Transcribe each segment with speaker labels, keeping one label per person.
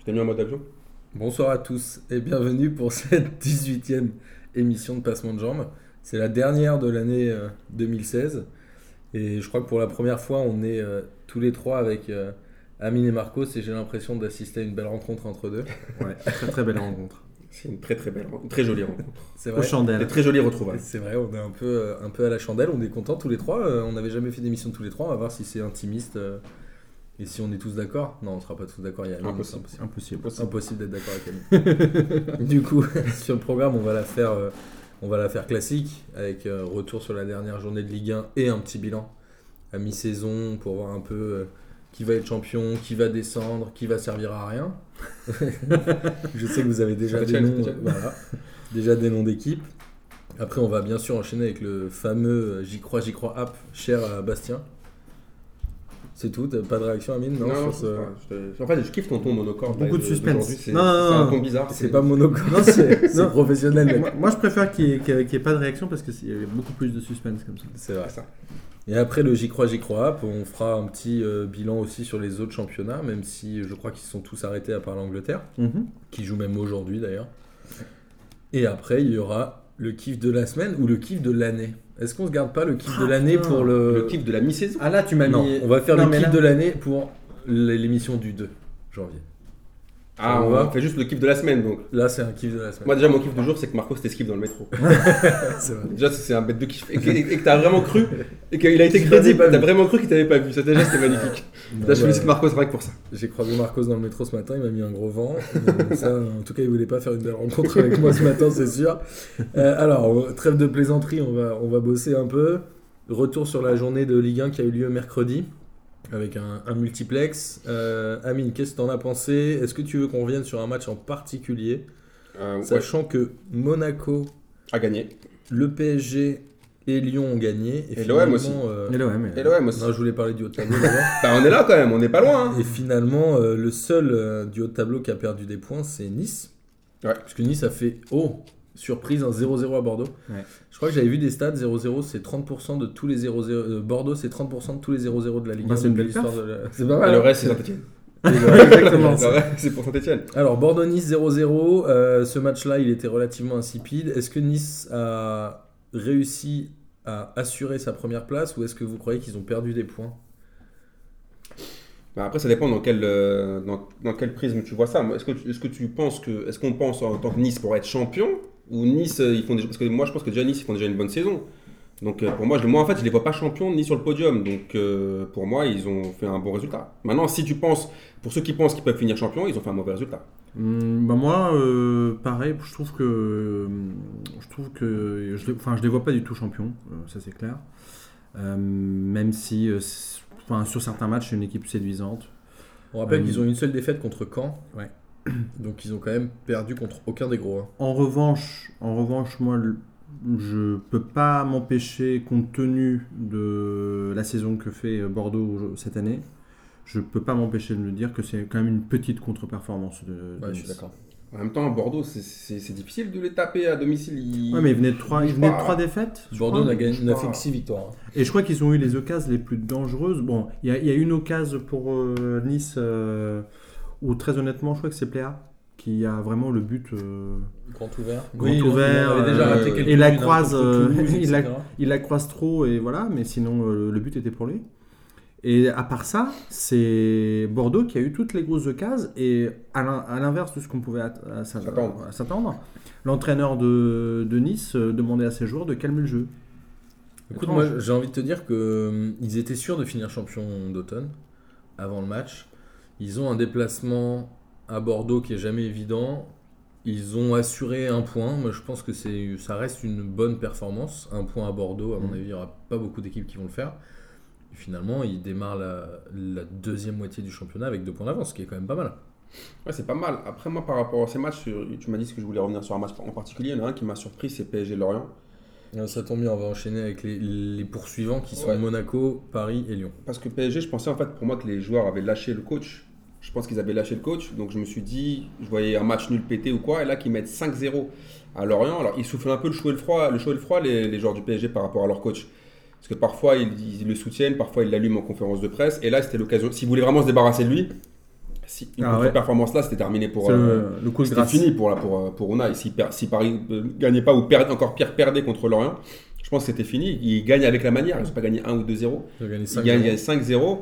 Speaker 1: Je t'ai mis en mode avion
Speaker 2: Bonsoir à tous et bienvenue pour cette 18e émission de Passement de Jambes. C'est la dernière de l'année euh, 2016 et je crois que pour la première fois on est euh, tous les trois avec euh, Amine et Marcos et j'ai l'impression d'assister à une belle rencontre entre deux.
Speaker 3: Ouais, très très belle rencontre.
Speaker 1: C'est une très très belle, une très jolie rencontre.
Speaker 2: C'est
Speaker 3: Aux
Speaker 2: vrai.
Speaker 1: Des
Speaker 3: chandelles.
Speaker 1: très jolies retrouvailles.
Speaker 2: C'est vrai, on est un peu, euh, un peu à la chandelle, on est contents tous les trois. euh, On n'avait jamais fait d'émission tous les trois, on va voir si c'est intimiste euh, et si on est tous d'accord. Non, on ne sera pas tous d'accord, il y a Amine, c'est
Speaker 1: Impossible.
Speaker 2: impossible.
Speaker 3: Impossible.
Speaker 2: C'est impossible d'être d'accord avec Amine. du coup, sur le programme, on va la faire, euh, on va la faire classique, avec euh, retour sur la dernière journée de Ligue 1 et un petit bilan à mi-saison pour voir un peu euh, qui va être champion, qui va descendre, qui va servir à rien. Je sais que vous avez déjà des
Speaker 1: Spécial,
Speaker 2: noms,
Speaker 1: spécial.
Speaker 2: euh, voilà. déjà des noms d'équipe. Après, on va bien sûr enchaîner avec le fameux euh, J'y crois, j'y crois app cher à Bastien. C'est tout, t'as pas de réaction Amine
Speaker 1: Non,
Speaker 2: sur
Speaker 1: non,
Speaker 2: ce-
Speaker 1: c'est pas- je te- en fait, je kiffe ton ton monocorde.
Speaker 3: Beaucoup
Speaker 1: là,
Speaker 3: de suspense.
Speaker 1: d'aujourd'hui, C'est
Speaker 3: Non, non,
Speaker 1: c'est
Speaker 3: non,
Speaker 1: un ton bizarre.
Speaker 2: C'est pas monocorde, c'est c'est
Speaker 3: non.
Speaker 2: professionnel. mec.
Speaker 3: moi, moi, je préfère qu'il n'y ait, qu'il y ait- qu'il y ait pas de réaction parce qu'il y avait beaucoup plus de suspense comme ça.
Speaker 2: C'est vrai.
Speaker 1: Ça.
Speaker 2: Et après le J'y crois, J'y crois app, on fera un petit euh, bilan aussi sur les autres championnats, même si je crois qu'ils se sont tous arrêtés à part l'Angleterre,
Speaker 3: Mm-hmm.
Speaker 2: qui joue même aujourd'hui d'ailleurs. Et après, il y aura le kiff de la semaine ou le kiff de l'année. Est-ce qu'on se garde pas le kiff
Speaker 3: Ah,
Speaker 2: de l'année
Speaker 3: putain.
Speaker 2: pour le.
Speaker 1: Le kiff de la mi-saison.
Speaker 3: Ah là, tu m'as
Speaker 2: Non,
Speaker 3: mis.
Speaker 2: on va faire
Speaker 3: Non,
Speaker 2: le
Speaker 3: mais
Speaker 2: kiff
Speaker 3: là-
Speaker 2: de l'année pour l- l'émission du 2 janvier.
Speaker 1: Ah, on
Speaker 2: va.
Speaker 1: va. fait juste le kiff de la semaine donc.
Speaker 2: Là, c'est un kiff de la semaine.
Speaker 1: Moi déjà mon kiff du jour c'est que Marcos t'esquive dans le métro.
Speaker 2: c'est vrai.
Speaker 1: Déjà c'est c'est un bête de kiff et que, et que t'as vraiment cru et qu'il a été
Speaker 2: Je l'avais
Speaker 1: crédible.
Speaker 2: pas vu.
Speaker 1: T'as vraiment cru qu'il t'avait pas vu. Ça déjà c'était magnifique.
Speaker 2: Bon,
Speaker 1: Là je
Speaker 2: bah,
Speaker 1: félicite Marcos rien que pour ça.
Speaker 2: J'ai croisé Marcos dans le métro ce matin, il m'a mis un gros vent. Euh, ça, en tout cas, il voulait pas faire une belle rencontre avec moi ce matin, c'est sûr. Euh, alors, on- trêve de plaisanterie, on va, on va bosser un peu. Retour sur la journée de Ligue 1 qui a eu lieu mercredi avec un, un multiplex. Euh, Amine, qu'est-ce que t'en as pensé Est-ce que tu veux qu'on revienne sur un match en particulier
Speaker 1: Euh, ouais,
Speaker 2: Sachant que Monaco,
Speaker 1: à gagner.
Speaker 2: le PSG et Lyon ont gagné.
Speaker 1: Et l'OM
Speaker 2: finalement,
Speaker 1: aussi.
Speaker 2: euh,
Speaker 3: Et l'OM.
Speaker 1: Et l'OM aussi.
Speaker 2: non, je voulais parler du haut de tableau d'abord.
Speaker 1: Bah on est là quand même, on n'est pas loin. hein.
Speaker 2: Et finalement, euh, le seul euh, du haut de tableau qui a perdu des points, c'est Nice.
Speaker 1: Ouais.
Speaker 2: Parce que Nice a fait, oh, surprise, un 0-0 à Bordeaux.
Speaker 3: Ouais.
Speaker 2: Je crois que j'avais vu des stats, 0-0, c'est 30% de tous les 0-0. euh, Bordeaux, c'est 30% de tous les 0-0 de la Ligue
Speaker 3: Bah,
Speaker 2: 1.
Speaker 3: c'est hein. une
Speaker 2: depuis
Speaker 3: belle perf.
Speaker 2: l'histoire de la- C'est pas
Speaker 1: Et
Speaker 2: mal.
Speaker 1: le
Speaker 2: hein.
Speaker 1: reste c'est Saint-Etienne.
Speaker 3: Exactement.
Speaker 1: C'est pour Saint-Etienne.
Speaker 2: Alors, Bordeaux-Nice 0-0, euh, ce match-là, il était relativement insipide. Est-ce que Nice a réussi à assurer sa première place ou est-ce que vous croyez qu'ils ont perdu des points
Speaker 1: Bah après, ça dépend dans quel, euh, dans, dans quel prisme tu vois ça. Moi, Est-ce que, tu- est-ce que tu penses que. Est-ce qu'on pense en tant que Nice pour être champion Ou Nice, euh, ils font déjà. Parce que moi, je pense que déjà Nice, ils font déjà une bonne saison. Donc euh, pour moi, je, moi, en fait, je les vois pas champions ni sur le podium. Donc euh, pour moi, ils ont fait un bon résultat. Maintenant, si tu penses. Pour ceux qui pensent qu'ils peuvent finir champion, ils ont fait un mauvais résultat.
Speaker 3: Hum, bah moi, euh, pareil, je trouve que je trouve que je, les- enfin, je les vois pas du tout champions, euh, ça c'est clair. Euh, même si, euh, c'est- enfin, sur certains matchs, c'est une équipe séduisante.
Speaker 2: On rappelle
Speaker 3: Euh,
Speaker 2: qu'ils ont une seule défaite contre Caen.
Speaker 3: Ouais.
Speaker 2: Donc ils ont quand même perdu contre aucun des gros. hein.
Speaker 3: En revanche, en revanche, moi, le- je peux pas m'empêcher, compte tenu de la saison que fait euh, Bordeaux cette année, je peux pas m'empêcher de me dire que c'est quand même une petite contre-performance de. de
Speaker 2: Ouais, je
Speaker 3: Nice.
Speaker 2: suis d'accord.
Speaker 1: En même temps, Bordeaux, c'est- c'est c'est difficile de les taper à domicile. Ils-
Speaker 3: Ouais, mais ils venaient de trois, ils
Speaker 1: Je
Speaker 3: venaient de
Speaker 1: crois-
Speaker 3: trois défaites. je
Speaker 2: Bordeaux
Speaker 3: crois.
Speaker 2: n'a gagné-
Speaker 1: je
Speaker 2: n'a
Speaker 1: crois.
Speaker 2: fait que 6 victoires. hein.
Speaker 3: Et je crois qu'ils ont eu les occasions les plus dangereuses. Bon, il y, a- il y a une occasion pour euh, Nice euh, où très honnêtement, je crois que c'est Pléa qui a vraiment le but. euh,
Speaker 2: Grand ouvert.
Speaker 3: Grand
Speaker 2: ils ont-
Speaker 3: ouvert,
Speaker 2: ils avaient déjà
Speaker 1: euh,
Speaker 2: raté quelques
Speaker 3: et la
Speaker 2: buts, hein,
Speaker 3: croise,
Speaker 2: contre
Speaker 3: euh,
Speaker 2: Toulouse,
Speaker 3: il la-
Speaker 2: etc.
Speaker 3: il la croise trop et voilà, mais sinon euh, le but était pour lui. Et à part ça, c'est Bordeaux qui a eu toutes les grosses occasions et à l'in- à l'inverse de ce qu'on pouvait at- à s'a-
Speaker 1: S'attendre.
Speaker 3: à s'attendre, l'entraîneur de, de Nice euh, demandait à ses joueurs de calmer le jeu.
Speaker 2: Écoute, moi j'ai envie de te dire que euh, ils étaient sûrs de finir champion d'automne avant le match. Ils ont un déplacement à Bordeaux qui est jamais évident. Ils ont assuré un point. Moi, je pense que c'est, ça reste une bonne performance. Un point à Bordeaux, à mon
Speaker 3: Mhm.
Speaker 2: avis, il n'y aura pas beaucoup d'équipes qui vont le faire. Et finalement, ils démarrent la, la deuxième moitié du championnat avec deux points d'avance, ce qui est quand même pas mal.
Speaker 1: Ouais, c'est pas mal. Après, moi, par rapport à ces matchs, sur- tu m'as dit ce que je voulais revenir sur un match en particulier. Il y en a un qui m'a surpris, c'est PSG Lorient.
Speaker 2: Alors, ça tombe bien, on va enchaîner avec les, les poursuivants qui sont
Speaker 1: Ouais.
Speaker 2: Monaco, Paris et Lyon.
Speaker 1: Parce que PSG, je pensais en fait pour moi que les joueurs avaient lâché le coach. Je pense qu'ils avaient lâché le coach. Donc je me suis dit, je voyais un match nul pété ou quoi. Et là, qu'ils mettent 5-0 à Lorient. Alors ils soufflent un peu le chaud et le froid, le chaud et le froid les, les joueurs du PSG par rapport à leur coach. Parce que parfois ils, ils le soutiennent, parfois ils l'allument en conférence de presse. Et là, c'était l'occasion. S'ils voulaient vraiment se débarrasser de lui, Si une
Speaker 3: Ah
Speaker 1: contre
Speaker 3: ouais.
Speaker 1: performance là, c'était terminé pour.
Speaker 3: C'est
Speaker 1: euh,
Speaker 3: le, le coup de
Speaker 1: C'était
Speaker 3: grâce.
Speaker 1: fini pour, là, pour, euh, pour Unai. Si, per- si Paris ne gagnait pas ou perdait, encore pire, perdait contre Lorient, je pense que c'était fini. Ils gagnent avec la manière. Ils n'ont pas gagné 1 ou 2-0.
Speaker 2: Ils ont gagné
Speaker 1: Ils
Speaker 2: 5
Speaker 1: gagnent 5-0.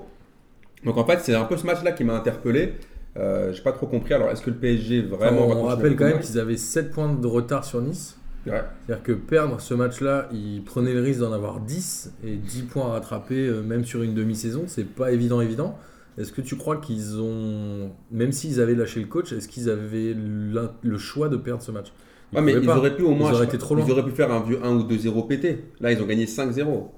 Speaker 1: Donc en fait, c'est un peu ce match-là qui m'a interpellé. Euh, J'ai pas trop compris. Alors, est-ce que le PSG vraiment. va
Speaker 2: on
Speaker 1: continuer
Speaker 2: rappelle
Speaker 1: à
Speaker 2: quand même
Speaker 1: combattre
Speaker 2: qu'ils avaient 7 points de retard sur Nice.
Speaker 1: Ouais.
Speaker 2: C'est-à-dire que perdre ce match-là, ils prenaient le risque d'en avoir 10 et 10 points à rattraper, euh, même sur une demi-saison, c'est pas évident, évident. Est-ce que tu crois qu'ils ont, même s'ils avaient lâché le coach, est-ce qu'ils avaient l'in- le choix de perdre ce match Ils
Speaker 1: Ouais, mais
Speaker 2: pouvaient
Speaker 1: ils
Speaker 2: pas.
Speaker 1: auraient pu au moins.
Speaker 2: Ils auraient
Speaker 1: je sais
Speaker 2: été
Speaker 1: pas,
Speaker 2: trop loin.
Speaker 1: Ils auraient pu faire un vieux 1 ou 2-0 pété. Là, ils ont gagné 5-0.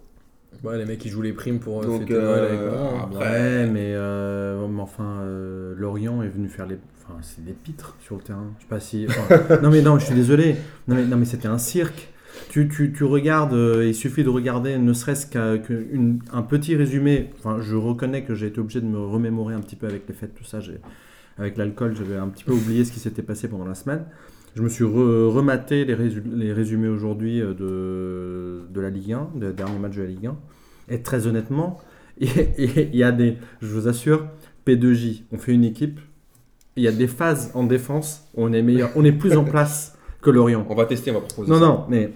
Speaker 2: Ouais, les mecs, ils jouent les primes pour euh,
Speaker 1: Donc,
Speaker 2: fêter Noël avec
Speaker 1: euh,
Speaker 2: moi.
Speaker 1: après,
Speaker 3: Ouais, mais, euh, mais enfin, euh, Lorient est venu faire les. Enfin, c'est des pitres sur le terrain. Je sais pas si. enfin, non, mais non, je suis désolé. Non, mais, non, mais c'était un cirque. Tu, tu, tu regardes, euh, il suffit de regarder ne serait-ce qu'un petit résumé. Enfin, je reconnais que j'ai été obligé de me remémorer un petit peu avec les fêtes, tout ça. J'ai- Avec l'alcool, j'avais un petit peu oublié ce qui s'était passé pendant la semaine. Je me suis re- rematé les, résu- les résumés aujourd'hui euh, de, de la Ligue 1, des derniers matchs de la Ligue 1. Et très honnêtement, il il y a des, je vous assure, P2J, on fait une équipe. Il y a des phases en défense où on est meilleur, on est plus en place que Lorient.
Speaker 1: On va tester, on va proposer.
Speaker 3: Non,
Speaker 1: ça.
Speaker 3: non, mais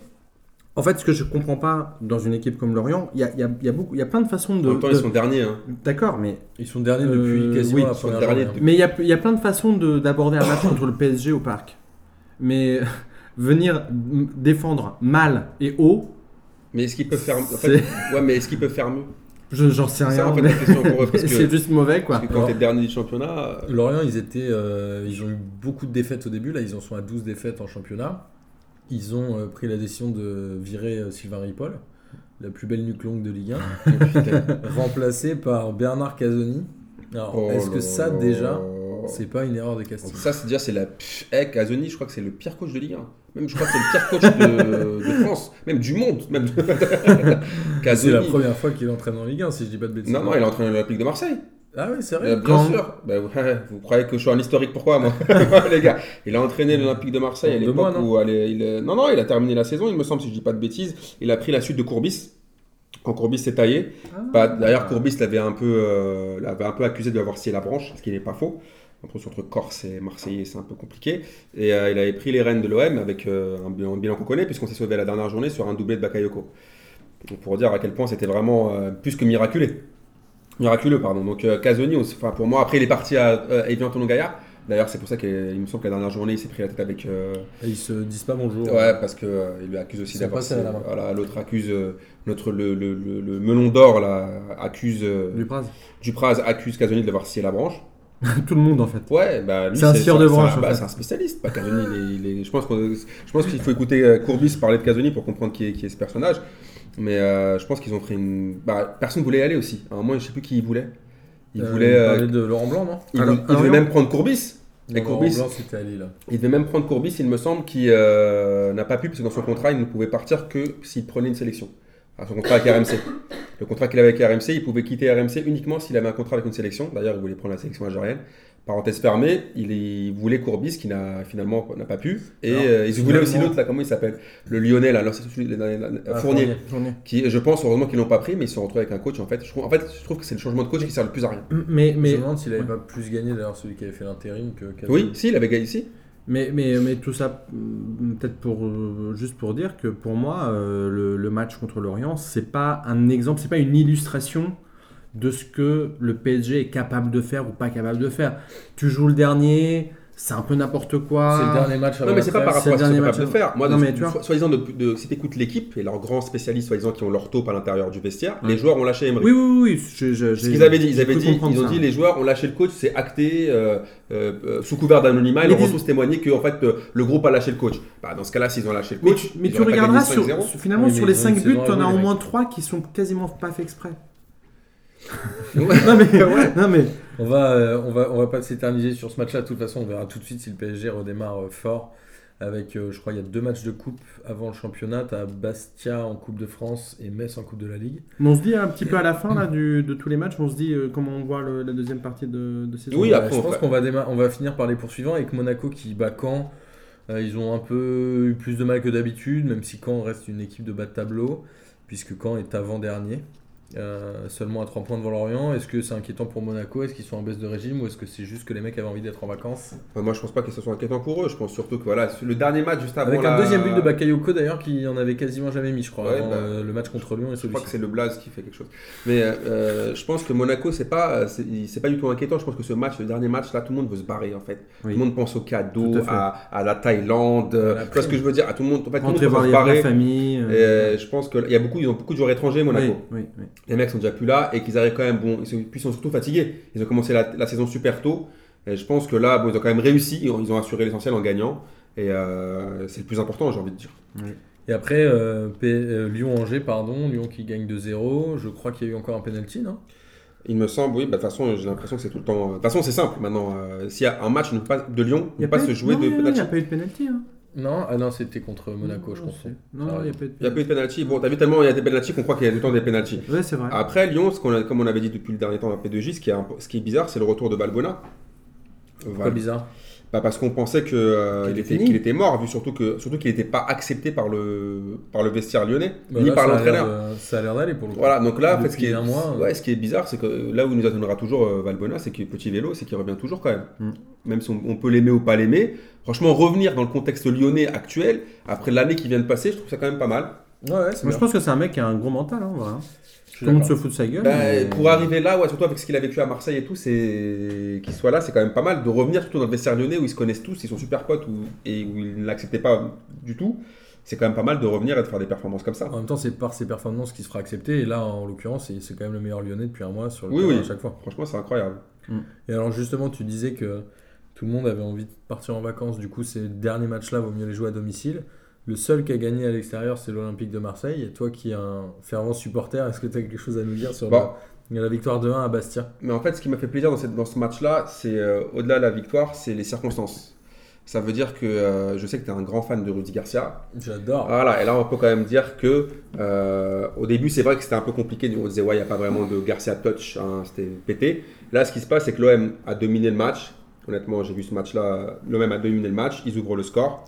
Speaker 3: en fait, ce que je comprends pas dans une équipe comme Lorient, il y a, il y a- il y a beaucoup, il y a plein de façons de.
Speaker 1: En même temps,
Speaker 3: de-
Speaker 1: ils sont derniers. hein.
Speaker 3: D'accord, mais
Speaker 2: Ils sont derniers depuis
Speaker 3: euh,
Speaker 2: quasiment
Speaker 3: oui,
Speaker 2: la
Speaker 1: ils sont
Speaker 2: première
Speaker 1: derniers
Speaker 2: journée, hein.
Speaker 3: mais il y a, il y a plein de façons de- d'aborder un match contre le PSG au parc. Mais venir m- défendre mal et haut,
Speaker 1: Mais est-ce qu'ils peuvent faire. En fait, ouais, mais est-ce qu'ils peuvent faire mieux
Speaker 3: je- j'en sais
Speaker 1: C'est ça,
Speaker 3: rien.
Speaker 1: en fait,
Speaker 3: mais-
Speaker 1: la question qu'on refait, parce que-
Speaker 3: C'est juste mauvais, quoi.
Speaker 1: Parce que quand t'es dernier du championnat, euh,
Speaker 2: Lorient, ils étaient, euh, ils ont eu beaucoup de défaites au début. Là, ils en sont à 12 défaites en championnat. Ils ont euh, pris la décision de virer euh, Sylvain Ripoll, la plus belle nuque longue de Ligue 1, remplacé par Bernard Casoni. Alors,
Speaker 1: oh
Speaker 2: est-ce
Speaker 1: là
Speaker 2: que ça,
Speaker 1: là.
Speaker 2: déjà, c'est pas une erreur de casting
Speaker 1: Ça, c'est déjà, c'est la. Hey, Kazoni, je crois que c'est le pire coach de Ligue 1. Même, je crois que c'est le pire coach de, de France, même du monde. Même...
Speaker 2: C'est la
Speaker 1: Kazoni.
Speaker 2: première fois qu'il entraîne en Ligue 1, si je dis pas de bêtises.
Speaker 1: Non, non, il est entraîné à l'Olympique de Marseille.
Speaker 2: Ah oui, c'est
Speaker 1: Euh,
Speaker 2: vrai.
Speaker 1: bien
Speaker 3: Quand
Speaker 1: sûr. Bah, ouais, vous croyez que je suis un historique Pourquoi moi Les gars, il a entraîné l'Olympique de Marseille à
Speaker 2: Deux
Speaker 1: l'époque
Speaker 2: mois, non
Speaker 1: où elle est- il est- non non, il a terminé la saison, il me semble si je dis pas de bêtises, il a pris la suite de Courbis. Quand Courbis s'est taillé,
Speaker 2: Ah.
Speaker 1: Bah, d'ailleurs Courbis l'avait un peu, euh, l'avait un peu accusé d'avoir scié la branche, ce qui n'est pas faux. En plus, entre Corse et Marseillais, c'est un peu compliqué. Et euh, il avait pris les rênes de l'OM avec euh, un, bilan- un bilan qu'on connaît, puisqu'on s'est sauvé à la dernière journée sur un doublé de Bakayoko. Donc, pour dire à quel point c'était vraiment euh, plus que miraculé. Miraculeux, pardon. Donc, euh, Casoni, on s- enfin, pour moi, après, il est parti à euh, Evian Gaillard. D'ailleurs, c'est pour ça qu'il me semble que la dernière journée, il s'est pris la tête avec. euh,
Speaker 2: Et ils se disent pas bonjour.
Speaker 1: Ouais, parce que euh, il lui accuse aussi
Speaker 2: C'est
Speaker 1: d'avoir.
Speaker 2: pas ça, là.
Speaker 1: voilà, l'autre accuse. euh, notre, le, le- le- le melon d'or, là, accuse. euh,
Speaker 3: Du Praz.
Speaker 1: Dupraz accuse Casoni d'avoir scié la branche.
Speaker 3: Tout le monde, en fait.
Speaker 1: Ouais, bah lui,
Speaker 3: C'est un scieur de branche,
Speaker 1: C'est un,
Speaker 3: en
Speaker 1: bah,
Speaker 3: fait.
Speaker 1: c'est un spécialiste. Bah, Casoni, il est- il est- je pense qu'on- je pense qu'il faut écouter euh, Courbis parler de Casoni pour comprendre qui est, qui est ce personnage. Mais euh, je pense qu'ils ont fait une. Bah, personne voulait y aller aussi. À un moment, je sais plus qui il voulait. Il
Speaker 2: Euh,
Speaker 1: voulait. euh,
Speaker 2: parler de Laurent Blanc, non
Speaker 1: il,
Speaker 3: Alors,
Speaker 1: voulait- il devait
Speaker 3: Lorient
Speaker 1: même prendre Courbis. Et
Speaker 2: Non,
Speaker 1: Courbis-
Speaker 2: Laurent Blanc, c'était à Lille.
Speaker 1: Il devait même prendre Courbis, il me semble, qui euh, n'a pas pu, parce que dans son contrat, il ne pouvait partir que s'il prenait une sélection. Enfin, son contrat avec RMC. Le contrat qu'il avait avec RMC, il pouvait quitter RMC uniquement s'il avait un contrat avec une sélection. D'ailleurs, il voulait prendre la sélection algérienne. Parenthèse fermée, il, il voulait Courbis, qui n'a finalement n'a pas pu. Et
Speaker 2: Alors,
Speaker 1: euh, il voulait aussi
Speaker 2: finalement-
Speaker 1: l'autre, là, comment il s'appelle Le Lyonnais, là, alors, c'est celui- la- la-
Speaker 3: Ah,
Speaker 1: la-
Speaker 3: Euh,
Speaker 1: Fournier. Qui, je pense, heureusement qu'ils l'ont pas pris, mais ils se sont retrouvés avec un coach. En fait, je trouve, en fait, je trouve que c'est le changement de coach qui sert le plus à rien.
Speaker 3: Mais,
Speaker 2: Mais... Je
Speaker 3: mais,
Speaker 2: me demande s'il avait pas plus gagné d'ailleurs celui qui avait fait l'intérim que Casoni.
Speaker 1: Oui, si, il avait gagné ici.
Speaker 3: Mais, mais, mais tout ça, mm, peut-être pour, euh, juste pour dire que pour moi, euh, le, le match contre l'Orient, c'est pas un exemple, c'est pas une illustration de ce que le PSG est capable de faire ou pas capable de faire. Tu joues le dernier, c'est un peu n'importe quoi.
Speaker 2: C'est le dernier match avant
Speaker 1: Non, mais c'est
Speaker 2: la
Speaker 1: pas par rapport
Speaker 2: trêve.
Speaker 3: c'est
Speaker 1: à ce qu'ils
Speaker 3: le
Speaker 1: sont
Speaker 3: dernier
Speaker 1: capables de
Speaker 3: match.
Speaker 1: faire. Moi,
Speaker 3: Non,
Speaker 1: de-
Speaker 3: mais tu vois-
Speaker 1: so- soi-disant, de, de- si t'écoutes l'équipe et leurs grands spécialistes, soi-disant, qui ont leur taupe à l'intérieur du vestiaire, les joueurs ont lâché Emery.
Speaker 3: Oui, oui, oui. je- je-
Speaker 1: Ce
Speaker 3: j'ai-
Speaker 1: qu'ils avaient dit, ils
Speaker 3: j'ai
Speaker 1: avaient
Speaker 3: cru
Speaker 1: dit,
Speaker 3: comprendre
Speaker 1: ils ont
Speaker 3: ça.
Speaker 1: dit, les joueurs ont lâché le coach, c'est acté, euh, euh, euh, sous couvert d'anonymat, ils
Speaker 3: Mais
Speaker 1: leur ont
Speaker 3: dis-
Speaker 1: tous témoigné que en fait euh, le groupe a lâché le coach. Bah, dans ce cas-là, s'ils ont lâché le
Speaker 3: Mais
Speaker 1: coach,
Speaker 3: tu, mais
Speaker 1: ils
Speaker 3: tu
Speaker 1: auraient pas gagné
Speaker 3: regarderas sur,
Speaker 1: 5-0.
Speaker 3: sur- finalement
Speaker 2: Oui, mais
Speaker 3: sur
Speaker 2: ils
Speaker 3: les
Speaker 2: ont
Speaker 3: 5
Speaker 2: une
Speaker 3: buts,
Speaker 2: saison à
Speaker 3: t'en as
Speaker 2: jouer,
Speaker 3: au
Speaker 2: les
Speaker 3: moins 3 qui sont quasiment pas faits exprès.
Speaker 1: Ouais.
Speaker 3: non, mais, non, mais
Speaker 2: On va, euh, on va, on va pas s'éterniser sur ce match-là. De toute façon, on verra tout de suite si le PSG redémarre euh, fort. Avec, euh, je crois, il y a deux matchs de coupe avant le championnat. T'as Bastia en Coupe de France et Metz en Coupe de la Ligue.
Speaker 3: Mais on se dit un petit peu à la fin là, du, de tous les matchs, on se dit euh, comment on voit le- la deuxième partie de, de saison.
Speaker 1: Oui,
Speaker 2: Euh,
Speaker 1: après,
Speaker 2: je
Speaker 1: on
Speaker 2: pense
Speaker 1: va-
Speaker 2: qu'on va, déma- on va finir par les poursuivants avec Monaco qui bat Caen. Euh, ils ont un peu eu plus de mal que d'habitude, même si Caen reste une équipe de bas de tableau, puisque Caen est avant-dernier. euh, seulement à 3 points devant Lorient. Est-ce que c'est inquiétant pour Monaco Est-ce qu'ils sont en baisse de régime ou est-ce que c'est juste que les mecs avaient envie d'être en vacances
Speaker 1: Enfin, moi, je pense pas que ce soit inquiétant pour eux. Je pense surtout que voilà, le dernier match juste avant
Speaker 2: Avec un
Speaker 1: la-
Speaker 2: deuxième but de Bakayoko d'ailleurs qui en avait quasiment jamais mis, je crois,
Speaker 1: euh, Ouais,
Speaker 2: avant,
Speaker 1: bah,
Speaker 2: euh, le match contre Lyon et
Speaker 1: Je crois
Speaker 2: celui-ci.
Speaker 1: que c'est le Blaze qui fait quelque chose. Mais euh, euh, je pense que Monaco, c'est pas, euh, c'est c'est pas du tout inquiétant. Je pense que ce match, le dernier match, là, tout le monde veut se barrer en fait.
Speaker 3: Oui.
Speaker 1: Tout le monde pense aux cadeaux,
Speaker 3: Tout à fait.
Speaker 1: à, à la Thaïlande. euh,
Speaker 2: la
Speaker 1: tu vois ce que je veux dire À tout le monde, en fait, tout le monde
Speaker 3: Rentrer voir
Speaker 1: pense à
Speaker 3: les
Speaker 1: se barrer.
Speaker 3: vraies familles. euh,
Speaker 1: Et, euh, je pense qu'il y a beaucoup, ils ont beaucoup de joueurs étrangers Monaco.
Speaker 3: Oui, oui, oui.
Speaker 1: Les mecs sont déjà plus là et qu'ils arrivent quand même bon. Ils sont, puis ils sont surtout fatigués. Ils ont commencé la, la saison super tôt. Et je pense que là, bon, ils ont quand même réussi. Ils ont, ils ont assuré l'essentiel en gagnant. Et euh, c'est le plus important, j'ai envie de dire.
Speaker 2: Et après, euh, P- euh, Lyon-Angers, pardon, Lyon qui gagne 2-0. Je crois qu'il y a eu encore un penalty, non
Speaker 1: Il me semble, oui, bah, de toute façon, j'ai l'impression que c'est tout le temps. euh, De toute façon, c'est simple maintenant. euh, S'il y a un match ne peut pas- de Lyon, ne peut pas se jouer de
Speaker 3: Il n'y
Speaker 1: penalty.
Speaker 3: a pas eu de penalty. hein.
Speaker 2: Non Ah non, c'était contre Monaco, je
Speaker 3: Non,
Speaker 2: pense.
Speaker 3: c'est- Non, il n'y a pas eu de
Speaker 1: Il n'y a pas eu
Speaker 3: penalty.
Speaker 1: de penalty. Bon, t'as vu tellement il y a des penalty qu'on croit qu'il y a tout le temps des penalty.
Speaker 3: Ouais, c'est vrai.
Speaker 1: Après, Lyon, ce qu'on a- comme on avait dit depuis le dernier temps à P2J, ce qui est, un- ce qui est bizarre, c'est le retour de Balbona.
Speaker 2: Pas
Speaker 1: Voilà.
Speaker 2: bizarre.
Speaker 1: Bah, parce qu'on pensait que euh,
Speaker 3: Qu'il
Speaker 1: il
Speaker 3: était
Speaker 1: était,
Speaker 3: fini.
Speaker 1: qu'il était mort, vu surtout que surtout qu'il n'était pas accepté par le par le vestiaire lyonnais,
Speaker 2: Bah
Speaker 1: ni
Speaker 2: là,
Speaker 1: par
Speaker 2: ça a l'air
Speaker 1: l'entraîneur.
Speaker 2: de- Ça a l'air d'aller pour le coup.
Speaker 1: Voilà, donc là, en fait, ce qui est
Speaker 2: Depuis un mois, euh.
Speaker 1: ouais, ce qui est bizarre, c'est que là où il nous attendra toujours euh, Valbuena, c'est que petit vélo, c'est qu'il revient toujours quand même.
Speaker 3: Mm.
Speaker 1: Même si on, on peut l'aimer ou pas l'aimer, franchement, revenir dans le contexte lyonnais actuel après l'année qui vient de passer, je trouve ça quand même pas mal.
Speaker 2: Ouais, ouais, c'est
Speaker 3: Moi, je
Speaker 2: bien.
Speaker 3: pense que c'est un mec qui a un gros mental. Hein, voilà.
Speaker 2: Je suis
Speaker 3: Tout le monde
Speaker 2: d'accord.
Speaker 3: se fout de sa gueule.
Speaker 1: Bah,
Speaker 3: mais-
Speaker 1: Pour arriver là, ouais, surtout avec ce qu'il a vécu à Marseille et tout, c'est qu'il soit là, c'est quand même pas mal. De revenir surtout dans le vestiaire lyonnais où ils se connaissent tous, ils sont super potes où- et où ils ne l'acceptaient pas du tout, c'est quand même pas mal de revenir et de faire des performances comme ça.
Speaker 2: En même temps, c'est par ses performances qu'il se fera accepter. Et là, en l'occurrence, c'est- c'est quand même le meilleur Lyonnais depuis un mois sur le
Speaker 1: Oui,
Speaker 2: terrain
Speaker 1: oui.
Speaker 2: à chaque fois.
Speaker 1: Franchement, c'est incroyable.
Speaker 2: Et alors, justement, tu disais que tout le monde avait envie de partir en vacances. Du coup, ces derniers matchs-là, vaut mieux les jouer à domicile. Le seul qui a gagné à l'extérieur, c'est l'Olympique de Marseille. Et toi, qui es un fervent supporter, est-ce que tu as quelque chose à nous dire sur
Speaker 1: Bon.
Speaker 2: la, la victoire de 1 à Bastia
Speaker 1: Mais en fait, ce qui m'a fait plaisir dans, cette- dans ce match-là, c'est euh, au-delà de la victoire, c'est les circonstances. Ça veut dire que euh, je sais que tu es un grand fan de Rudy Garcia.
Speaker 2: J'adore.
Speaker 1: Voilà, et là, on peut quand même dire que euh, au début, c'est vrai que c'était un peu compliqué. On disait, ouais, il n'y a pas vraiment de Garcia touch, hein, c'était pété. Là, ce qui se passe, c'est que l'OM a dominé le match. Honnêtement, j'ai vu ce match-là. L'OM a dominé le match, ils ouvrent le score.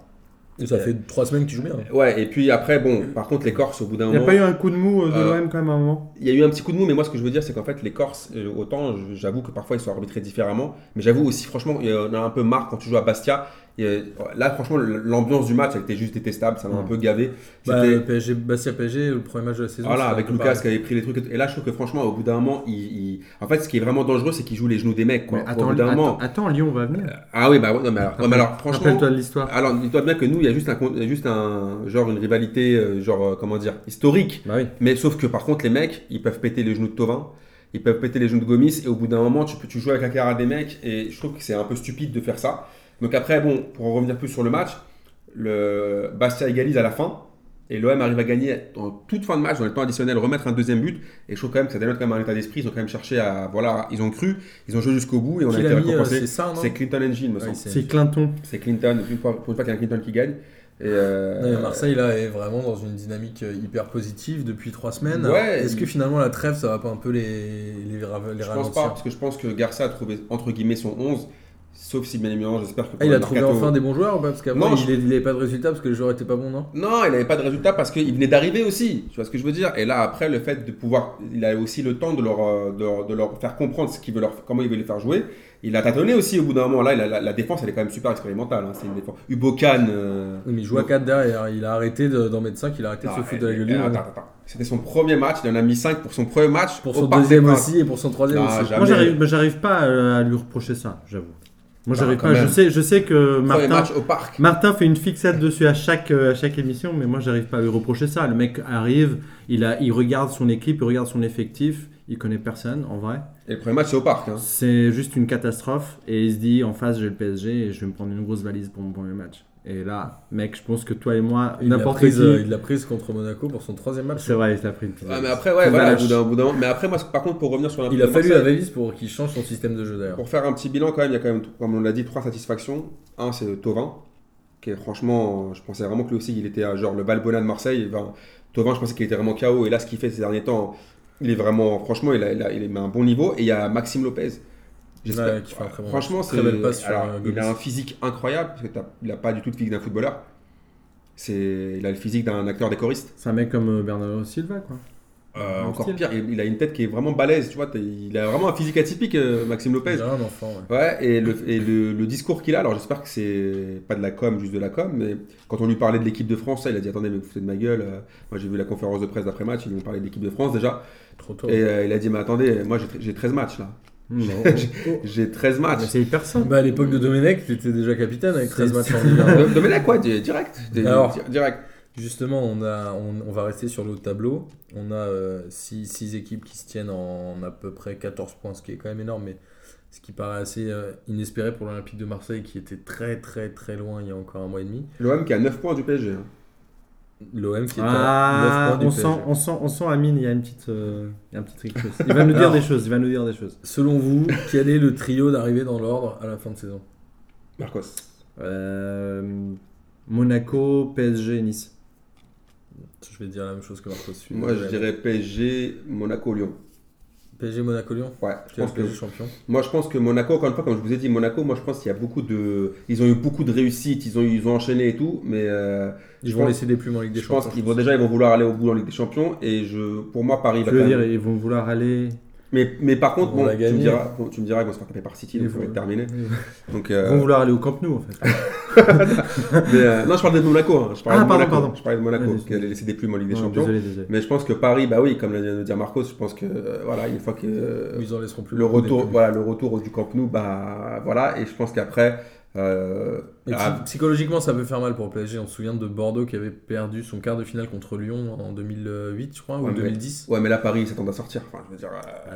Speaker 2: Et ça fait trois semaines que tu joues bien.
Speaker 1: Ouais, et puis après, bon, par contre, les Corses, au bout d'un
Speaker 3: Il n'y a
Speaker 1: moment.
Speaker 3: pas eu un coup de mou euh, de
Speaker 1: Euh,
Speaker 3: l'OM quand même à un moment.
Speaker 1: Il y a eu un petit coup de mou, mais moi ce que je veux dire, c'est qu'en fait, les Corses, euh, autant je- j'avoue que parfois ils sont arbitrés différemment, mais j'avoue aussi, franchement, il y en a un peu marre quand tu joues à Bastia. Et, euh, là, franchement, l'ambiance du match, elle était juste détestable, ça m'a un
Speaker 3: Mm.
Speaker 1: peu gavé.
Speaker 2: Bah,
Speaker 1: C'était-
Speaker 2: PSG, Bastia PSG, le premier match de la saison.
Speaker 1: voilà,
Speaker 2: c'est
Speaker 1: avec
Speaker 2: un peu pareil.
Speaker 1: Lucas qui avait pris les trucs. Et, tout. Et là, je trouve que franchement, au bout d'un moment, il, il- en fait, ce qui est vraiment dangereux, c'est qu'il joue les genoux des mecs. Quoi.
Speaker 3: Mais
Speaker 1: au
Speaker 3: attends,
Speaker 1: bout d'un
Speaker 3: attends,
Speaker 1: moment.
Speaker 3: attends, Lyon va venir.
Speaker 1: Ah oui, bah ouais, non, mais alors, ouais, mais alors, franchement.
Speaker 3: Rappelle-toi de l'histoire.
Speaker 1: Alors, dis-toi bien que nous, il y a juste un, con- il y a juste un genre une rivalité, euh, genre euh, comment dire, historique.
Speaker 3: Bah oui.
Speaker 1: Mais sauf que par contre, les mecs, ils peuvent péter les genoux de Tovin, ils peuvent péter les genoux de Gomis, et au bout d'un moment, tu, peux- tu joues avec la cara des mecs, et je trouve que c'est un peu stupide de faire ça. Donc après, bon, pour en revenir plus sur le match, le Bastia égalise à la fin, et l'OM arrive à gagner en toute fin de match, dans le temps additionnel, remettre un deuxième but, et je trouve quand même que ça dénote quand même un état d'esprit, ils ont quand même cherché à, voilà, ils ont cru, ils ont joué jusqu'au bout, et on
Speaker 2: Qui
Speaker 1: a été
Speaker 2: l'a mis, euh,
Speaker 1: récompensé.
Speaker 2: C'est ça, non
Speaker 1: C'est Clinton Engine, me
Speaker 2: Ouais,
Speaker 1: semble.
Speaker 2: c'est-
Speaker 3: C'est Clinton.
Speaker 1: C'est Clinton, pour une fois pour une fois qu'il y a un Clinton qui gagne. Et euh,
Speaker 2: Non, mais Marseille là est vraiment dans une dynamique euh, hyper positive depuis trois semaines.
Speaker 1: Ouais,
Speaker 2: Est-ce que
Speaker 1: il-
Speaker 2: finalement la trêve ça va pas un peu les, les, ra- les
Speaker 1: Je pense
Speaker 2: ralentir
Speaker 1: pas, parce que je pense que Garcia a trouvé entre guillemets son 11, sauf si bien évidemment, j'espère que.
Speaker 2: Ah,
Speaker 1: pour
Speaker 2: il
Speaker 1: le
Speaker 2: a trouvé
Speaker 1: mercato-
Speaker 2: enfin des bons joueurs ou pas Parce qu'avant
Speaker 1: Non,
Speaker 2: il n'avait pas de résultats parce que les joueurs étaient pas bons, non
Speaker 1: Non, il n'avait pas de résultat parce qu'il venait d'arriver aussi, tu vois ce que je veux dire. Et là, après, le fait de pouvoir. Il a aussi le temps de leur, euh, de leur, de leur faire comprendre ce qu'il veut leur, comment il veut les faire jouer. Il a tâtonné aussi au bout d'un moment. Là, il a- la, la défense, elle est quand même super expérimentale. hein. C'est une défense. Ubokan. euh,
Speaker 2: Oui, Mais il joue à 4 derrière, il a arrêté de- d'en mettre 5, il a arrêté de se
Speaker 1: non,
Speaker 2: foutre de la
Speaker 1: eh,
Speaker 2: gueule.
Speaker 1: eh,
Speaker 2: du monde.
Speaker 1: attends, attends, attends. C'était son premier match, il en a mis 5 pour son premier match.
Speaker 2: Pour
Speaker 1: au
Speaker 2: son
Speaker 1: Parc des
Speaker 2: deuxième
Speaker 1: Princes.
Speaker 2: aussi et pour son troisième
Speaker 1: Non,
Speaker 2: aussi.
Speaker 1: jamais.
Speaker 3: Moi, j'arrive bah, j'arrive pas euh, à lui reprocher ça, j'avoue. Moi,
Speaker 1: Bah,
Speaker 3: j'arrive
Speaker 1: quand
Speaker 3: pas. Je
Speaker 1: même.
Speaker 3: sais, je sais que
Speaker 1: Premier
Speaker 3: Martin,
Speaker 1: match au parc.
Speaker 3: Martin fait une fixette dessus à chaque, euh, à chaque émission, mais moi j'arrive pas à lui reprocher ça. Le mec arrive, il, a, il regarde son équipe, il regarde son effectif, il connaît personne en vrai.
Speaker 1: Et le premier match, c'est au parc. hein.
Speaker 3: C'est juste une catastrophe et il se dit en face j'ai le PSG et je vais me prendre une grosse valise pour mon premier match. Et là, mec, je pense que toi et moi,
Speaker 2: Il l'a
Speaker 3: n'importe qui.
Speaker 2: prise, euh, il l'a prise contre Monaco pour son troisième match.
Speaker 3: C'est vrai, il t'a pris une petite.
Speaker 1: Ouais, mais
Speaker 3: valise.
Speaker 1: après, ouais,
Speaker 3: Très
Speaker 1: voilà, au
Speaker 3: lâche.
Speaker 1: bout d'un- au bout d'un moment. Mais après, moi, par contre, pour revenir sur la
Speaker 2: Il a fallu la valise pour qu'il change son système de jeu d'ailleurs.
Speaker 1: Pour faire un petit bilan, quand même, il y a quand même, comme on l'a dit, trois satisfactions. Un, c'est Tovin, qui est franchement, euh, je pensais vraiment que lui aussi, il était à genre le Balbona de Marseille. Enfin, Tovin, je pensais qu'il était vraiment KO. Et là, ce qu'il fait ces derniers temps, il est vraiment, franchement, il, a, il, a- il met un bon niveau. Et il y a Maxime Lopez. J'espère.
Speaker 2: Ouais, qui fait un très bon
Speaker 1: franchement,
Speaker 2: match.
Speaker 1: c'est.
Speaker 2: Très belle passe sur,
Speaker 1: alors,
Speaker 2: euh,
Speaker 1: il
Speaker 2: Gomis.
Speaker 1: a un physique incroyable, parce qu'il n'a pas du tout le physique d'un footballeur. C'est, il a le physique d'un acteur des choristes.
Speaker 3: C'est un mec comme euh, Bernardo Silva, quoi.
Speaker 1: Euh,
Speaker 2: Même
Speaker 1: encore
Speaker 2: style.
Speaker 1: pire, il, il a une tête qui est vraiment balèze, tu vois. t'as- Il a vraiment un physique atypique, euh, Maxime
Speaker 2: Il
Speaker 1: Lopez.
Speaker 2: dirait un enfant, ouais.
Speaker 1: Ouais, et le, et le, le discours qu'il a, alors j'espère que c'est pas de la com, juste de la com, mais quand on lui parlait de l'équipe de France, ça, il a dit Attendez, mais vous foutez de ma gueule. euh, Moi j'ai vu la conférence de presse d'après-match, ils lui ont parlé de l'équipe de France déjà.
Speaker 2: Trop tôt.
Speaker 1: Et euh, il a dit Mais attendez, moi j'ai tr- j'ai 13 matchs là. J'ai 13
Speaker 3: Ah, Mais
Speaker 1: matchs.
Speaker 3: c'est hyper simple.
Speaker 2: Bah, à l'époque de Domenech, tu étais déjà capitaine avec
Speaker 4: C'est-
Speaker 2: 13 matchs en Ligue 1.
Speaker 1: Euh, De- Domenech, quoi, di- direct. Di-
Speaker 2: Alors.
Speaker 1: di- Direct.
Speaker 2: Justement, on, a, on, on va rester sur le tableau. On a 6 équipes qui se tiennent en à peu près 14 points, ce qui est quand même énorme, mais ce qui paraît assez euh, inespéré pour l'Olympique de Marseille qui était très très très loin il y a encore un mois et demi.
Speaker 1: L'OM qui a 9 points du PSG. hein.
Speaker 2: L'OM qui est à
Speaker 3: Ah,
Speaker 2: 9 points du
Speaker 3: on sent,
Speaker 2: PSG.
Speaker 3: on sent, on sent Amine, il y a une petite, euh, il y a un petit truc. chose. Il va nous dire
Speaker 2: Alors.
Speaker 3: des choses, il va nous dire des choses.
Speaker 2: Selon vous, quel est le trio d'arrivée dans l'ordre à la fin de saison
Speaker 1: Marcos.
Speaker 3: Euh, Monaco, PSG, Nice.
Speaker 2: Je vais dire la même chose que Marcos. suis
Speaker 1: Moi je
Speaker 2: désolé.
Speaker 1: dirais PSG, Monaco, Lyon.
Speaker 2: PSG Monaco Lyon.
Speaker 1: Ouais, je
Speaker 2: Tu as
Speaker 1: pense que
Speaker 2: PSG champion.
Speaker 1: Moi, je pense que Monaco, encore une fois, comme je vous ai dit, Monaco, moi, je pense qu'il y a beaucoup de. Ils ont eu beaucoup de réussites, ils ont, ils ont enchaîné et tout, mais euh,
Speaker 2: Ils
Speaker 1: Je
Speaker 2: vont
Speaker 1: pense-
Speaker 2: laisser des plumes en Ligue des
Speaker 1: je pense
Speaker 2: Champions.
Speaker 1: qu'ils vont déjà, ils vont vouloir aller au bout en Ligue des Champions. Et je, pour moi, Paris
Speaker 3: Tu
Speaker 1: va
Speaker 3: veux
Speaker 1: quand
Speaker 3: dire,
Speaker 1: même-
Speaker 3: ils vont vouloir aller.
Speaker 1: Mais, mais par contre,
Speaker 2: On
Speaker 1: bon,
Speaker 2: va
Speaker 1: tu me,
Speaker 2: gagner.
Speaker 1: diras, bon, tu me diras qu'on se faire taper par City,
Speaker 3: Ils
Speaker 1: donc ça va
Speaker 3: vont-
Speaker 1: être terminé. Donc,
Speaker 3: Ils
Speaker 1: euh,
Speaker 3: vont vouloir aller au Camp Nou en fait.
Speaker 1: mais, euh, non, je parle de Monaco. hein, je parle
Speaker 3: Ah,
Speaker 1: de
Speaker 3: pardon,
Speaker 1: Monaco,
Speaker 3: pardon.
Speaker 1: Je parle de Monaco,
Speaker 3: Ouais,
Speaker 1: qui allait laisser des plumes en Ligue des
Speaker 3: Non,
Speaker 1: Champions.
Speaker 3: désolé, désolé.
Speaker 1: Mais je pense que Paris, bah oui, comme vient de dire Marcos, je pense que euh, voilà, une fois que euh,
Speaker 2: Ils en laisseront plus.
Speaker 1: le
Speaker 2: beaucoup des
Speaker 1: retour,
Speaker 2: plumes.
Speaker 1: voilà, le retour du Camp Nou, bah voilà, et je pense qu'après. euh,
Speaker 2: Mais
Speaker 1: ah,
Speaker 2: psy- psychologiquement, ça peut faire mal pour le PSG. On se souvient de Bordeaux qui avait perdu son quart de finale contre Lyon en 2008, je crois, ou
Speaker 1: Ouais, mais-
Speaker 2: 2010.
Speaker 1: Ouais, mais là, Paris, ils s'attendent à sortir. Enfin, je veux dire,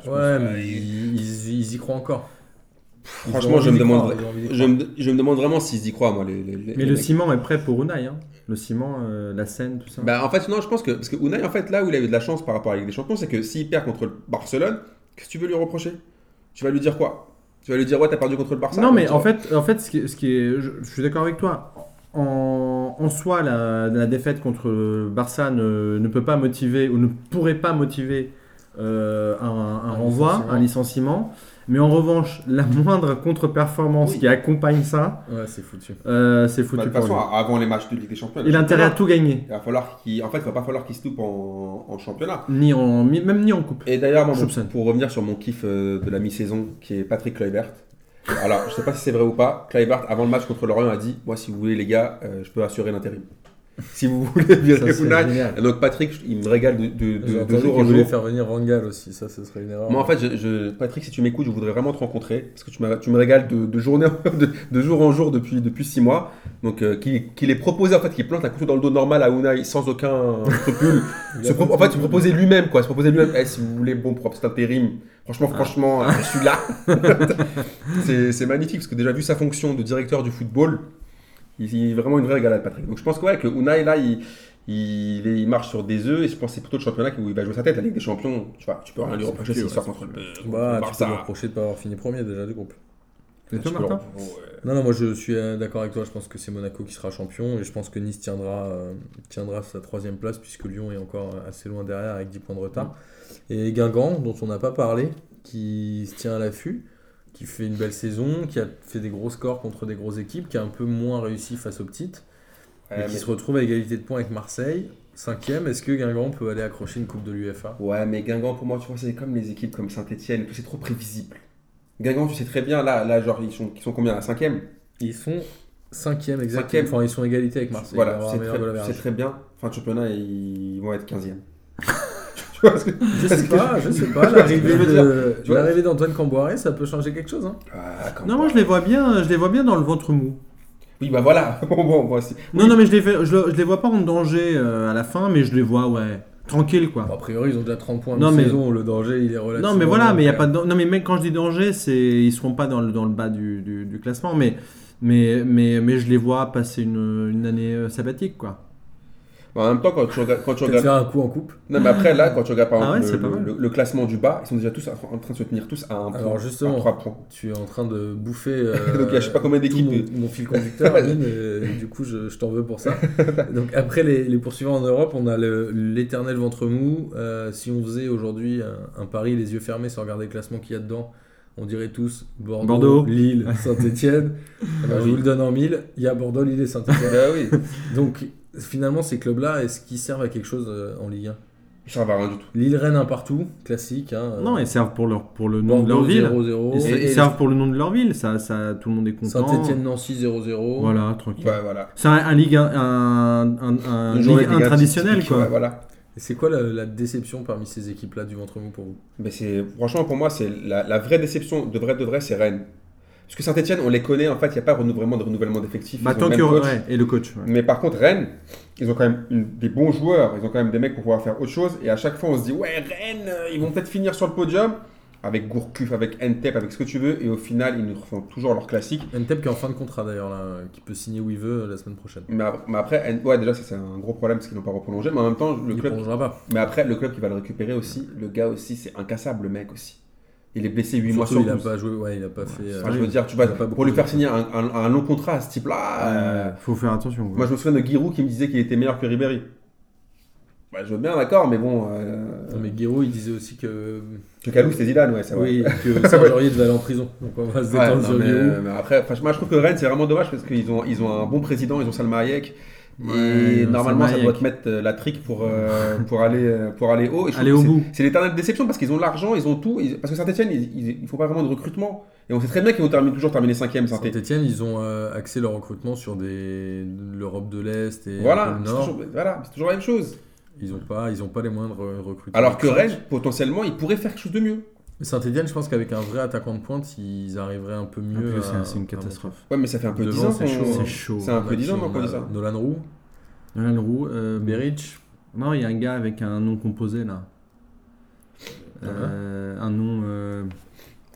Speaker 1: euh,
Speaker 2: Ouais, mais ils, ils- ils y croient encore. Ils ont
Speaker 1: franchement,
Speaker 2: envie
Speaker 1: je me,
Speaker 2: d'y croire,
Speaker 1: demande,
Speaker 2: ils ont envie d'y
Speaker 1: je,
Speaker 2: croire.
Speaker 1: me, je me demande vraiment s'ils y croient, moi. Les, les- les- les
Speaker 3: Mais le
Speaker 1: mecs.
Speaker 3: ciment est prêt pour Unai. Hein. Le ciment, euh, la scène, tout ça.
Speaker 1: Bah, en fait, non, je pense que. Parce que Unai, en fait, là où il a eu de la chance par rapport à la Ligue des Champions, c'est que s'il perd contre le Barcelone, qu'est-ce que tu veux lui reprocher Tu vas lui dire quoi Tu vas lui dire, ouais, t'as perdu contre le Barça
Speaker 3: non, mais
Speaker 1: tu
Speaker 3: en
Speaker 1: vois.
Speaker 3: fait, en fait, ce qui, ce qui est, je, je suis d'accord avec toi. En, en soi, la, la défaite contre le Barça ne, ne peut pas motiver ou ne pourrait pas motiver euh, un, un
Speaker 2: Un
Speaker 3: renvoi,
Speaker 2: licenciement.
Speaker 3: un licenciement. Mais en revanche, la moindre contre-performance
Speaker 1: Oui.
Speaker 3: qui accompagne ça,
Speaker 2: Ouais, c'est foutu.
Speaker 3: euh, c'est
Speaker 1: Bah,
Speaker 3: foutu
Speaker 1: de toute
Speaker 3: pour
Speaker 1: façon,
Speaker 3: lui.
Speaker 1: avant les matchs de Ligue des Champions,
Speaker 3: Il a intérêt à tout gagner,
Speaker 1: il va falloir qu'il. En fait, il va pas falloir qu'il se loupe en, en championnat.
Speaker 3: ni en, mi- même ni en coupe.
Speaker 1: Et d'ailleurs, moi, mon-
Speaker 3: Choupsen.
Speaker 1: pour revenir sur mon kiff euh, de la mi-saison, qui est Patrick Kluivert. Alors, je sais pas si c'est vrai ou pas, Kluivert, avant le match contre Lorient, a dit Moi, si vous voulez, les gars, euh, je peux assurer l'intérim. Si vous voulez
Speaker 3: Ça,
Speaker 1: virer
Speaker 3: c'est
Speaker 1: Unai.
Speaker 3: génial.
Speaker 1: Et Donc, Patrick, je- il me régale de, de, de-
Speaker 2: J'ai
Speaker 1: de
Speaker 2: entendu
Speaker 1: jour
Speaker 2: qu'ils
Speaker 1: en
Speaker 2: voulaient
Speaker 1: jour.
Speaker 2: faire venir Rangal aussi, ça, ce serait une erreur.
Speaker 1: Moi, en fait, je, je- Patrick, si tu m'écoutes, je voudrais vraiment te rencontrer parce que tu, m'as- tu me régales de, de journée, en- de, de jour en jour depuis, depuis six mois. Donc, euh, qu'il qu'il ait proposé, en fait, qu'il plante la couteau dans le dos normal à Unai sans aucun scrupule.
Speaker 2: Il
Speaker 1: Se
Speaker 2: a
Speaker 1: pro-
Speaker 2: pas
Speaker 1: en fait,
Speaker 2: de-
Speaker 1: il proposait lui-même, quoi. Il se proposait lui-même. Eh, si vous voulez, bon, pour un petit intérim, franchement,
Speaker 3: Ah.
Speaker 1: franchement, euh, je suis là. c'est c'est magnifique, parce que déjà, vu sa fonction de directeur du football, il, il est vraiment une vraie régalade, Patrick. Donc, je pense que, ouais, que Unai, là, il, il, est- il marche sur des œufs, et je pense que c'est plutôt le championnat où il va jouer sa tête, la Ligue des Champions. Tu vois, tu peux rien lui
Speaker 3: Ouais,
Speaker 1: reprocher
Speaker 3: c'est
Speaker 1: s'il
Speaker 3: plus,
Speaker 1: sort
Speaker 3: ouais,
Speaker 1: contre
Speaker 3: c'est
Speaker 1: le
Speaker 2: Bah, tu peux
Speaker 1: Barça.
Speaker 2: leur reprocher de pas avoir fini premier déjà du groupe.
Speaker 3: Et toi,
Speaker 1: Tu peux leur-
Speaker 3: Martin
Speaker 1: Ouais.
Speaker 2: Non, non, moi je suis euh, d'accord avec toi. Je pense que c'est Monaco qui sera champion et je pense que Nice tiendra, euh, tiendra sa troisième place puisque Lyon est encore euh, assez loin derrière avec 10 points de retard.
Speaker 1: Mm.
Speaker 2: Et Guingamp, dont on n'a pas parlé, qui se tient à l'affût, qui fait une belle saison, qui a fait des gros scores contre des grosses équipes, qui a un peu moins réussi face aux petites
Speaker 1: Ouais,
Speaker 2: et qui
Speaker 1: mais-
Speaker 2: se retrouve à égalité de points avec Marseille. Cinquième, est-ce que Guingamp peut aller accrocher une Coupe de l'UFA
Speaker 1: Ouais, mais Guingamp, pour moi, tu vois, c'est comme les équipes comme Saint-Etienne, c'est trop prévisible. Guingamp, tu sais très bien, là, là genre, ils sont, ils sont combien à 5ème
Speaker 2: Ils sont cinquième exactement.
Speaker 1: Cinquième.
Speaker 2: Enfin, ils sont à égalité avec Marseille.
Speaker 1: Bah, Voilà,
Speaker 2: Il va avoir un
Speaker 1: c'est
Speaker 2: meilleur
Speaker 1: très,
Speaker 2: goal average.
Speaker 1: c'est très bien. Enfin, le championnat, ils vont être 15e. tu vois ce que
Speaker 2: Je
Speaker 1: Parce
Speaker 2: sais
Speaker 1: que-
Speaker 2: pas, je sais pas.
Speaker 1: vois ce que
Speaker 2: L'arrivée
Speaker 1: je veux
Speaker 2: de-
Speaker 1: Tu vois-
Speaker 2: l'arrivée d'Antoine Camboiré, ça peut changer quelque chose. Hein.
Speaker 1: Ah, quand
Speaker 3: Non,
Speaker 1: même.
Speaker 3: moi je les vois bien, je les vois bien dans le ventre mou.
Speaker 1: Oui, bah voilà. bon, bon, voici.
Speaker 3: Non, non, mais je les, fais- je, le- je les vois pas en danger euh, à la fin, mais je les vois, ouais, tranquille quoi.
Speaker 2: Bon, a priori, ils ont déjà 30 points
Speaker 3: Non,
Speaker 2: non,
Speaker 3: mais-
Speaker 2: saison. Le danger, il est relativement.
Speaker 3: Non mais voilà, mais il y a
Speaker 2: Donc,
Speaker 3: pas de... non mais mec quand je dis danger, c'est ils seront pas dans le dans le bas du, du, du classement mais mais mais mais je les vois passer une, une année euh, sabbatique quoi.
Speaker 1: Bon, Bah, en même temps, quand tu regardes. Quand tu
Speaker 2: peut-être
Speaker 1: regardes...
Speaker 2: faire un coup en coupe.
Speaker 1: Non, mais après, là, quand tu regardes par
Speaker 3: Ah ouais,
Speaker 1: exemple
Speaker 3: c'est pas
Speaker 1: le,
Speaker 3: mal.
Speaker 1: le- le classement du bas, ils sont déjà tous en en train de se tenir tous à un point.
Speaker 2: Alors, justement.
Speaker 1: À trois points.
Speaker 2: Tu es en train de bouffer. euh,
Speaker 1: Donc, il y a je sais pas combien
Speaker 2: tout
Speaker 1: d'équipes.
Speaker 2: mon, mon fil conducteur, Amine, euh, du coup, je, je t'en veux pour ça. Donc, après les, les poursuivants en Europe, on a le- l'éternel ventre mou. Euh, si on faisait aujourd'hui un, un pari les yeux fermés sans regarder le classement qu'il y a dedans, on dirait tous Bordeaux,
Speaker 3: Bordeaux.
Speaker 2: Lille, Saint-Etienne. je vous le donne en mille. Il y a Bordeaux, Lille et Saint-Etienne.
Speaker 1: Bah Ah oui.
Speaker 2: Donc finalement, ces clubs-là, est-ce qu'ils servent à quelque chose euh, en Ligue 1
Speaker 1: Ils servent à rien du tout.
Speaker 2: Lille-Rennes un partout, classique. Hein,
Speaker 3: Non, ils servent pour leur, pour le nom de leur
Speaker 2: Bordeaux 0-0.
Speaker 3: ville. Ils,
Speaker 1: Et-
Speaker 3: ils servent pour le nom de leur ville. Ça, ça, tout le monde est content.
Speaker 2: Saint-Etienne-Nancy 0-0.
Speaker 3: hein. Voilà, tranquille.
Speaker 1: Ouais, voilà.
Speaker 3: C'est un, un ligue, un, un, un-
Speaker 1: Une
Speaker 3: ligue
Speaker 1: journée
Speaker 3: un
Speaker 1: de Ligue 1
Speaker 3: traditionnel,
Speaker 1: typique, ouais,
Speaker 3: quoi.
Speaker 1: voilà.
Speaker 2: Et c'est quoi la, la déception parmi ces équipes-là du ventre mou pour vous
Speaker 1: Mais c'est, franchement, pour moi, c'est la, la vraie déception de vrai de vrai, c'est Rennes. Parce que Saint-Etienne, on les connaît, en fait, il n'y a pas renou- vraiment de renouvellement d'effectifs.
Speaker 3: Bah,
Speaker 1: Ils ont
Speaker 3: tant
Speaker 1: le
Speaker 3: que,
Speaker 1: même coach.
Speaker 3: ouais, et le coach. ouais.
Speaker 1: Mais par contre, Rennes, ils ont quand même une- des bons joueurs, ils ont quand même des mecs pour pouvoir faire autre chose. Et à chaque fois, on se dit, ouais, Rennes, euh, ils vont peut-être finir sur le podium. Avec Gourcuff, avec Entep, avec ce que tu veux. Et au final, ils nous refont toujours leur classique.
Speaker 2: Ntep qui est en fin de contrat d'ailleurs, là, qui peut signer où il veut euh, la semaine prochaine.
Speaker 1: Mais, ap- mais après, N- ouais, déjà, ça, c'est un gros problème parce qu'ils n'ont pas reprolongé. Mais en même temps, le
Speaker 2: il ne
Speaker 1: club.
Speaker 2: prolongera pas.
Speaker 1: Mais après, le club qui va le récupérer aussi, le gars aussi, c'est incassable, le mec aussi. Il est blessé 8 mois
Speaker 2: Surtout,
Speaker 1: sur
Speaker 2: il n'a
Speaker 1: 12.
Speaker 2: pas joué, ouais, il a pas fait. euh,
Speaker 1: Enfin, je veux dire, tu vois,
Speaker 2: Il a pas
Speaker 1: pour
Speaker 2: beaucoup
Speaker 1: lui
Speaker 2: de-
Speaker 1: faire signer un, un- un long contrat à ce type-là. euh,
Speaker 3: Euh, faut faire attention. quoi.
Speaker 1: Moi, je me souviens de Giroud qui me disait qu'il était meilleur que Ribéry. Bah, je veux bien, d'accord, mais bon. euh,
Speaker 2: Non, mais Giroud, il disait aussi que.
Speaker 1: Que Calou, c'est Zidane, ouais, ça va.
Speaker 2: Oui, que Saint-Laurier devait aller en prison. Donc on va se
Speaker 1: Ouais,
Speaker 2: détendre
Speaker 1: non,
Speaker 2: sur
Speaker 1: mais, euh,
Speaker 2: Giroud.
Speaker 1: mais après, franchement, je trouve que Rennes, c'est vraiment dommage parce qu'ils ont, ils ont un bon président, ils ont Salmaïek.
Speaker 2: euh,
Speaker 3: Ouais,
Speaker 1: et
Speaker 3: non,
Speaker 1: normalement, ça
Speaker 3: Salma
Speaker 1: doit
Speaker 3: Hayek.
Speaker 1: te mettre euh, la trique pour, euh, pour, aller, euh, pour aller haut. Et je
Speaker 3: Aller
Speaker 1: trouve que
Speaker 3: au
Speaker 1: c'est-
Speaker 3: bout.
Speaker 1: C'est l'éternelle déception parce qu'ils ont l'argent, ils ont tout. ils- parce que Saint-Etienne, ils ils- ils font pas vraiment de recrutement. Et on sait très bien qu'ils vont terminer, toujours terminer 5ème, saint
Speaker 2: Saint-Etienne, ils ont euh, axé leur recrutement sur des... l'Europe de l'Est et un
Speaker 1: Voilà,
Speaker 2: peu le
Speaker 1: c'est
Speaker 2: Nord.
Speaker 1: toujours, voilà, c'est toujours la même chose.
Speaker 2: Ils n'ont pas, ils ont pas les moindres euh, recrutements.
Speaker 1: Alors que Rennes, potentiellement, ils pourraient faire quelque chose de mieux.
Speaker 2: Saint-Etienne, je pense qu'avec un vrai attaquant de pointe, ils arriveraient un peu
Speaker 3: En
Speaker 2: mieux.
Speaker 3: plus,
Speaker 2: à-
Speaker 3: Ah, c'est- c'est
Speaker 2: à
Speaker 3: une
Speaker 2: monter.
Speaker 3: catastrophe.
Speaker 1: Ouais, mais ça fait un peu
Speaker 2: Devant,
Speaker 1: 10 ans
Speaker 2: c'est
Speaker 1: qu'on.
Speaker 2: chaud. hein.
Speaker 3: C'est chaud.
Speaker 1: euh, C'est un peu
Speaker 2: On a-
Speaker 1: 10 ans non,
Speaker 2: on
Speaker 1: qu'on
Speaker 2: a
Speaker 1: dit ça.
Speaker 2: Bah, Nolan Roux,
Speaker 3: Nolan Roux, euh,
Speaker 2: Beric,
Speaker 3: Non, il y a un gars avec un nom composé là. Euh, un nom. euh,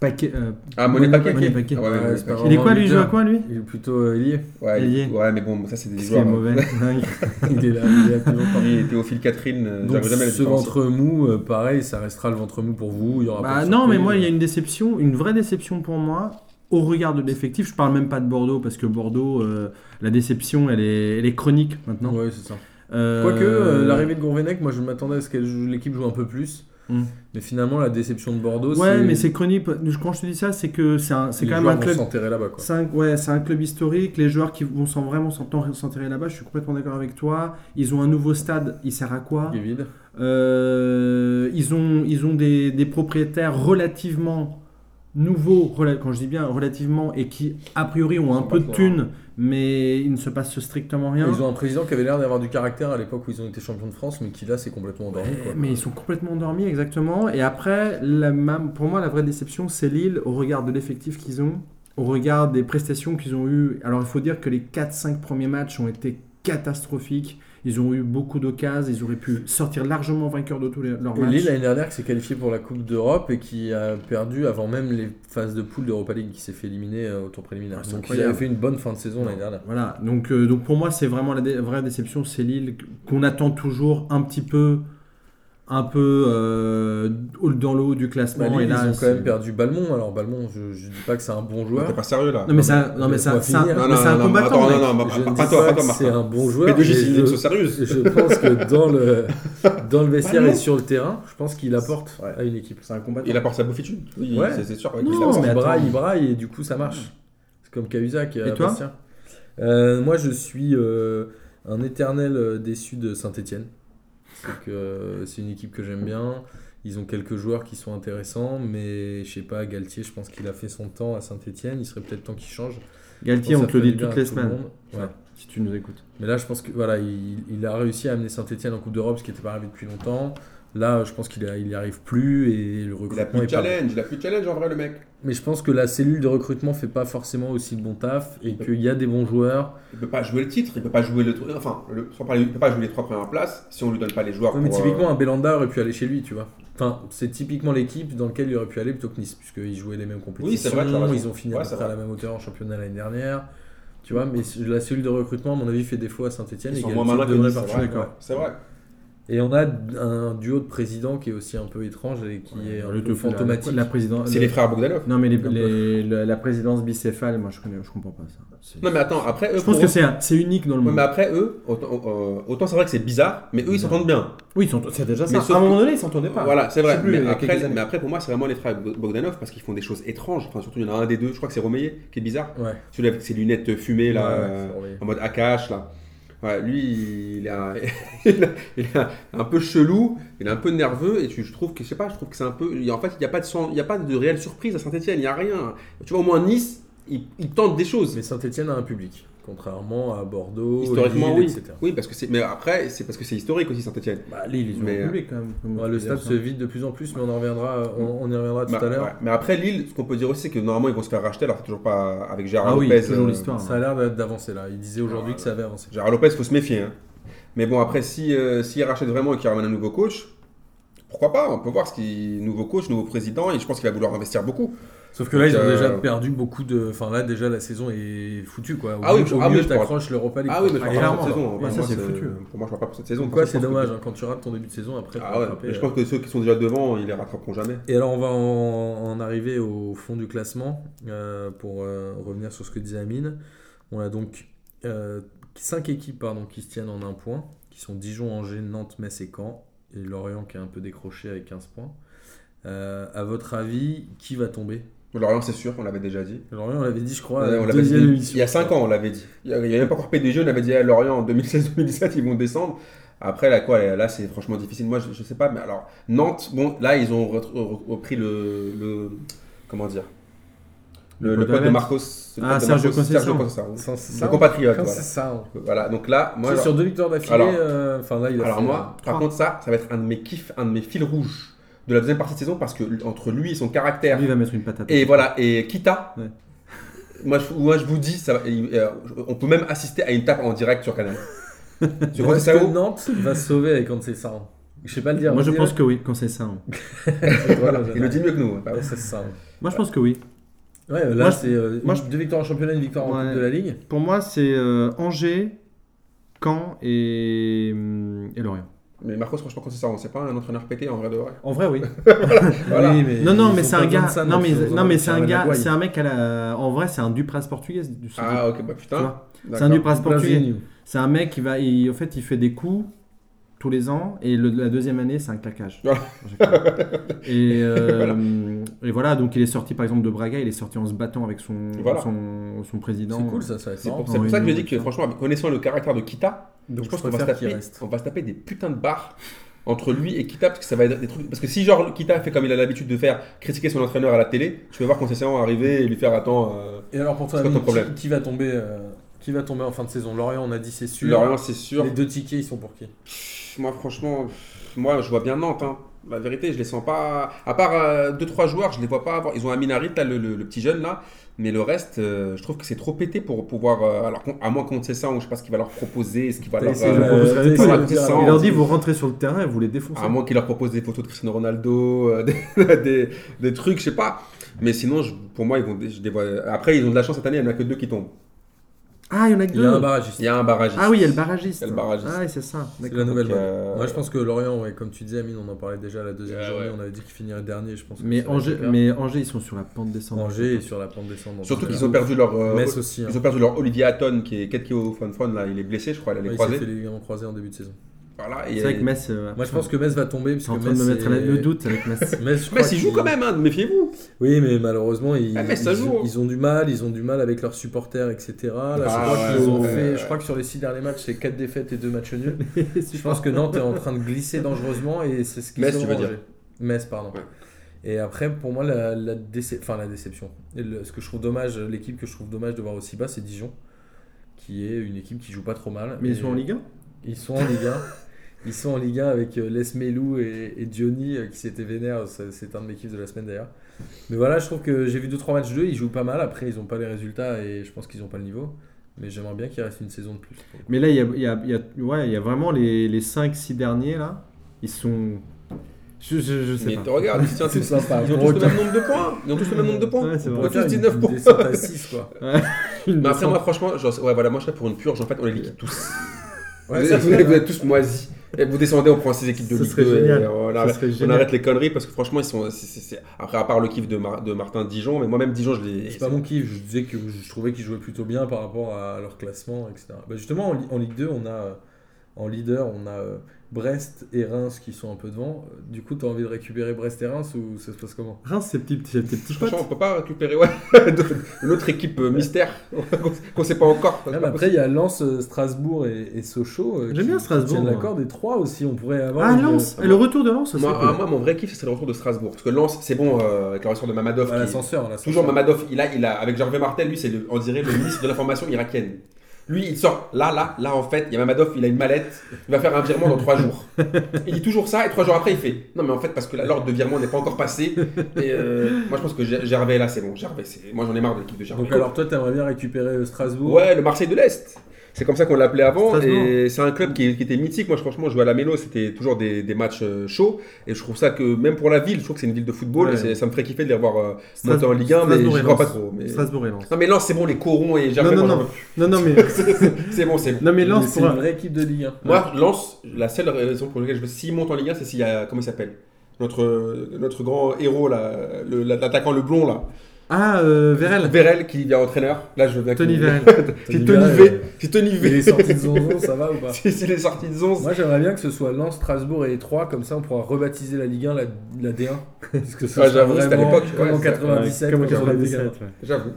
Speaker 3: Paquet. euh,
Speaker 1: Ah, Monet Paquet.
Speaker 3: Monet Paquet.
Speaker 1: Ah ouais,
Speaker 2: Ouais,
Speaker 1: Monet
Speaker 2: c'est
Speaker 1: Paquet.
Speaker 2: pas
Speaker 3: il est
Speaker 2: Vraiment
Speaker 3: quoi lui Il joue à
Speaker 2: leader.
Speaker 3: quoi lui
Speaker 2: il est plutôt euh, ailier.
Speaker 1: Ouais, il-
Speaker 3: Ailier.
Speaker 1: ouais, mais bon, ça c'est des
Speaker 3: Qu'est-ce qui est
Speaker 1: joueurs.
Speaker 3: mauvais dingue.
Speaker 2: il est là, il est là toujours parmi-
Speaker 1: Et Théophile Catherine, euh,
Speaker 2: Donc
Speaker 1: j'arrive jamais à la
Speaker 2: ce
Speaker 1: différence.
Speaker 2: ventre mou, euh, pareil, ça restera le ventre mou pour vous. Il y aura pas
Speaker 3: Bah,
Speaker 2: de
Speaker 3: non, mais
Speaker 2: Ah, surprise. euh.
Speaker 3: moi, il y a une déception, une vraie déception pour moi. Au regard de l'effectif, je parle même pas de Bordeaux parce que Bordeaux, euh, la déception, elle est, elle est chronique maintenant.
Speaker 2: Ouais, c'est ça.
Speaker 3: Euh,
Speaker 2: Quoique, euh, l'arrivée de Gourvenec, moi je m'attendais à ce que l'équipe joue un peu plus.
Speaker 3: Hmm.
Speaker 2: Mais finalement, la déception de Bordeaux,
Speaker 3: Ouais, mais c'est chronique. Quand je te dis ça, c'est que c'est un- c'est
Speaker 2: les
Speaker 3: quand même
Speaker 2: joueurs
Speaker 3: un
Speaker 2: vont
Speaker 3: club.
Speaker 2: s'enterrer là-bas. quoi.
Speaker 3: C'est un, ouais, c'est un club historique. Les joueurs qui vont s'en- vraiment s'en- s'enterrer là-bas, je suis complètement d'accord avec toi. Ils ont un nouveau stade, il sert à quoi
Speaker 2: Il est vide.
Speaker 3: Euh, Ils ont, ils ont des, des propriétaires relativement nouveaux, rela- quand je dis bien relativement, et qui a priori ont
Speaker 1: Ils
Speaker 3: un
Speaker 1: sont
Speaker 3: peu
Speaker 1: pas
Speaker 3: de
Speaker 1: forts,
Speaker 3: thunes, mais il ne se passe strictement rien.
Speaker 2: Ils ont un président qui avait l'air d'avoir du caractère à l'époque où ils ont été champions de France, mais qui là c'est complètement endormi. quoi.
Speaker 3: Eh, Mais ils sont complètement endormis, exactement. Et après, la, ma- pour moi, la vraie déception, c'est Lille au regard de l'effectif qu'ils ont, au regard des prestations qu'ils ont eues. Alors, il faut dire que les 4-5 premiers matchs ont été catastrophiques. Ils ont eu beaucoup d'occasions, ils auraient pu sortir largement vainqueurs de tous les- leurs
Speaker 2: Et Lille
Speaker 3: matchs.
Speaker 2: l'année dernière qui s'est qualifié pour la Coupe d'Europe et qui a perdu avant même les phases de poule d'Europa League qui s'est fait éliminer euh, au tour préliminaire.
Speaker 3: Ah, c'est
Speaker 2: Donc ils
Speaker 3: incroyable.
Speaker 2: avaient fait une bonne fin de saison l'année dernière.
Speaker 3: Voilà, donc, euh, donc pour moi, c'est vraiment la dé- vraie déception, c'est Lille qu'on attend toujours un petit peu, un peu euh, dans le haut du classement.
Speaker 2: Bah,
Speaker 3: et
Speaker 2: Lille,
Speaker 3: là,
Speaker 2: ils ont quand
Speaker 3: c'est-
Speaker 2: même perdu Balmont. Alors Balmont, je, je dis pas que c'est un bon
Speaker 1: Ouais,
Speaker 2: joueur.
Speaker 1: T'es pas sérieux là
Speaker 3: Non mais ça, non mais
Speaker 2: Laisse-moi
Speaker 3: ça, c'est un,
Speaker 2: finir.
Speaker 3: mais c'est un
Speaker 1: non,
Speaker 3: combattant.
Speaker 1: attends,
Speaker 3: mec.
Speaker 1: non, non,
Speaker 2: je
Speaker 1: pas,
Speaker 2: ne
Speaker 1: pas
Speaker 2: dis
Speaker 1: toi, pas
Speaker 2: pas que
Speaker 1: toi,
Speaker 2: c'est
Speaker 1: Martin.
Speaker 2: un bon joueur.
Speaker 1: P2J,
Speaker 2: mais
Speaker 1: c'est une
Speaker 2: je-
Speaker 1: émission sérieuse.
Speaker 2: Je pense que dans le, dans le vestiaire et sur le terrain, je pense qu'il apporte
Speaker 1: Ouais.
Speaker 2: à une équipe.
Speaker 3: C'est un combattant.
Speaker 1: Il apporte sa bouffe-étude. Oui,
Speaker 2: Ouais.
Speaker 1: c'est c'est sûr. ouais,
Speaker 3: Non,
Speaker 1: qu'il
Speaker 2: Parce
Speaker 1: apporte.
Speaker 2: qu'il
Speaker 3: mais attends.
Speaker 2: braille, il braille et du coup ça marche. C'est comme Cahuzac. euh,
Speaker 3: Et toi
Speaker 2: Moi je suis euh, un éternel euh, déçu de Saint-Etienne. C'est que, euh, c'est une équipe que j'aime bien. Ils ont quelques joueurs qui sont intéressants, mais je sais pas, Galtier, je pense qu'il a fait son temps à Saint-Etienne. Il serait peut-être temps qu'il change.
Speaker 3: Galtier,
Speaker 2: Ça
Speaker 3: on te le
Speaker 2: ferait
Speaker 3: dit
Speaker 2: du bien
Speaker 3: toutes
Speaker 2: à
Speaker 3: les
Speaker 2: tout le
Speaker 3: semaines.
Speaker 2: monde. Ouais.
Speaker 3: Si tu nous écoutes.
Speaker 2: Mais là, je pense que voilà, il, il a réussi à amener Saint-Etienne en Coupe d'Europe, ce qui n'était pas arrivé depuis longtemps. Là, je pense qu'il n'y arrive plus et le
Speaker 1: Il a
Speaker 2: recrutement
Speaker 1: plus de
Speaker 2: est pas bon.
Speaker 1: challenge, il a plus de challenge en vrai, le mec.
Speaker 2: Mais je pense que la cellule de recrutement fait pas forcément aussi le bon taf et qu'il y a des bons joueurs.
Speaker 1: Il peut pas jouer le titre, il peut pas jouer le. tr- Enfin, le- sans parler- il peut pas jouer les trois premières places si on lui donne pas les joueurs.
Speaker 2: Ouais, mais
Speaker 1: pour, euh,
Speaker 2: typiquement, un Belanda aurait pu aller chez lui, tu vois. Enfin, c'est typiquement l'équipe dans laquelle il aurait pu aller plutôt que Nice, puisqu'ils jouaient les mêmes compétitions.
Speaker 1: c'est vrai, t'as raison.
Speaker 2: ils ont fini
Speaker 1: Ouais,
Speaker 2: à, peu
Speaker 1: c'est
Speaker 2: près à la
Speaker 1: vrai.
Speaker 2: même hauteur en championnat l'année dernière. Tu vois, mais la cellule de recrutement, à mon avis, fait défaut à Saint-Etienne.
Speaker 1: Ils
Speaker 2: et
Speaker 1: sont
Speaker 2: Galtier
Speaker 1: moins malins que
Speaker 2: devrait
Speaker 1: Nice, c'est
Speaker 2: partir.
Speaker 1: vrai. C'est vrai.
Speaker 2: Et on a un duo de présidents qui est aussi un peu étrange et qui est un peu fantomatique.
Speaker 3: euh, La, présidence.
Speaker 1: C'est les frères Bogdanov.
Speaker 3: Non mais les-
Speaker 2: Un peu.
Speaker 3: les- le- la présidence bicéphale, moi je connais, je comprends pas ça. C'est-
Speaker 1: Non, mais attends, après eux.
Speaker 3: je pense
Speaker 1: pour
Speaker 3: que
Speaker 1: eux-
Speaker 3: c'est un- c'est unique dans le
Speaker 1: Ouais,
Speaker 3: monde.
Speaker 1: mais après eux, autant, euh, autant c'est vrai que c'est bizarre, mais eux ils s'entendent bien.
Speaker 3: Oui, ils sont- c'est déjà
Speaker 1: Mais
Speaker 3: ça.
Speaker 1: sauf
Speaker 3: À un
Speaker 1: que-
Speaker 3: moment donné, ils s'entendaient pas. hein.
Speaker 1: Voilà, c'est
Speaker 3: Je
Speaker 1: vrai.
Speaker 3: sais plus, il y
Speaker 1: mais,
Speaker 3: a quelques
Speaker 1: après,
Speaker 3: années.
Speaker 1: mais après, pour moi, c'est vraiment les frères Bo- Bogdanov parce qu'ils font des choses étranges. Enfin, surtout, il y en a un des deux, je crois que c'est Romeyer qui est bizarre.
Speaker 2: Ouais.
Speaker 1: Celui avec ses lunettes fumées là,
Speaker 2: Ouais, ouais,
Speaker 1: euh,
Speaker 2: c'est Romeyer.
Speaker 1: en mode Akash là. Ouais, lui, il a, il, a, il a un peu chelou, il est un peu nerveux, et tu, je trouve que, je sais pas, je trouve que c'est un peu. il- En fait, il n'y a, pas de sang- il y a pas de réelle surprise à Saint-Etienne, il n'y a rien. Tu vois, au moins Nice, il, il tente des choses.
Speaker 2: Mais Saint-Etienne a un public, contrairement à Bordeaux,
Speaker 1: Historiquement,
Speaker 2: Lille,
Speaker 1: oui.
Speaker 2: etc.
Speaker 1: Oui, parce que c'est. Mais après, c'est parce que c'est historique aussi Saint-Etienne.
Speaker 3: Bah, Lille, ils ont
Speaker 1: Mais,
Speaker 3: un public quand même. comme
Speaker 2: Ouais, le stade se
Speaker 3: ça.
Speaker 2: vide de plus en plus, mais on en reviendra, on, on y reviendra tout
Speaker 1: Bah,
Speaker 2: à l'heure.
Speaker 1: ouais. Mais après Lille, ce qu'on peut dire aussi, c'est que normalement ils vont se faire racheter, alors c'est toujours pas avec Gérard
Speaker 3: Ah oui,
Speaker 1: Lopez.
Speaker 3: toujours
Speaker 1: euh,
Speaker 3: l'histoire. hein.
Speaker 2: Ça a l'air d'a- d'avancer là. Il disait aujourd'hui que ça avait avancé.
Speaker 1: Gérard Lopez, faut se méfier. hein. Mais bon, après, si, euh, s'il rachète vraiment et qu'il ramène un nouveau coach, pourquoi pas On peut voir ce qui nouveau coach, nouveau président, et je pense qu'il va vouloir investir beaucoup.
Speaker 2: Sauf que là, ils ont
Speaker 1: Euh,
Speaker 2: déjà perdu beaucoup de. Enfin là, déjà la saison est foutue quoi. Au
Speaker 1: Ah oui,
Speaker 2: mieux- au
Speaker 1: ah oui,
Speaker 2: mieux,
Speaker 1: je
Speaker 2: t'accroches l'Europa League.
Speaker 1: Ah oui, mais je
Speaker 3: Ah,
Speaker 1: parle pas pour
Speaker 3: clairement.
Speaker 1: cette saison. hein.
Speaker 3: Ouais,
Speaker 1: Pour
Speaker 3: ça,
Speaker 1: moi,
Speaker 3: c'est
Speaker 1: c'est-
Speaker 3: foutu.
Speaker 1: Pour moi, je parle pas pour cette saison.
Speaker 2: Donc
Speaker 1: Pour
Speaker 2: quoi,
Speaker 1: ça,
Speaker 2: c'est
Speaker 1: je pense
Speaker 2: dommage
Speaker 1: que-
Speaker 2: hein, quand tu rates ton début de saison après.
Speaker 1: Ah
Speaker 2: faut
Speaker 1: ouais,
Speaker 2: rattraper,
Speaker 1: mais je
Speaker 2: euh.
Speaker 1: pense que ceux qui sont déjà devant, ils les rattraperont jamais.
Speaker 2: Et alors, on va en, en arriver au fond du classement euh, pour euh, revenir sur ce que disait Amine. On a donc 5 équipes pardon, qui se tiennent en un point, qui sont Dijon, Angers, Nantes, Metz et Caen, et Lorient qui a un peu décroché avec 15 points. Euh, à votre avis, qui va tomber
Speaker 1: Lorient, c'est sûr, on l'avait déjà dit.
Speaker 2: Lorient, on l'avait dit, je crois, à
Speaker 1: Ouais,
Speaker 2: la
Speaker 1: on l'avait
Speaker 2: deuxième
Speaker 1: dit-
Speaker 2: émission.
Speaker 1: Il y a 5 ans, on l'avait dit. Il n'y a, il y a même pas encore PDG, on avait dit à Lorient en 2016-2017, ils vont descendre. Après, là, quoi, là, c'est franchement difficile. Moi, je ne sais pas, mais alors, Nantes, bon, là, ils ont re- re- repris le, le- Comment dire Le,
Speaker 3: Le
Speaker 1: le
Speaker 3: pote
Speaker 1: pote de
Speaker 3: Hamet.
Speaker 1: Marcos. le
Speaker 3: Ah,
Speaker 1: pote de
Speaker 3: Sergio
Speaker 1: Marcos,
Speaker 3: Conceição.
Speaker 1: Sergio Conceição.
Speaker 2: Sans-
Speaker 1: Le
Speaker 2: sans-
Speaker 1: compatriote,
Speaker 2: quand
Speaker 1: voilà.
Speaker 2: c'est ça, hein.
Speaker 1: Voilà, donc là, moi.
Speaker 2: Tu sais,
Speaker 1: alors-
Speaker 2: sur deux victoires d'affilée,
Speaker 1: Alors-
Speaker 2: euh, enfin là, il a
Speaker 1: alors
Speaker 2: fait,
Speaker 1: moi,
Speaker 2: euh,
Speaker 1: par contre, ça, ça va être un de mes kiffs, un de mes fils rouges de la deuxième partie de saison parce que l- entre lui et son caractère
Speaker 3: Lui, il va mettre une patate.
Speaker 1: et voilà et Kita,
Speaker 3: Ouais.
Speaker 1: moi, je, moi je vous dis, ça, va- et, euh, on peut même assister à une tape en direct sur Canal. tu vois
Speaker 2: est-ce
Speaker 1: ça
Speaker 2: euh, que
Speaker 1: où
Speaker 2: Nantes va se sauver avec Antessao Je sais pas le dire.
Speaker 3: Moi, je
Speaker 2: mais-
Speaker 3: pense que oui, quand c'est ça. hein.
Speaker 2: Voilà,
Speaker 1: Il le dit mieux que nous. hein, bah,
Speaker 2: C'est ça.
Speaker 3: Moi, je pense que oui.
Speaker 2: Ouais, là,
Speaker 3: Moi, je-
Speaker 2: c'est euh,
Speaker 3: moi,
Speaker 2: une- deux victoires en championnat, une victoire en
Speaker 3: Ouais.
Speaker 2: Coupe de la Ligue.
Speaker 3: Pour moi, c'est euh, Angers, Caen et, hum, et Lorient.
Speaker 1: Mais Marcos, franchement, quand c'est ça, on sait pas un entraîneur pété en vrai de vrai.
Speaker 3: En vrai, oui.
Speaker 1: Voilà.
Speaker 2: mais
Speaker 3: non, non,
Speaker 2: ils
Speaker 3: mais
Speaker 2: ont
Speaker 3: c'est
Speaker 2: pas
Speaker 3: un
Speaker 2: besoin
Speaker 3: gars.
Speaker 2: de ça,
Speaker 3: non, mais,
Speaker 2: ils ont
Speaker 3: non, mais c'est
Speaker 2: besoin
Speaker 3: un
Speaker 2: de
Speaker 3: gars.
Speaker 2: Maguire.
Speaker 3: C'est un mec à la. En vrai, c'est un Dupras portugais. du- ce
Speaker 1: Ah, ok, bah
Speaker 3: tu
Speaker 1: putain.
Speaker 3: vois. C'est un
Speaker 1: D'accord.
Speaker 3: Dupras portugais.
Speaker 2: Blasini.
Speaker 3: C'est un mec qui va. il- en fait, il fait des coups tous les ans et le- la deuxième année, c'est un claquage.
Speaker 1: Voilà.
Speaker 3: et, euh, et voilà, donc il est sorti par exemple de Braga, il est sorti en se battant avec son,
Speaker 1: Voilà.
Speaker 3: son, son président.
Speaker 2: C'est cool ça, ça va être
Speaker 1: C'est
Speaker 2: marrant.
Speaker 1: pour, c'est pour
Speaker 3: Oui,
Speaker 1: ça que
Speaker 3: oui,
Speaker 1: je dis
Speaker 3: oui,
Speaker 1: que
Speaker 3: ça.
Speaker 1: franchement, connaissant le caractère de Kita,
Speaker 2: Donc,
Speaker 1: je pense qu'on va, se
Speaker 2: préfère qu'il
Speaker 1: taper,
Speaker 2: reste.
Speaker 1: on va se taper des putains de barres entre lui et Kita parce que ça va être des trucs. Parce que si genre Kita fait comme il a l'habitude de faire, critiquer son entraîneur à la télé, tu vas voir Concession arriver et lui faire attends. euh,
Speaker 2: Et alors pour toi,
Speaker 1: C'est quoi ton
Speaker 2: Amine, qui-
Speaker 1: problème
Speaker 2: qui, va tomber euh, Qui va tomber en fin de saison Lorient, on a dit c'est sûr.
Speaker 1: Lorient c'est sûr. Bah,
Speaker 2: Les deux tickets, ils sont pour qui
Speaker 1: Pff, Moi franchement, pff, moi je vois bien Nantes. hein. La vérité, je les sens pas. À part euh, deux trois joueurs, je les vois pas. avoir- Ils ont Aminarit là, le, le- le petit jeune là, mais le reste, euh, je trouve que c'est trop pété pour pouvoir. euh, alors qu'on- à moins qu'on sait ça, ou je sais pas ce qu'il va leur proposer, ce qu'il va
Speaker 3: T'as
Speaker 1: leur.
Speaker 3: essayé de
Speaker 1: euh,
Speaker 3: leur proposerait
Speaker 2: t'as
Speaker 3: tout,
Speaker 2: essayé de
Speaker 1: là,
Speaker 2: dire
Speaker 1: sans-
Speaker 2: à
Speaker 3: Il
Speaker 2: Lorient.
Speaker 3: leur dit, vous rentrez sur le terrain et vous les défoncez.
Speaker 1: À moins qu'il leur propose des photos de Cristiano Ronaldo, euh, des, des- des trucs, je sais pas. Mais sinon, je- pour moi, ils vont. je les vois- Après, ils ont de la chance cette année, il n'y en a que deux qui tombent.
Speaker 3: Ah, il y en a que
Speaker 2: Il y a un
Speaker 3: deux.
Speaker 2: barragiste.
Speaker 1: Il y a un barragiste.
Speaker 3: Ah oui, il y a le barragiste.
Speaker 1: Il y a le barragiste.
Speaker 3: Ah, oui, c'est ça.
Speaker 2: C'est
Speaker 3: D'accord.
Speaker 2: la nouvelle
Speaker 1: Donc,
Speaker 2: vague.
Speaker 1: euh,
Speaker 2: Moi je pense que Lorient, ouais, comme tu disais Amine, on en parlait déjà la deuxième
Speaker 1: Ouais,
Speaker 2: journée,
Speaker 1: ouais.
Speaker 2: on avait dit qu'il finirait dernier, je pense. que
Speaker 3: Mais
Speaker 2: ça va être
Speaker 3: Angers,
Speaker 2: le cas.
Speaker 3: mais Angers, ils sont sur la pente descendante.
Speaker 2: Angers est sur la pente descendante.
Speaker 1: Surtout
Speaker 2: Donc,
Speaker 1: qu'ils ont perdu leur. euh,
Speaker 2: Metz aussi. hein.
Speaker 1: Ils ont perdu leur Olivier Hatton qui est quelqu'un au fun fun là, il est blessé, je crois, il a les
Speaker 2: Ouais, Il s'est
Speaker 1: croisés.
Speaker 2: fait les ligaments croisés en début de saison.
Speaker 1: Voilà, et-
Speaker 3: C'est vrai que Metz. euh,
Speaker 2: Moi je pense que Metz va tomber.
Speaker 3: c'est
Speaker 2: puisque
Speaker 3: en train de me
Speaker 2: Metz
Speaker 3: mettre la-
Speaker 2: est-
Speaker 3: le doute avec Metz.
Speaker 2: Metz, je crois
Speaker 1: Metz, ils jouent
Speaker 2: qu'ils-
Speaker 1: quand même, hein, méfiez-vous.
Speaker 2: Oui, mais malheureusement, ils,
Speaker 1: Ah, mais ça
Speaker 2: ils-
Speaker 1: joue, hein.
Speaker 2: ils ont du mal, ils ont du mal avec leurs supporters, etc. Là, je,
Speaker 1: Ah,
Speaker 2: crois
Speaker 1: ouais,
Speaker 2: qu'ils ont
Speaker 1: ouais,
Speaker 2: fait-
Speaker 1: ouais.
Speaker 2: je crois que sur les six derniers matchs, c'est 4 défaites et 2 matchs nuls. je pense que Nantes est en train de glisser dangereusement et c'est ce qu'ils
Speaker 1: Metz,
Speaker 2: ont
Speaker 1: tu veux
Speaker 2: mangé.
Speaker 1: dire.
Speaker 2: Metz, pardon.
Speaker 1: Ouais.
Speaker 2: Et après, pour moi, la, la, déce- enfin, la déception, Et le- ce que je trouve dommage, l'équipe que je trouve dommage de voir aussi bas, c'est Dijon, qui est une équipe qui joue pas trop mal.
Speaker 3: Mais
Speaker 2: Et-
Speaker 3: ils sont en Ligue 1
Speaker 2: ils sont en Ligue 1. Ils sont en Ligue 1 avec euh, Les Melou et, et Diony euh, qui s'étaient vénères. Ça, C'est un de mes kiffs de la semaine d'ailleurs. Mais voilà, je trouve que j'ai vu 2-3 matchs d'eux. Ils jouent pas mal. Après, ils n'ont pas les résultats et je pense qu'ils n'ont pas le niveau. Mais j'aimerais bien qu'il reste une saison de plus.
Speaker 3: Mais là, il y a, il y a- il y a- ouais, il y a vraiment les, les 5-6 derniers, là. Ils sont. Je, je, je sais
Speaker 1: Mais
Speaker 3: pas.
Speaker 1: regarde, ils, tiennent-
Speaker 2: C'est sympa.
Speaker 1: ils ont tous le même nombre de points. Ils ont tous le même nombre de points.
Speaker 3: Ouais, c'est
Speaker 1: On
Speaker 3: vrai.
Speaker 1: peut tous 19 points.
Speaker 2: à 6, quoi.
Speaker 1: Mais après, moi, franchement, genre, ouais, voilà, moi, je serais pour une purge. En fait, on les liquide tous.
Speaker 2: Ouais,
Speaker 1: vous,
Speaker 2: ça,
Speaker 1: êtes,
Speaker 2: c'est
Speaker 1: vous êtes tous moisis. Et vous descendez, on prend ces équipes de
Speaker 3: Ce
Speaker 1: Ligue
Speaker 3: serait
Speaker 1: 2, et
Speaker 3: génial.
Speaker 1: on
Speaker 3: Ça
Speaker 1: arrête-
Speaker 3: serait
Speaker 1: On
Speaker 3: génial.
Speaker 1: arrête les conneries parce que franchement, ils sont. c'est- c'est- c'est- Après, à part le kiff de, Mar- de Martin Dijon, mais moi-même Dijon, je l'ai.
Speaker 2: C'est pas mon kiff. Je disais que je trouvais qu'ils jouaient plutôt bien par rapport à leur classement, etc. Bah, justement, en, Li- en Ligue 2, on a. euh, En leader, on a euh, Brest et Reims qui sont un peu devant. Euh, Du coup, tu as envie de récupérer Brest et Reims ou ça se passe comment
Speaker 3: Reims, c'est petit, petit, petit, petit
Speaker 1: Franchement, on peut pas récupérer ouais, de- une autre équipe euh, mystère qu'on- qu'on sait pas encore.
Speaker 3: Ah,
Speaker 2: Même Ah, Après, il y a Lens, euh, Strasbourg et, et Sochaux. euh,
Speaker 3: J'aime
Speaker 2: qui-
Speaker 3: bien Strasbourg,
Speaker 2: qui tiennent
Speaker 3: moi.
Speaker 2: l'accord des trois aussi. On pourrait avoir.
Speaker 3: Ah,
Speaker 2: une- euh,
Speaker 3: Lens Et Le retour de Lens, ça
Speaker 1: moi,
Speaker 3: serait
Speaker 1: ah,
Speaker 3: cool.
Speaker 1: moi, mon vrai kiff, c'est le retour de Strasbourg. Parce que Lens, c'est bon euh, avec la restauration de Mamadov.
Speaker 2: à
Speaker 1: qui-
Speaker 2: Ah, l'ascenseur. à l'ascenseur.
Speaker 1: Toujours Mamadov, il a, il a, avec Gervais Martel, lui, c'est le, on dirait le ministre de l'information irakienne. Lui, il sort là, là, là, en fait, il y a Mamadov, il a une mallette, il va faire un virement dans trois jours. Il dit toujours ça, et trois jours après, il fait Non, mais en fait, parce que là, l'ordre de virement n'est pas encore passé. Et euh, moi, je pense que Ger- Gervais, là, c'est bon. Gervais, c'est... moi, j'en ai marre de l'équipe de Gervais.
Speaker 2: Donc, alors, toi, tu aimerais bien récupérer euh, Strasbourg
Speaker 1: Ouais, le Marseille de l'Est. C'est comme ça qu'on l'appelait avant.
Speaker 3: Strasbourg.
Speaker 1: Et c'est un club qui, qui était mythique. Moi, je, franchement, jouer à la Méno, c'était toujours des, des matchs euh, chauds. Et je trouve ça que, même pour la ville, je trouve que c'est une ville de football.
Speaker 3: Ouais.
Speaker 1: Et c'est- ça me ferait kiffer de les revoir euh,
Speaker 3: Stras-
Speaker 1: monter en Ligue 1, mais
Speaker 3: Strasbourg
Speaker 1: je
Speaker 3: et
Speaker 1: crois pas
Speaker 3: Lens.
Speaker 1: trop. mais-
Speaker 3: Strasbourg et Lens.
Speaker 1: Non, mais Lens, c'est bon, les corons et Gervais,
Speaker 3: Non, non,
Speaker 1: moi,
Speaker 3: non. Non, non, mais.
Speaker 1: j'en- C'est bon, c'est bon.
Speaker 3: Non,
Speaker 2: Mais
Speaker 3: mais Lens,
Speaker 2: c'est
Speaker 3: pour
Speaker 2: une
Speaker 3: un-
Speaker 2: vraie équipe de Ligue 1.
Speaker 1: Moi, Lens, la seule raison pour laquelle je veux, s'il monte en Ligue 1, c'est s'il y a. Comment il s'appelle notre, euh, notre grand héros, là, le- l'attaquant le blond, là.
Speaker 3: Ah, euh, Vérel.
Speaker 1: Vérel, qui devient entraîneur. Là, je veux bien
Speaker 3: Tony
Speaker 1: qu'il-
Speaker 3: Vérel.
Speaker 1: C'est Tony V. C'est Tony
Speaker 2: euh, Il est
Speaker 1: V.
Speaker 2: sorti de Zonzon, ça va ou pas
Speaker 1: Si- S'il est sorti de zone,
Speaker 2: Moi j'aimerais bien que ce soit Lens, Strasbourg et Troyes, comme ça on pourra rebaptiser la Ligue 1 la, la D1. Parce que ça
Speaker 1: Ouais,
Speaker 2: sera
Speaker 1: j'avoue, c'était à
Speaker 2: vraiment
Speaker 1: l'époque,
Speaker 2: Comme
Speaker 1: ouais,
Speaker 2: en
Speaker 1: c'est-
Speaker 2: 97.
Speaker 3: Comme
Speaker 2: quand j'avais des gamins.
Speaker 3: 97, ouais.
Speaker 1: j'avoue.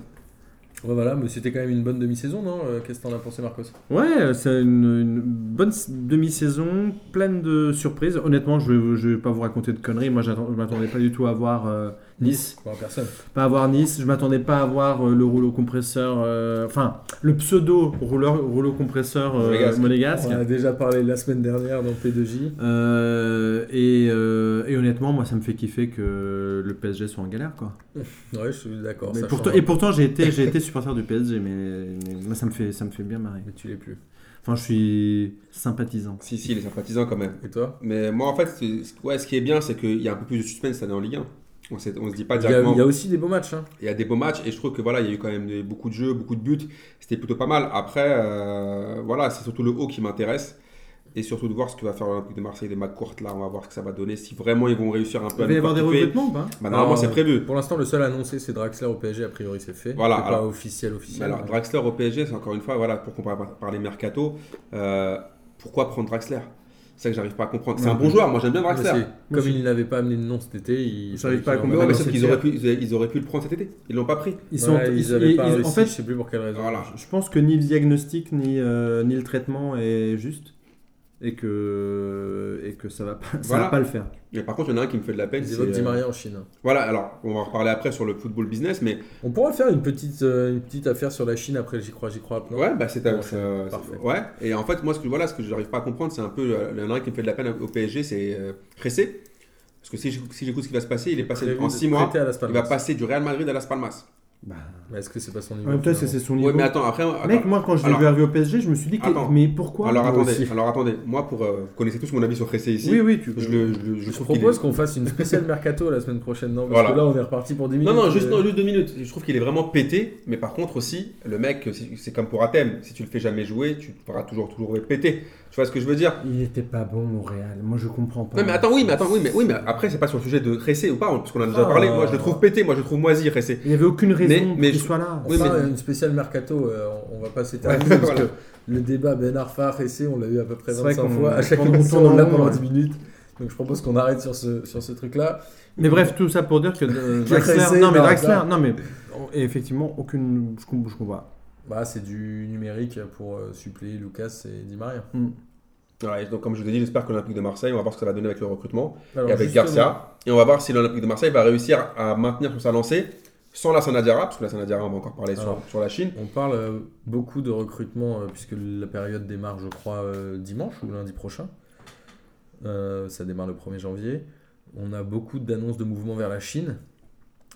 Speaker 2: Ouais, voilà, mais c'était quand même une bonne demi-saison, non Euh, Qu'est-ce que t'en as pensé, Marcos
Speaker 3: Ouais, c'est une, une bonne s- demi-saison, pleine de surprises. Honnêtement, je vais, je vais pas vous raconter de conneries. Moi, j'attends- je m'attendais pas du tout à voir euh, Nice.
Speaker 2: Enfin, personne.
Speaker 3: Pas à voir Nice. Je m'attendais pas à voir euh, le rouleau compresseur. euh, Enfin, le pseudo rouleur, rouleau compresseur euh,
Speaker 1: Monégasque.
Speaker 3: monégasque.
Speaker 2: On en a déjà parlé la semaine dernière dans P2J.
Speaker 3: Euh, et, euh, et honnêtement, moi, ça me fait kiffer que le PSG soit en galère, quoi.
Speaker 2: Ouais, je suis d'accord.
Speaker 3: Mais
Speaker 2: ça
Speaker 3: pourtant-
Speaker 2: change.
Speaker 3: et pourtant, j'ai été, j'ai été supporter du PSG, mais, mais moi, ça me fait, ça me fait bien marrer.
Speaker 2: Mais tu l'es plus.
Speaker 3: Enfin, je suis sympathisant.
Speaker 1: Si, si, il est sympathisant quand même.
Speaker 2: Et toi
Speaker 1: Mais moi, en fait, c'est- c'est- ouais, ce qui est bien, c'est qu'il y a un peu plus de suspense cette année en Ligue 1. On, s'est- on se dit pas
Speaker 2: Il y, a,
Speaker 1: directement.
Speaker 2: il y a aussi des beaux matchs. Hein.
Speaker 1: Il y a des beaux matchs et je trouve que voilà, il y a eu quand même des- beaucoup de jeux, beaucoup de buts. C'était plutôt pas mal. Après, euh, voilà, c'est surtout le haut qui m'intéresse et surtout de voir ce que va faire l'Olympique de Marseille de Macourte. Là, on va voir ce que ça va donner. Si vraiment ils vont réussir un peu
Speaker 3: Il
Speaker 1: à
Speaker 3: va y
Speaker 1: nous
Speaker 3: avoir des
Speaker 1: faire couper.
Speaker 3: recrutements ou pas
Speaker 1: Bah, normalement,
Speaker 2: Non,
Speaker 1: c'est
Speaker 2: ouais.
Speaker 1: prévu.
Speaker 2: Pour l'instant, le seul annoncé c'est Draxler au PSG, a priori c'est fait.
Speaker 1: Voilà,
Speaker 2: C'est pas
Speaker 1: alors-
Speaker 2: officiel,
Speaker 1: Mais
Speaker 2: officiel.
Speaker 1: alors, Draxler au PSG, c'est encore une fois, voilà, pour qu'on par- parler mercato, euh, pourquoi prendre Draxler C'est ça que j'arrive pas à comprendre. C'est
Speaker 3: Ouais.
Speaker 1: un bon joueur, moi j'aime bien
Speaker 2: Mais
Speaker 1: Draxler.
Speaker 2: c'est- Comme
Speaker 3: je-
Speaker 2: il n'avait pas amené de nom cet été, il.
Speaker 3: J'arrive pas à
Speaker 2: il-
Speaker 1: Mais
Speaker 3: comprendre.
Speaker 1: ouais, mais
Speaker 3: Bah,
Speaker 1: sauf
Speaker 3: c'est
Speaker 1: qu'ils auraient, pu- ils auraient pu le prendre cet été. Ils l'ont pas pris.
Speaker 3: Ils
Speaker 2: Ils
Speaker 3: sont,
Speaker 2: ouais, ils
Speaker 3: ils-
Speaker 2: avaient
Speaker 3: ils-
Speaker 2: pas
Speaker 3: ils-
Speaker 2: réussi,
Speaker 3: en fait,
Speaker 2: je sais plus pour quelle raison.
Speaker 1: Voilà.
Speaker 3: je pense que ni le diagnostic ni, euh, ni le traitement est juste et que, et que ça va pas, ça
Speaker 1: Voilà.
Speaker 3: va pas le faire.
Speaker 1: Mais par contre, il y en a un qui me fait de la peine.
Speaker 2: Ils
Speaker 1: c'est,
Speaker 2: évoquent Di
Speaker 1: euh,
Speaker 2: Maria en Chine.
Speaker 1: Voilà, alors on va en reparler après sur le football business, mais
Speaker 2: On pourra faire une petite, euh, une petite affaire sur la Chine après le J'y crois, J'y crois. non
Speaker 1: ouais, bah c'est
Speaker 2: Bon,
Speaker 1: euh,
Speaker 2: c'est
Speaker 1: euh, c'est-
Speaker 2: parfait.
Speaker 1: ouais. Et en fait, moi, ce que voilà, ce que j'arrive pas à comprendre, c'est un peu euh, il y en a un qui me fait de la peine au PSG, c'est euh, Pressé. Parce que si j'écoute si j'écoute ce qui va se passer, il est passé
Speaker 2: Prévu
Speaker 1: en
Speaker 2: de
Speaker 1: 6 mois,
Speaker 2: prêter à Las
Speaker 1: il va
Speaker 2: Palmas.
Speaker 1: passer du Real Madrid à Las Palmas.
Speaker 2: Mais est-ce que c'est pas son
Speaker 3: En
Speaker 2: niveau
Speaker 3: même temps, c'est
Speaker 2: finalement
Speaker 3: c'est son niveau.
Speaker 1: Bah, Ouais, mais attends, après, attends.
Speaker 3: Mec, moi, quand je l'ai
Speaker 1: Alors-
Speaker 3: vu arriver au PSG, je me suis dit, que-
Speaker 1: Attends.
Speaker 3: mais pourquoi
Speaker 1: alors
Speaker 3: Moi
Speaker 1: attendez,
Speaker 3: aussi.
Speaker 1: alors attendez, moi pour euh, vous connaissez tous mon avis sur Pressé ici.
Speaker 3: Oui, oui, tu
Speaker 1: Je le, je, le- je
Speaker 2: Je
Speaker 1: trouve qu'il
Speaker 2: propose
Speaker 1: est-
Speaker 2: qu'on fasse une spéciale mercato la semaine prochaine, non Parce
Speaker 1: Voilà.
Speaker 2: que là, on est reparti pour 10 minutes.
Speaker 1: Non, non, juste,
Speaker 2: euh,
Speaker 1: non, juste deux minutes. Je trouve qu'il est vraiment pété, mais par contre aussi, le mec, c'est- c'est comme pour Athènes. Si tu le fais jamais jouer, tu pourras toujours, toujours être pété. Tu vois ce que je veux dire
Speaker 3: Il n'était pas bon au Real. Moi, je comprends pas.
Speaker 1: Non, mais attends, oui, mais attends, oui, mais, oui, mais après, c'est pas sur le sujet de Ressé ou pas, parce qu'on en a déjà
Speaker 2: Ah.
Speaker 1: parlé. Moi, je le trouve pété, moi, je le trouve moisi, Ressé.
Speaker 3: Il n'y avait aucune raison
Speaker 1: Mais-
Speaker 3: pour
Speaker 1: mais
Speaker 3: qu'il
Speaker 1: je-
Speaker 3: soit là.
Speaker 2: On
Speaker 1: Oui,
Speaker 2: fera
Speaker 1: mais-
Speaker 2: une spéciale mercato, euh, on, on va pas s'éterniser
Speaker 1: Ouais,
Speaker 2: parce
Speaker 1: voilà.
Speaker 2: que le débat Ben Arfa, Ressé, on l'a eu à peu près
Speaker 3: C'est vrai
Speaker 2: 25
Speaker 3: qu'on-
Speaker 2: fois. À chaque
Speaker 3: on tourne
Speaker 2: émission,
Speaker 3: en
Speaker 2: on l'a
Speaker 3: rond,
Speaker 2: pendant
Speaker 3: ouais.
Speaker 2: 10 minutes. Donc je propose qu'on arrête sur ce, sur ce truc-là. bah,
Speaker 3: Mais bref, tout ça pour dire que euh,
Speaker 2: Draxler,
Speaker 3: Draxler. Non, mais
Speaker 2: non,
Speaker 3: Draxler,
Speaker 2: ça-
Speaker 3: non, mais on- et effectivement, aucune. Je comprends je comprends pas.
Speaker 2: Bah, c'est du numérique pour euh, suppléer Lucas et Di Maria.
Speaker 1: Voilà, et donc, comme je vous ai dit, j'espère que l'Olympique de Marseille, on va voir ce que ça va donner avec le recrutement
Speaker 2: Alors,
Speaker 1: et avec
Speaker 2: justement,
Speaker 1: Garcia. Et on va voir si l'Olympique de Marseille va réussir à maintenir sur sa lancée sans la Sanadiara, parce que la Sanadiara, on va encore parler sur,
Speaker 2: Alors.
Speaker 1: sur la Chine.
Speaker 2: On parle euh, beaucoup de recrutement euh, puisque la période démarre, je crois, euh, dimanche ou lundi prochain. Euh, ça démarre le 1er janvier. On a beaucoup d'annonces de mouvements vers la Chine.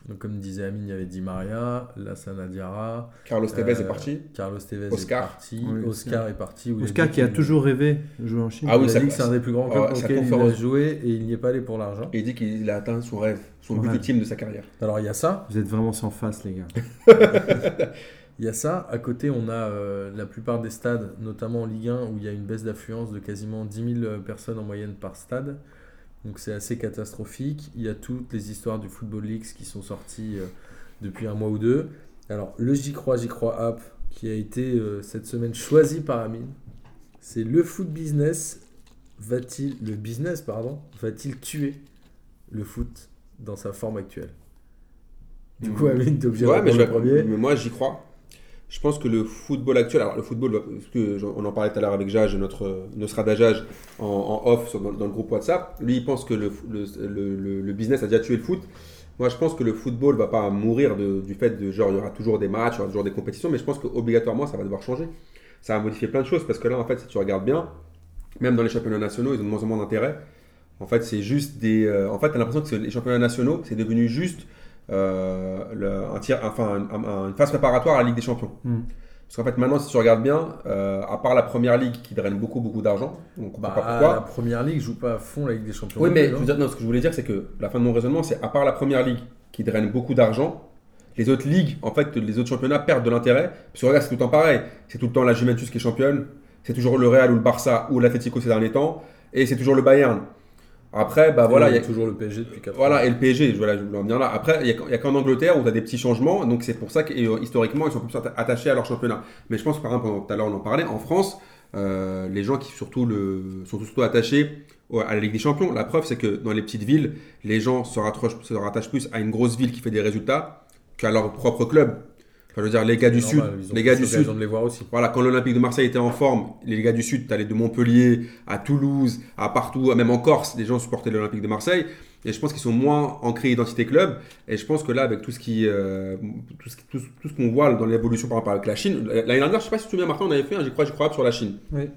Speaker 2: Donc, comme disait Amine, il y avait Di Maria, Lassana Diarra,
Speaker 1: Carlos Tevez
Speaker 2: Euh,
Speaker 1: est parti.
Speaker 2: Carlos Tevez
Speaker 1: Oscar.
Speaker 2: est parti,
Speaker 3: Oui,
Speaker 2: Oscar est parti. où il
Speaker 3: Oscar
Speaker 2: dit
Speaker 3: qui a
Speaker 2: qu'il-
Speaker 3: toujours rêvé de jouer en Chine.
Speaker 1: Ah oui,
Speaker 2: il a
Speaker 1: ça-
Speaker 2: dit que c'est un des plus grands
Speaker 1: Ah
Speaker 2: clubs
Speaker 1: ouais,
Speaker 2: auquel
Speaker 1: sa
Speaker 2: il a
Speaker 1: conférence.
Speaker 2: joué et il n'y est pas allé pour l'argent.
Speaker 1: Et il dit qu'il a atteint son rêve, son but
Speaker 3: Ouais.
Speaker 1: ultime de sa carrière.
Speaker 2: Alors il y a ça,
Speaker 3: Vous êtes vraiment sans face, les gars.
Speaker 2: il y a ça. À côté, on a euh, la plupart des stades, notamment en Ligue 1, où il y a une baisse d'affluence de quasiment 10 000 personnes en moyenne par stade. Donc c'est assez catastrophique. Il y a toutes les histoires du Football Leaks qui sont sorties euh, depuis un mois ou deux. Alors le J'y crois, J'y crois app qui a été euh, cette semaine choisi par Amine. C'est le foot business va-t-il le business pardon va-t-il tuer le foot dans sa forme actuelle Du coup, Amine, t'es obligé de
Speaker 1: Mmh. Ouais, mais,
Speaker 2: répondre
Speaker 1: je-
Speaker 2: le premier.
Speaker 1: mais moi j'y crois. Je pense que le football actuel, alors le football, parce que j'en- on en parlait tout à l'heure avec Jage, notre Nostrada Jage en, en off sur- dans, dans le groupe WhatsApp, lui il pense que le, le- le- le- le business a déjà tué le foot. Moi je pense que le football va pas mourir de- du fait de genre il y aura toujours des matchs, il y aura toujours des compétitions, mais je pense qu'obligatoirement ça va devoir changer. Ça va modifier plein de choses parce que là en fait si tu regardes bien, même dans les championnats nationaux ils ont de moins en moins d'intérêt. En fait c'est juste des, euh, en fait t'as l'impression que c'est- les championnats nationaux c'est devenu juste euh, le- un tir- enfin, un- un- une phase préparatoire à la Ligue des Champions.
Speaker 3: Mm.
Speaker 1: Parce qu'en fait, maintenant, si tu regardes bien, euh, à part la première ligue qui draine beaucoup, beaucoup d'argent, on comprend pas
Speaker 2: Bah, la
Speaker 1: pourquoi.
Speaker 2: première ligue joue pas à fond la Ligue des Champions. hein.
Speaker 1: Oui, mais
Speaker 2: non
Speaker 1: je veux dire- non, ce que je voulais dire, c'est que la fin de mon raisonnement, c'est à part la première ligue qui draine beaucoup d'argent, les autres ligues, en fait, les autres championnats perdent de l'intérêt. Parce que regarde, c'est tout le temps pareil. C'est tout le temps la Juventus qui est championne. C'est toujours le Real ou le Barça ou l'Atlético ces derniers temps. Et c'est toujours le Bayern. Après, bah voilà,
Speaker 2: il y a
Speaker 1: il y a-
Speaker 2: toujours le PSG depuis 4
Speaker 1: voilà, et le PSG, je voilà, je voulais en venir là. Après, il n'y a, qu'en Angleterre où tu as des petits changements, donc c'est pour ça qu'historiquement, ils sont plus atta- attachés à leur championnat. Mais je pense, que, par exemple, tout à l'heure, on en parlait, en France, euh, les gens qui surtout le, sont surtout attachés au- à la Ligue des Champions, la preuve, c'est que dans les petites villes, les gens se rattachent, se rattachent plus à une grosse ville qui fait des résultats qu'à leur propre club. Enfin, je veux dire, les gars du Sud, les gars du Sud,
Speaker 2: de les voir aussi.
Speaker 1: voilà, quand l'Olympique de Marseille était en forme, les gars du Sud, t'allais de Montpellier à Toulouse, à partout, même en Corse, les gens supportaient l'Olympique de Marseille. Et je pense qu'ils sont moins ancrés identité club. Et je pense que là, avec tout ce qui, euh, tout ce, qui- tout, ce- tout ce qu'on voit dans l'évolution, par exemple avec la Chine, l'année dernière, je sais pas si tu te souviens, Martin, on avait fait un j'y crois, j'y crois sur la Chine.
Speaker 3: Il y
Speaker 1: Et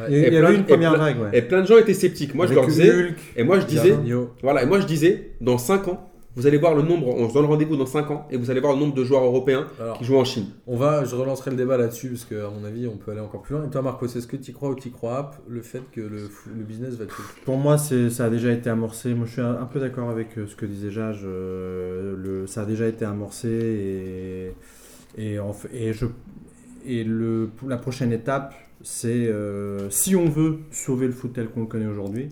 Speaker 3: a- il y
Speaker 1: plein-
Speaker 3: avait une
Speaker 1: et
Speaker 3: première
Speaker 1: plein-
Speaker 3: vague, ouais.
Speaker 1: Et plein de gens étaient sceptiques. Moi, je leur
Speaker 3: Avec
Speaker 1: disais,
Speaker 3: Hulk,
Speaker 1: et moi, je disais,
Speaker 2: Yo,
Speaker 1: voilà, et moi je disais, dans 5 ans, vous allez voir le nombre, on se donne rendez-vous dans 5 ans, et vous allez voir le nombre de joueurs européens
Speaker 2: alors,
Speaker 1: qui jouent en Chine.
Speaker 2: on va, je relancerai le débat là-dessus parce que à mon avis, on peut aller encore plus loin. Et toi, Marco, c'est ce que tu crois ou tu crois pas le fait que le, fou- le business va tuer
Speaker 3: Pour moi, c'est- ça a déjà été amorcé. Moi, je suis un, un peu d'accord avec euh, ce que disait Jage. euh, le, ça a déjà été amorcé et, et, en f- et, je, et le, la prochaine étape, c'est euh, si on veut sauver le foot tel qu'on le connaît aujourd'hui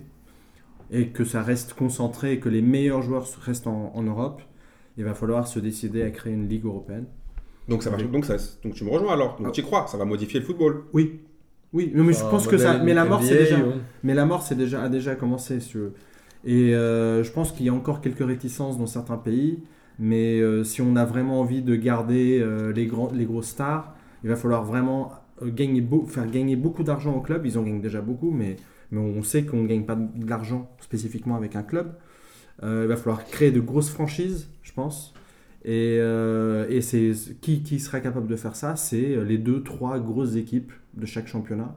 Speaker 3: et que ça reste concentré et que les meilleurs joueurs restent en, en Europe, il va falloir se décider à créer une ligue européenne.
Speaker 1: Donc, ça va,
Speaker 3: Oui.
Speaker 1: donc, ça, donc tu me rejoins alors, donc tu y crois, ça va modifier le football.
Speaker 3: Oui, oui, mais je
Speaker 2: Enfin,
Speaker 3: pense que ça.
Speaker 2: modèle
Speaker 3: Mais la mort, c'est
Speaker 2: NBA,
Speaker 3: déjà.
Speaker 2: ouais.
Speaker 3: Mais la mort c'est déjà, a déjà commencé, si tu veux. Et euh, je pense qu'il y a encore quelques réticences dans certains pays. Mais euh, si on a vraiment envie de garder euh, les, grands, les grosses stars, il va falloir vraiment euh, gagner beau- faire gagner beaucoup d'argent au club. Ils en gagnent déjà beaucoup, mais, mais on sait qu'on ne gagne pas de de l'argent spécifiquement avec un club. Euh, il va falloir créer de grosses franchises, je pense. Et, euh, et c'est qui, qui sera capable de faire ça C'est euh, les deux, trois grosses équipes de chaque championnat.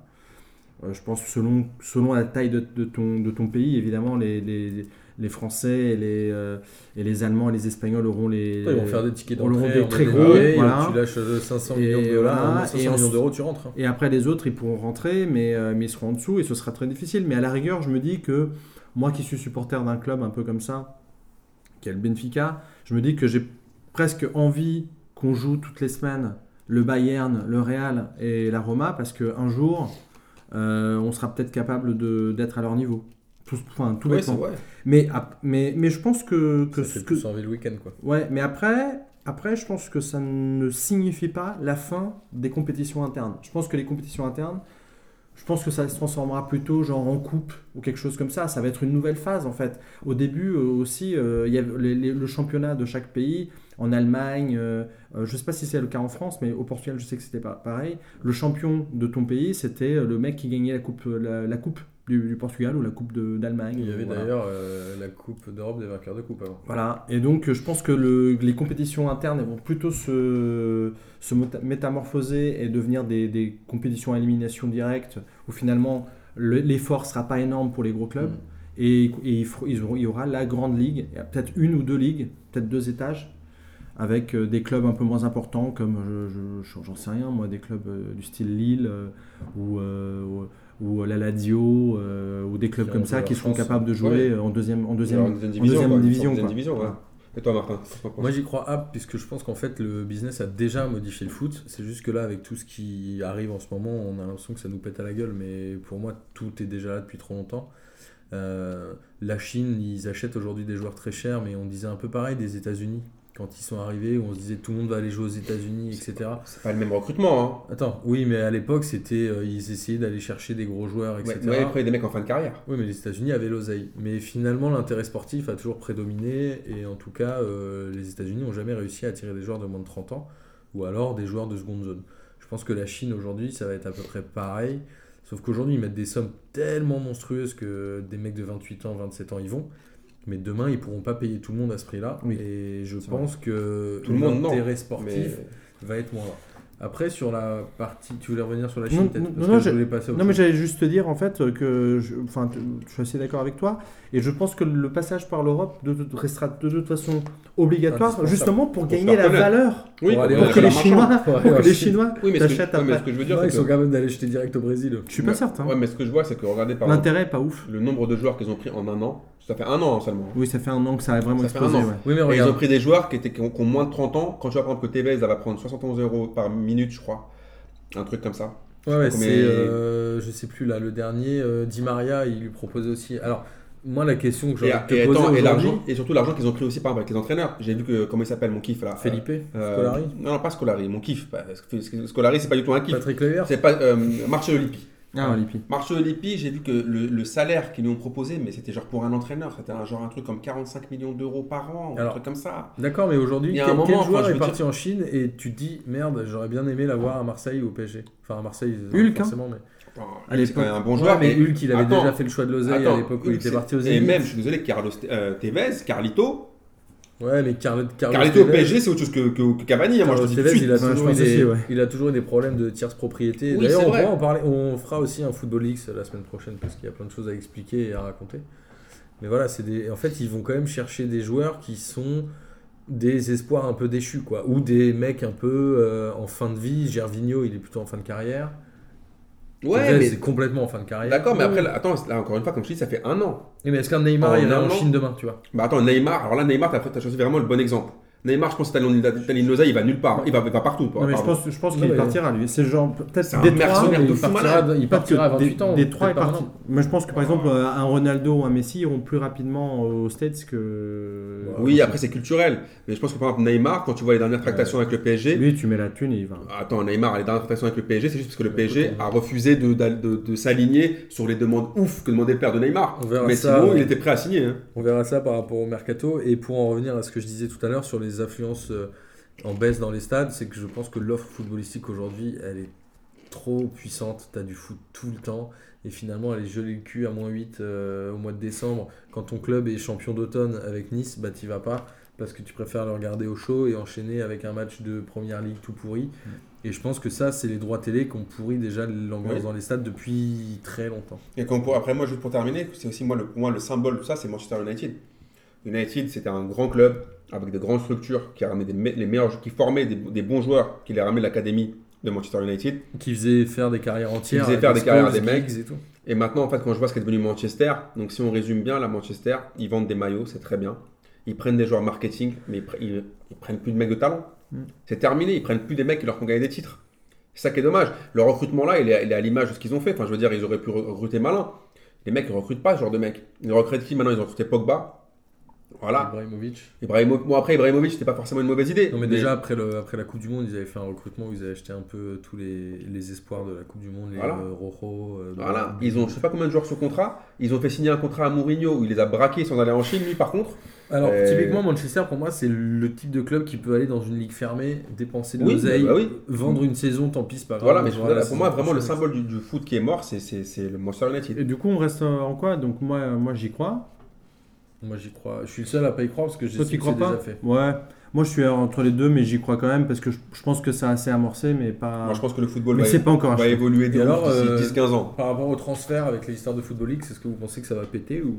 Speaker 3: Euh, je pense selon, selon la taille de, de ton, de ton pays, évidemment, les, les, les Français et les, euh, et les Allemands et les Espagnols auront les.
Speaker 2: Après, ils vont faire des tickets
Speaker 3: On le
Speaker 2: d'entrée
Speaker 3: rend
Speaker 2: en
Speaker 3: très
Speaker 2: mode
Speaker 3: gros,
Speaker 2: NBA,
Speaker 3: voilà.
Speaker 2: Tu lâches euh, 500
Speaker 3: Et
Speaker 2: millions de dollars,
Speaker 3: voilà,
Speaker 2: euh, 500
Speaker 3: et on
Speaker 2: millions
Speaker 3: s-
Speaker 2: d'euros, tu rentres. hein.
Speaker 3: Et après, les autres, ils pourront rentrer, mais, euh, mais ils seront en dessous et ce sera très difficile. Mais à la rigueur, je me dis que moi qui suis supporter d'un club un peu comme ça, qui est le Benfica, je me dis que j'ai presque envie qu'on joue toutes les semaines le Bayern, le Real et la Roma parce qu'un jour, euh, on sera peut-être capable de- d'être à leur niveau. Tout, enfin, tout
Speaker 1: Ouais, c'est
Speaker 3: bêtement.
Speaker 1: vrai.
Speaker 3: Mais, ap- mais, mais je pense que, que,
Speaker 2: Ça fait
Speaker 3: ce que-
Speaker 2: plus envie le week-end, quoi.
Speaker 3: ouais, mais après, après, je pense que ça ne signifie pas la fin des compétitions internes. Je pense que les compétitions internes, je pense que ça se transformera plutôt genre en coupe ou quelque chose comme ça. Ça va être une nouvelle phase en fait. Au début euh, aussi, euh, il y avait les- les- le championnat de chaque pays. En Allemagne, euh, euh, je ne sais pas si c'est le cas en France, mais au Portugal, je sais que c'était pas pareil. Le champion de ton pays, c'était euh, le mec qui gagnait la coupe, euh, la, la coupe du, du Portugal ou la coupe de- d'Allemagne.
Speaker 2: Il y avait
Speaker 3: Voilà.
Speaker 2: d'ailleurs euh, la Coupe d'Europe des vainqueurs de Coupe avant.
Speaker 3: Voilà, et donc euh, je pense que le- les compétitions internes elles vont plutôt se, se mota- métamorphoser et devenir des, des compétitions à élimination directe où finalement le- l'effort sera pas énorme pour les gros clubs
Speaker 2: Mm.
Speaker 3: et, et ils feront- ils auront- il y aura la grande ligue, et peut-être une ou deux ligues, peut-être deux étages avec euh, des clubs un peu moins importants comme je- je- je- j'en sais rien moi, des clubs euh, du style Lille euh, ou, euh, ou- ou la Lazio euh, ou des clubs
Speaker 2: Qui ont
Speaker 3: comme
Speaker 2: joué
Speaker 3: ça
Speaker 2: en
Speaker 3: qui seront
Speaker 2: France.
Speaker 3: capables de jouer euh, en deuxième en deuxième
Speaker 1: Alors, en deuxième division.
Speaker 3: deuxième
Speaker 1: quoi.
Speaker 3: division,
Speaker 1: En deuxième
Speaker 3: quoi.
Speaker 1: division, ouais. Et toi, Martin qu'est-ce que t'en penses
Speaker 2: Moi j'y crois up puisque je pense qu'en fait le business a déjà modifié le foot. C'est juste que là avec tout ce qui arrive en ce moment, on a l'impression que ça nous pète à la gueule, mais pour moi tout est déjà là depuis trop longtemps. Euh, la Chine, ils achètent aujourd'hui des joueurs très chers, mais on disait un peu pareil des États-Unis quand ils sont arrivés, où on se disait tout le monde va aller jouer aux États-Unis,
Speaker 1: C'est
Speaker 2: etc.
Speaker 1: C'est pas le même recrutement. hein.
Speaker 2: Attends, oui, mais à l'époque, c'était euh, ils essayaient d'aller chercher des gros joueurs,
Speaker 1: Hein.
Speaker 2: etc.
Speaker 1: Ouais, ouais, après, des mecs en fin de carrière.
Speaker 2: Oui, mais les États-Unis avaient l'oseille. Mais finalement, l'intérêt sportif a toujours prédominé. Et en tout cas, euh, les États-Unis n'ont jamais réussi à attirer des joueurs de moins de 30 ans ou alors des joueurs de seconde zone. Je pense que la Chine aujourd'hui, ça va être à peu près pareil. Sauf qu'aujourd'hui, ils mettent des sommes tellement monstrueuses que des mecs de 28 ans, 27 ans y vont. Mais demain, ils pourront pas payer tout le monde à ce prix-là.
Speaker 3: Oui.
Speaker 2: Et je
Speaker 3: C'est
Speaker 2: pense que
Speaker 1: Tout le monde, non.
Speaker 2: l'intérêt sportif
Speaker 1: Mais-
Speaker 2: va être moins là. Après, sur la partie. Tu voulais revenir sur la
Speaker 3: Non,
Speaker 2: Chine peut-être
Speaker 3: non,
Speaker 2: Parce
Speaker 3: non,
Speaker 2: que je
Speaker 3: j'ai-
Speaker 2: voulais passer au
Speaker 3: Non, mais j'allais juste te dire en fait que je, enfin, tu- je suis assez d'accord avec toi et je pense que le passage par l'Europe de- de- restera de toute façon obligatoire
Speaker 2: Indispensable.
Speaker 3: justement pour
Speaker 1: Pour se
Speaker 3: gagner
Speaker 1: faire
Speaker 3: la
Speaker 1: connaître.
Speaker 3: valeur.
Speaker 1: Oui,
Speaker 2: Pour aller
Speaker 1: pour
Speaker 2: en-
Speaker 1: que
Speaker 3: que
Speaker 1: la
Speaker 3: les
Speaker 1: marchande.
Speaker 2: Ouais,
Speaker 3: Chinois, pour que
Speaker 2: ouais,
Speaker 3: les
Speaker 2: je-
Speaker 3: Chinois
Speaker 1: Oui, mais ce, que,
Speaker 3: t'achètent
Speaker 1: ouais,
Speaker 3: un
Speaker 1: mais
Speaker 3: pack.
Speaker 1: ce que je veux dire,
Speaker 2: Non,
Speaker 1: c'est
Speaker 2: ils
Speaker 1: que.
Speaker 2: sont quand même d'aller jeter direct au Brésil.
Speaker 3: Je suis pas certain.
Speaker 1: Ouais, mais ce que je vois, c'est que regardez par exemple,
Speaker 3: L'intérêt est pas ouf.
Speaker 1: le nombre de joueurs qu'ils ont pris en un an. Ça fait un an hein, seulement.
Speaker 3: Oui, ça fait un an que ça a vraiment
Speaker 1: Ça fait
Speaker 3: explosé.
Speaker 1: un an.
Speaker 3: ouais.
Speaker 2: Oui, mais
Speaker 1: Et ils ont
Speaker 2: regarde.
Speaker 1: pris des joueurs qui, étaient, qui, ont, qui ont moins de 30 ans. Quand tu vas prendre que Tevez, elle va prendre 71 euros par minute, je crois. Un truc comme ça.
Speaker 2: Ouais, ouais,
Speaker 1: combien-
Speaker 2: c'est. euh, je sais plus, là, le dernier, euh, Di Maria, il lui proposait aussi. Alors, moi, la question que
Speaker 1: Et,
Speaker 2: j'ai envie de
Speaker 1: et
Speaker 2: te poser
Speaker 1: attends, et,
Speaker 2: aujourd'hui.
Speaker 1: l'argent- et surtout l'argent qu'ils ont pris aussi par exemple, avec les entraîneurs. J'ai vu que, comment il s'appelle, mon kiff là
Speaker 2: Felipe
Speaker 1: Euh,
Speaker 2: Scolari
Speaker 1: Non, non, pas Scolari, mon kiff. Bah, parce que- parce que Scolari, c'est pas du tout un kiff.
Speaker 2: Patrick Leher
Speaker 1: C'est pas euh, Marcelo Lippi.
Speaker 3: Ah, Lippi.
Speaker 1: Marcelo Lippi, j'ai vu que le, le salaire qu'ils nous ont proposé, mais c'était genre pour un entraîneur, c'était un genre un truc comme 45 millions d'euros par an, ou un
Speaker 2: Alors,
Speaker 1: truc comme ça.
Speaker 2: D'accord, mais aujourd'hui,
Speaker 1: Il y a
Speaker 2: quel,
Speaker 1: un moment,
Speaker 2: quel
Speaker 1: enfin,
Speaker 2: joueur
Speaker 1: je
Speaker 2: est
Speaker 1: veux
Speaker 2: parti en Chine et tu te dis merde, j'aurais bien aimé l'avoir à Marseille ou au PSG Enfin, à Marseille, euh,
Speaker 3: Hulk,
Speaker 2: forcément, mais.
Speaker 1: Enfin,
Speaker 3: à
Speaker 1: lui, c'est quand même
Speaker 3: l'époque-
Speaker 1: un hein. bon joueur,
Speaker 2: Ouais, mais
Speaker 1: mais
Speaker 2: Hulk, il avait
Speaker 1: attends,
Speaker 2: déjà fait le choix de l'oseille à
Speaker 1: attends,
Speaker 2: l'époque où il
Speaker 1: Hulk,
Speaker 2: était
Speaker 1: c'est-
Speaker 2: parti aux
Speaker 1: Et
Speaker 2: Élites.
Speaker 1: même, je suis désolé, Carlos euh, Tevez, Carlito.
Speaker 2: Ouais, mais Carlo- Carlos
Speaker 1: Carlito au
Speaker 2: Tevez-
Speaker 1: PSG, c'est autre chose que, que- que Cavani, hein, moi je te
Speaker 2: Carlos
Speaker 1: dis tout de
Speaker 2: Tevez,
Speaker 1: suite.
Speaker 2: il a,
Speaker 3: Ouais, je
Speaker 2: toujours eu
Speaker 3: pense
Speaker 2: des,
Speaker 3: aussi, ouais.
Speaker 2: il a toujours eu des problèmes de tierce propriété.
Speaker 1: Oui,
Speaker 2: D'ailleurs,
Speaker 1: c'est
Speaker 2: on,
Speaker 1: vrai.
Speaker 2: pourra en parler, on fera aussi un football X la semaine prochaine parce qu'il y a plein de choses à expliquer et à raconter. Mais voilà, c'est des... en fait, ils vont quand même chercher des joueurs qui sont des espoirs un peu déchus, quoi. Ou des mecs un peu euh, en fin de vie. Gervinho, il est plutôt en fin de carrière.
Speaker 1: Ouais,
Speaker 2: Tevez,
Speaker 1: mais-
Speaker 2: c'est complètement en fin de carrière.
Speaker 1: D'accord, mais
Speaker 2: Ouais.
Speaker 1: après, là, attends, là, encore une fois, comme je dis, ça fait un an.
Speaker 2: Et mais est-ce qu'un Neymar
Speaker 1: En
Speaker 2: irait
Speaker 1: un
Speaker 2: en
Speaker 1: an-
Speaker 2: Chine demain, tu vois
Speaker 1: Bah attends, Neymar, alors là, Neymar, t'as t'as choisi vraiment le bon exemple. Neymar, je pense que Taline Lozaï, il va nulle part. Il va, il va partout.
Speaker 3: Non, mais je
Speaker 1: pardon.
Speaker 3: pense, je pense
Speaker 2: Non,
Speaker 3: qu'il
Speaker 2: mais-
Speaker 3: partira lui. C'est genre
Speaker 1: C'est
Speaker 3: peut-être
Speaker 1: un
Speaker 3: des
Speaker 1: mercenaire.
Speaker 3: trois.
Speaker 1: merde, de
Speaker 2: il
Speaker 1: fou
Speaker 2: partira,
Speaker 1: malade.
Speaker 2: il partira à
Speaker 3: Peut-être que
Speaker 2: 28 ans.
Speaker 3: Des,
Speaker 2: peut-être
Speaker 3: trois est
Speaker 2: pas
Speaker 3: parti.
Speaker 2: maintenant.
Speaker 3: Mais je pense
Speaker 1: Ah,
Speaker 3: que par exemple un Ronaldo, un Messi iront plus rapidement aux States que.
Speaker 1: Euh, Oui, après, c'est culturel. Mais je pense que par exemple, Neymar, quand tu vois les dernières tractations avec le PSG,
Speaker 3: Lui, tu mets la thune et il va.
Speaker 1: Attends, Neymar, les dernières tractations avec le PSG, c'est juste parce que le
Speaker 2: Bah,
Speaker 1: PSG
Speaker 2: écoute, on-
Speaker 1: a refusé de, d'a- de- de s'aligner sur les demandes ouf que demandait le père de Neymar.
Speaker 2: On verra
Speaker 1: Mais
Speaker 2: ça,
Speaker 1: sinon,
Speaker 2: ouais.
Speaker 1: il était prêt à signer. hein.
Speaker 2: On verra ça par rapport au mercato. Et pour en revenir à ce que je disais tout à l'heure sur les affluences euh, en baisse dans les stades, c'est que je pense que l'offre footballistique aujourd'hui, elle est trop puissante. T'as du foot tout le temps. Et finalement, aller geler le cul à moins 8 euh, au mois de décembre, quand ton club est champion d'automne avec Nice, bah t'y vas pas. Parce que tu préfères le regarder au chaud et enchaîner avec un match de première ligue tout pourri. Et je pense que ça, c'est les droits télé qui ont pourri déjà l'ambiance
Speaker 1: Oui.
Speaker 2: dans les stades depuis très longtemps.
Speaker 1: Et quand- pour- après, moi, juste pour terminer, c'est aussi moi le, pour moi le symbole de ça, c'est Manchester United. United, c'était un grand club avec de grandes structures qui a ramené des me- les meilleurs, qui formait des, des bons joueurs, qui les ramenaient de l'académie de Manchester United.
Speaker 2: Qui faisait faire des carrières entières. hein,
Speaker 1: faisaient
Speaker 2: à
Speaker 1: faire des carrières à des
Speaker 2: Spurs,
Speaker 1: mecs.
Speaker 2: Giggs et tout.
Speaker 1: Et maintenant, en fait, quand je vois ce qu'est devenu Manchester, donc si on résume bien, la Manchester, ils vendent des maillots, c'est très bien. Ils prennent des joueurs marketing, mais ils, pr- ils- ils prennent plus de mecs de talent.
Speaker 3: Mm.
Speaker 1: C'est terminé, ils prennent plus des mecs qui leur font gagner des titres. C'est ça qui est dommage. Le recrutement là, il est, il est à l'image de ce qu'ils ont fait. Enfin, je veux dire, ils auraient pu re- recruter malin. Les mecs, ils recrutent pas ce genre de mecs. Ils recrutent qui maintenant Ils ont recruté Pogba. Voilà.
Speaker 2: Ibrahimovic.
Speaker 1: Ibrahimo- Bon, après, Ibrahimovic, c'était pas forcément une mauvaise idée.
Speaker 2: Non mais déjà après, le, après la Coupe du Monde, ils avaient fait un recrutement où ils avaient acheté un peu tous les, les espoirs de la Coupe du Monde, les
Speaker 1: Voilà.
Speaker 2: euh, Rojo. euh,
Speaker 1: Voilà,
Speaker 2: Blanc.
Speaker 1: ils ont, je sais pas combien de joueurs sous contrat. Ils ont fait signer un contrat à Mourinho où il les a braqués sans aller en Chine, lui, par contre.
Speaker 2: Alors
Speaker 1: Euh,
Speaker 2: typiquement Manchester pour moi c'est le type de club qui peut aller dans une ligue fermée, dépenser de
Speaker 1: Oui,
Speaker 2: l'oseille,
Speaker 1: bah oui.
Speaker 2: vendre une saison, tant pis c'est pas
Speaker 3: Euh,
Speaker 2: grave.
Speaker 1: Voilà,
Speaker 2: on
Speaker 1: mais je
Speaker 2: verra
Speaker 1: veux
Speaker 2: la
Speaker 1: dire, pour moi,
Speaker 2: saison
Speaker 1: vraiment, le
Speaker 2: prochaine.
Speaker 1: symbole du, du foot qui est mort, c'est- c'est c'est le Manchester United.
Speaker 3: Et du coup, on reste euh, en quoi Donc moi, euh, moi, j'y crois.
Speaker 2: Moi j'y crois, je suis le seul à pas y croire parce que j'ai
Speaker 3: Toi, tu
Speaker 2: c'est
Speaker 3: y crois pas
Speaker 2: déjà fait.
Speaker 3: Ouais. Moi, je suis entre les deux, mais j'y crois quand même parce que je, je pense que ça a assez amorcé, mais pas.
Speaker 1: Moi, je pense que le football
Speaker 3: Ah. mais
Speaker 1: va,
Speaker 3: c'est pas encore.
Speaker 1: va
Speaker 3: acheté.
Speaker 1: évoluer de
Speaker 2: Et
Speaker 1: ouf
Speaker 2: alors,
Speaker 1: d'ici
Speaker 2: euh,
Speaker 1: 10-15 ans.
Speaker 2: Par rapport au transfert avec les histoires de Football League, est-ce que vous pensez que ça va péter ou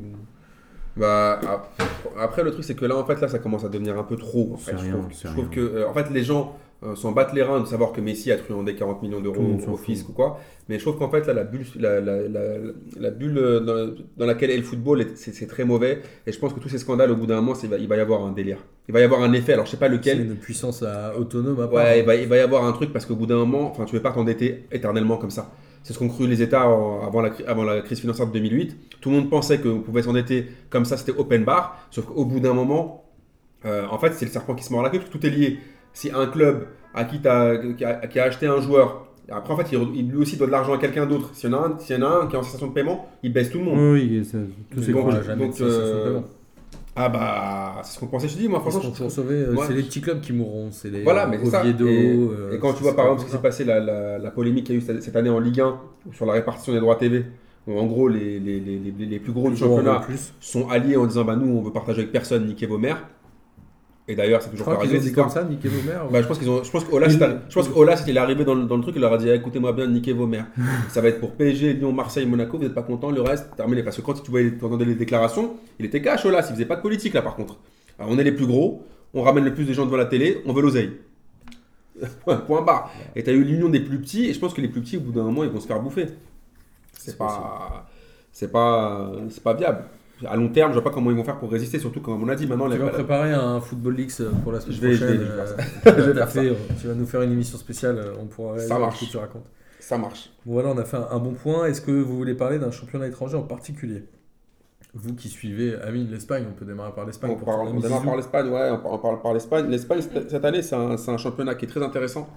Speaker 1: Bah, ap- après, le truc, c'est que là, en fait, là, ça commence à devenir un peu trop. en fait.
Speaker 3: C'est
Speaker 1: je
Speaker 3: rien,
Speaker 1: trouve,
Speaker 3: c'est
Speaker 1: je trouve
Speaker 3: rien.
Speaker 1: que, euh, en fait, les gens euh, s'en battent les reins de savoir que Messi a truandé 40 millions d'euros
Speaker 3: Tout le monde
Speaker 1: au,
Speaker 3: s'en
Speaker 1: au
Speaker 3: fout.
Speaker 1: fisc ou quoi. Mais je trouve qu'en fait, là, la bulle, la, la- la- la bulle euh, dans, dans laquelle est le football, est- c'est c'est très mauvais. Et je pense que tous ces scandales, au bout d'un moment, c'est- il va, il va y avoir un délire. Il va y avoir un effet. Alors, je sais pas
Speaker 2: c'est
Speaker 1: lequel.
Speaker 2: une puissance à- autonome à part hein
Speaker 1: Ouais, il va, il va y avoir un truc parce qu'au bout d'un moment, enfin, tu ne veux pas t'endetter éternellement comme ça. C'est ce qu'ont cru les États en- avant la, cri- avant la crise financière de 2008. Tout le monde pensait qu'on pouvait s'endetter comme ça, c'était open bar. Sauf qu'au bout d'un moment, euh, en fait, c'est le serpent qui se mord la queue, parce que tout est lié. Si un club à qui, t'as- qui a, qui a acheté un joueur, après, en fait, il, il lui aussi doit de l'argent à quelqu'un d'autre. S'il y, en a un- s'il y en a un qui est en cessation de paiement, il baisse tout le monde.
Speaker 3: Oui, oui, ça- tout
Speaker 1: Mais
Speaker 3: c'est
Speaker 1: bon,
Speaker 3: gros.
Speaker 1: je-
Speaker 2: aura jamais
Speaker 1: donc,
Speaker 2: de cessation de
Speaker 1: euh,
Speaker 2: paiement.
Speaker 1: Ah bah, c'est ce qu'on pensait, je te dis, moi,
Speaker 2: Ils
Speaker 1: franchement.
Speaker 2: seront
Speaker 1: je-
Speaker 2: toujours sauvés. euh,
Speaker 1: Ouais.
Speaker 2: C'est les petits clubs qui mourront. C'est les
Speaker 1: Voilà,
Speaker 2: euh,
Speaker 1: mais c'est ça.
Speaker 2: Oviedo,
Speaker 1: Et,
Speaker 2: euh,
Speaker 1: et quand tu vois par
Speaker 2: c'est pas
Speaker 1: exemple ce qui
Speaker 2: ça.
Speaker 1: s'est passé, la, la- la polémique qu'il y a eu cette- cette année en Ligue 1 sur la répartition des droits TV, où en gros les, les, les, les- les plus gros du
Speaker 2: Ils auront
Speaker 1: championnat
Speaker 2: plus.
Speaker 1: sont alliés en disant bah nous on veut partager avec personne, niquez vos mères. Et d'ailleurs c'est
Speaker 2: Je
Speaker 1: toujours pas
Speaker 2: crois qu'ils
Speaker 1: arrivé.
Speaker 2: ont dit
Speaker 1: cette
Speaker 2: comme
Speaker 1: histoire.
Speaker 2: ça, niquez vos mères.
Speaker 1: Bah, je pense qu'ils ont, je pense qu'Ola, c'est- je pense qu'Ola, c'est qu'il est arrivé dans le, dans le truc, il leur a dit écoutez-moi bien, niquez vos mères. ça va être pour PSG, Lyon, Marseille, Monaco, vous n'êtes pas content, le reste, terminé. Parce que quand tu voyais, entendais les déclarations, il était cash Ola, il faisait pas de politique là par contre. Alors, on est les plus gros, on ramène le plus de gens devant la télé, on veut l'oseille. Point barre. Et t'as eu l'union des plus petits, et je pense que les plus petits, au bout d'un moment, ils vont se faire bouffer. C'est
Speaker 2: C'est
Speaker 1: pas, c'est pas, c'est pas viable. À long terme, je vois pas comment ils vont faire pour résister, surtout comme on a dit maintenant.
Speaker 2: Tu
Speaker 1: la-
Speaker 2: vas préparer un Football Leaks euh, pour la semaine
Speaker 1: Je vais- je vais-
Speaker 2: prochaine.
Speaker 1: je vais faire
Speaker 2: euh,
Speaker 1: ça.
Speaker 2: tu vas
Speaker 1: Je vais faire
Speaker 2: taper, euh, Tu vas nous faire une émission spéciale. euh, On pourra
Speaker 1: Ça
Speaker 2: voir ce
Speaker 1: marche.
Speaker 2: que tu racontes.
Speaker 1: Ça marche.
Speaker 2: Bon, Voilà, on a fait un, un bon point. Est-ce que vous voulez parler d'un championnat étranger en particulier Vous qui suivez Amine, l'Espagne, on peut démarrer par l'Espagne.
Speaker 1: On,
Speaker 2: pour
Speaker 1: parle,
Speaker 2: Tottenham
Speaker 1: on démarre
Speaker 2: Zizou.
Speaker 1: par l'Espagne, ouais, on par- on parle par l'Espagne. L'Espagne, cette cette année, c'est un, c'est un championnat qui est très intéressant.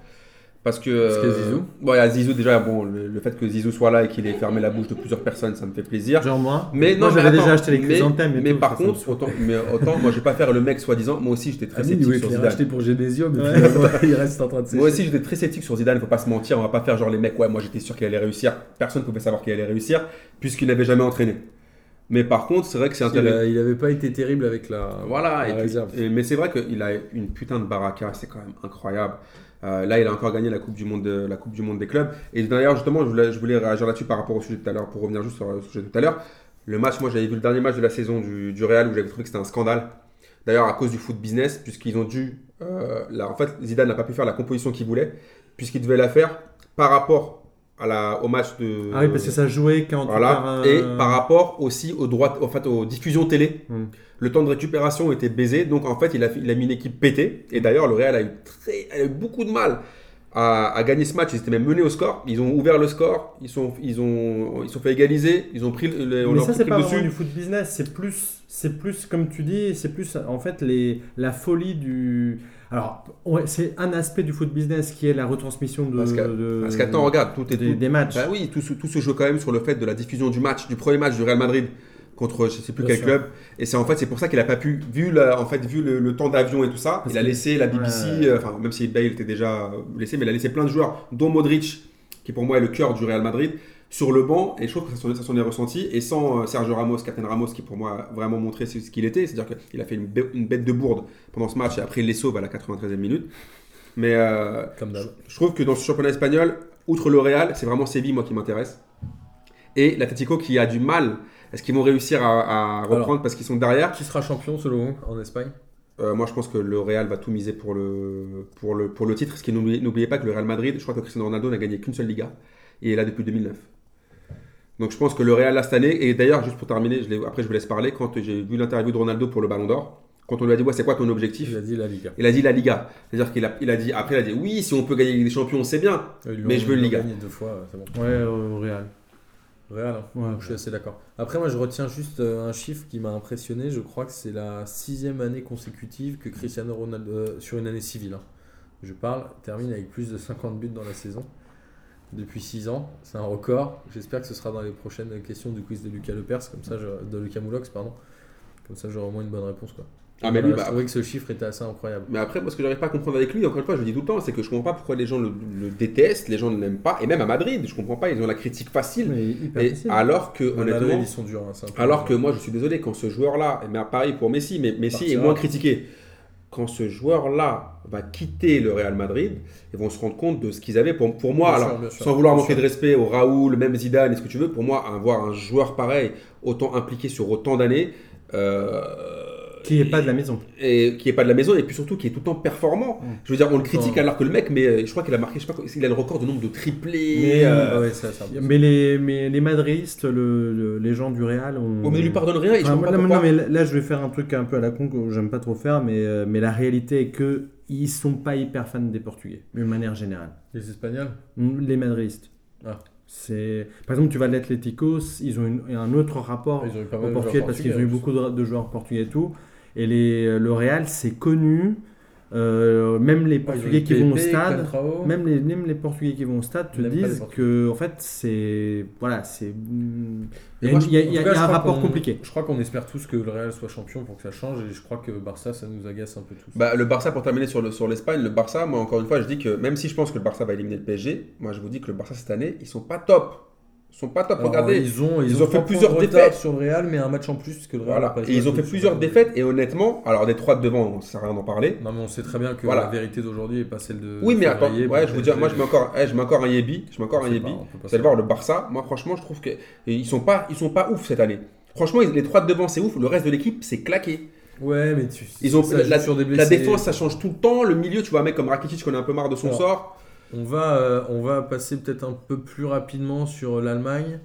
Speaker 1: Parce que.
Speaker 2: Parce qu'il y a
Speaker 1: euh,
Speaker 2: Zizou.
Speaker 1: bon, il y a Zizou, déjà, bon, le, le fait que Zizou soit là et qu'il ait fermé la bouche de plusieurs personnes, ça me fait plaisir.
Speaker 3: Genre moi,
Speaker 1: euh, Mais
Speaker 3: moi
Speaker 1: non, mais
Speaker 3: j'avais déjà
Speaker 1: attends,
Speaker 3: acheté les
Speaker 1: mais-
Speaker 3: chrysanthèmes et
Speaker 1: Mais
Speaker 3: tout,
Speaker 1: par
Speaker 3: ça, ça me Ah
Speaker 1: contre, autant, mais autant, moi je vais pas faire le mec soi-disant. Moi aussi j'étais très
Speaker 4: Amine, il
Speaker 1: sceptique
Speaker 4: voulait
Speaker 1: sur
Speaker 4: les
Speaker 1: Zidane.
Speaker 4: racheter pour Genesio, mais
Speaker 3: Ouais.
Speaker 4: finalement, il reste en train de
Speaker 1: Moi
Speaker 4: sécher.
Speaker 1: aussi j'étais très sceptique sur Zidane, faut pas se mentir, on va pas faire genre les mecs, ouais, moi j'étais sûr qu'il allait réussir. Personne pouvait savoir qu'il allait réussir, puisqu'il n'avait jamais entraîné. Mais par contre, c'est vrai que c'est
Speaker 2: Il,
Speaker 1: intéressant.
Speaker 2: a- il avait pas été terrible avec la.
Speaker 1: Euh, Voilà,
Speaker 2: la
Speaker 3: Ah,
Speaker 1: et puis-
Speaker 2: réserve.
Speaker 1: et- mais c'est vrai qu'il a une putain de baraka, c'est quand même incroyable. Euh, là, il a encore gagné la Coupe du Monde, de- la coupe du monde des clubs. Et d'ailleurs, justement, je voulais, je voulais réagir là-dessus par rapport au sujet de tout à l'heure, pour revenir juste sur le sujet de tout à l'heure. Le match, moi, j'avais vu le dernier match de la saison du, du Real où j'avais trouvé que c'était un scandale. D'ailleurs, à cause du foot business, puisqu'ils ont dû. euh, là, en fait, Zidane n'a pas pu faire la composition qu'il voulait, puisqu'il devait la faire par rapport à la, au match de.
Speaker 3: Ah oui, parce que ça jouait quand
Speaker 1: Voilà.
Speaker 3: tu
Speaker 1: Et
Speaker 3: pars, euh,
Speaker 1: par rapport aussi aux droits, en fait, aux diffusions télé,
Speaker 3: Hmm.
Speaker 1: le temps de récupération était baisé. Donc en fait, il a, il a mis une équipe pétée. Et d'ailleurs, le Real a eu, très, a eu beaucoup de mal à, à gagner ce match. Ils étaient même menés au score. Ils ont ouvert le score. Ils sont, ils ont, ils sont fait égaliser. Ils ont pris le, le- on
Speaker 3: Mais
Speaker 1: leur
Speaker 3: ça,
Speaker 1: prit
Speaker 3: c'est
Speaker 1: le
Speaker 3: pas
Speaker 1: dessus.
Speaker 3: vraiment du foot business, c'est plus, c'est plus, comme tu dis, c'est plus en fait les, la folie du. Alors, ouais, c'est un aspect du foot business qui est la retransmission de.
Speaker 1: Parce que-
Speaker 3: de-
Speaker 1: Parce qu'attends, regarde, tout est
Speaker 3: Euh, des,
Speaker 1: tout-
Speaker 3: des matchs.
Speaker 1: Bah oui, tout se, tout se joue quand même sur le fait de la diffusion du match, du premier match du Real Madrid contre je sais plus
Speaker 2: Bien
Speaker 1: quel
Speaker 2: sûr.
Speaker 1: club. Et c'est en fait c'est pour ça qu'il a pas pu, vu la- en fait vu le, le temps d'avion et tout ça, il a
Speaker 3: que-
Speaker 1: laissé la BBC,
Speaker 3: Ouais.
Speaker 1: euh, enfin même si Bale était déjà euh, blessé, mais il a laissé plein de joueurs, dont Modric, qui pour moi est le cœur du Real Madrid, sur le banc. Et je trouve que ça s'en, ça s'en est ressenti. Et sans euh, Sergio Ramos, Captain Ramos, qui pour moi a vraiment montré ce ce qu'il était, c'est-à-dire qu'il a fait une, bê- une bête de bourde pendant ce match et après il les sauve à la 93e minute. Mais euh,
Speaker 2: Comme d'hab.
Speaker 1: je trouve que dans ce championnat espagnol, outre le Real, c'est vraiment Séville, moi, qui m'intéresse. Et l'Atletico qui a du mal. Est-ce qu'ils vont réussir à, à reprendre
Speaker 2: Alors.
Speaker 1: parce qu'ils sont derrière
Speaker 2: Qui sera champion selon vous en Espagne
Speaker 1: Euh, Moi, je pense que le Real va tout miser pour le, pour le, pour le titre. Parce que n'oubliez n'oubliez pas que le Real Madrid, je crois que Cristiano Ronaldo n'a gagné qu'une seule Liga. Et il est là depuis 2009. Donc je pense que le Real, là, cette année, et d'ailleurs, juste pour terminer, je l'ai- après, je vous laisse parler. Quand j'ai vu l'interview de Ronaldo pour le Ballon d'Or, quand on lui a dit, ouais, c'est quoi ton objectif
Speaker 2: Il a dit la Liga.
Speaker 1: Il a dit la Liga. C'est-à-dire qu'il a, il a dit, après, il a dit, oui, si on peut gagner la Ligue des Champions, c'est bien.
Speaker 2: Ils lui
Speaker 1: Mais
Speaker 2: ont-
Speaker 1: je veux
Speaker 2: ils
Speaker 1: le
Speaker 2: l'ont
Speaker 1: Liga.
Speaker 2: gagné deux fois, euh, c'est bon.
Speaker 3: Ouais, au Real.
Speaker 2: Real, hein.
Speaker 3: Ouais.
Speaker 2: je suis assez d'accord. Après, moi, je retiens juste euh, un chiffre qui m'a impressionné. Je crois que c'est la sixième année consécutive que Cristiano Ronaldo, euh, sur une année civile, hein, je parle, termine avec plus de 50 buts dans la saison. Depuis 6 ans, c'est un record. J'espère que ce sera dans les prochaines questions du quiz de Lucas Lepers, comme ça, je- de Lucas Moulox, pardon. Comme ça, j'aurai au moins une bonne réponse. Quoi.
Speaker 1: Ah, mais
Speaker 2: Voilà,
Speaker 1: lui,
Speaker 2: je
Speaker 1: bah,
Speaker 2: trouvais que ce chiffre était assez incroyable.
Speaker 1: Mais après, moi, ce que j'arrive pas à comprendre avec lui, encore une fois, je le dis tout le temps, c'est que je comprends pas pourquoi les gens le, le détestent, les gens ne l'aiment pas, et même à Madrid, je comprends pas, ils ont la critique facile.
Speaker 3: Mais hyper
Speaker 1: Et
Speaker 3: facile.
Speaker 1: alors que,
Speaker 2: Madrid,
Speaker 1: honnêtement,
Speaker 2: ils sont durs. hein, c'est un peu-
Speaker 1: alors que moi, je suis désolé, quand ce joueur-là, mais à Paris pour Messi, mais Messi est
Speaker 2: Partira.
Speaker 1: moins critiqué, quand ce joueur-là va quitter le Real Madrid, ils vont se rendre compte de ce qu'ils avaient. Pour, pour moi,
Speaker 2: Bien
Speaker 1: alors,
Speaker 2: sûr, bien sûr,
Speaker 1: sans vouloir
Speaker 2: bien
Speaker 1: manquer de
Speaker 2: sûr.
Speaker 1: respect au Raoul, même Zidane, et ce que tu veux, pour moi, avoir un joueur pareil, autant impliqué sur autant d'années, euh,
Speaker 3: Qui est pas de la maison.
Speaker 1: et qui est pas de la maison et puis surtout qui est tout le temps performant.
Speaker 3: Mm.
Speaker 1: Je veux dire, on le critique
Speaker 2: Non.
Speaker 1: alors que le mec, mais euh, je crois qu'il a marqué, je sais pas, quoi, il a le record de nombre de triplés.
Speaker 3: Mais,
Speaker 1: euh,
Speaker 2: Ah ouais, ça, c'est un peu-
Speaker 3: Mais les, mais les madridistes, le- le- les gens du Real ont.
Speaker 1: on ne euh, lui pardonne rien. Et je
Speaker 3: Ah,
Speaker 1: comprends
Speaker 3: non, mais-
Speaker 1: pas
Speaker 3: non,
Speaker 1: pourquoi.
Speaker 3: mais là, là, je vais faire un truc un peu à la con que j'aime pas trop faire, mais, euh, mais la réalité est que ils sont pas hyper fans des Portugais, d'une manière générale.
Speaker 2: Les Espagnols
Speaker 3: Mm, Les madridistes.
Speaker 2: Ah.
Speaker 3: C'est... Par exemple, tu vas à l'Atlético, ils ont une- un autre rapport
Speaker 2: Ils ont eu pas
Speaker 3: aux
Speaker 2: mal de
Speaker 3: Portugais
Speaker 2: joueurs
Speaker 3: parce qu'ils ont eu
Speaker 2: portugais.
Speaker 3: beaucoup de, de joueurs portugais et tout. Et les, euh, le Real, c'est connu. Euh, même les Portugais qui vont au stade, même les, même les Portugais qui vont au stade te
Speaker 2: Même pas les
Speaker 3: disent
Speaker 2: Portugais.
Speaker 3: que en fait c'est voilà c'est il y a,
Speaker 2: moi,
Speaker 3: une-
Speaker 2: je-
Speaker 3: il y a-
Speaker 2: en
Speaker 3: il y a
Speaker 2: tout cas, je
Speaker 3: un
Speaker 2: crois
Speaker 3: rapport
Speaker 2: qu'on-
Speaker 3: compliqué.
Speaker 2: Je crois qu'on espère tous que le Real soit champion pour que ça change et je crois que Barça ça nous agace un peu tous.
Speaker 1: Bah, le Barça, pour terminer sur, le, sur l'Espagne, le Barça, moi encore une fois, je dis que même si je pense que le Barça va éliminer le PSG, moi je vous dis que le Barça cette année, ils sont pas top. Ils sont pas top,
Speaker 2: Alors,
Speaker 1: regardez.
Speaker 2: ils ont, ils
Speaker 1: ils
Speaker 2: ont
Speaker 1: ont fait
Speaker 2: trois
Speaker 1: plusieurs
Speaker 2: points de retard
Speaker 1: défaites.
Speaker 2: sur le Real, mais un match en plus que le Real. a
Speaker 1: Voilà.
Speaker 2: pas
Speaker 1: Et ils ont
Speaker 2: joué
Speaker 1: fait
Speaker 2: sur
Speaker 1: plusieurs
Speaker 2: le-
Speaker 1: défaites, et honnêtement, alors des trois de devant, on sert à rien d'en parler.
Speaker 2: Non, mais on sait très bien que
Speaker 1: Voilà.
Speaker 2: la vérité d'aujourd'hui est pas celle de.
Speaker 1: oui, mais attends,
Speaker 2: février,
Speaker 1: ouais,
Speaker 2: bon,
Speaker 1: je vous dis, moi je mets encore, eh, je mets encore un Yebi, je mets encore
Speaker 2: on
Speaker 1: un
Speaker 2: sait
Speaker 1: Yebi.
Speaker 2: pas, on peut pas
Speaker 1: Vous allez
Speaker 2: savoir.
Speaker 1: voir, le Barça, moi franchement, je trouve que et ils sont pas, ils sont pas ouf cette année. Franchement, ils- les trois de devant, c'est ouf, le reste de l'équipe, c'est claqué.
Speaker 2: Ouais, mais tu.
Speaker 1: Ils ont-
Speaker 2: ça
Speaker 1: la-
Speaker 2: joue sur des
Speaker 1: La
Speaker 2: blessés.
Speaker 1: défense, ça change tout le temps. Le milieu, tu vois, un mec comme Rakitic, qu'on a un peu marre de son
Speaker 2: Alors,
Speaker 1: sort.
Speaker 2: On va, euh, on va passer peut-être un peu plus rapidement sur l'Allemagne.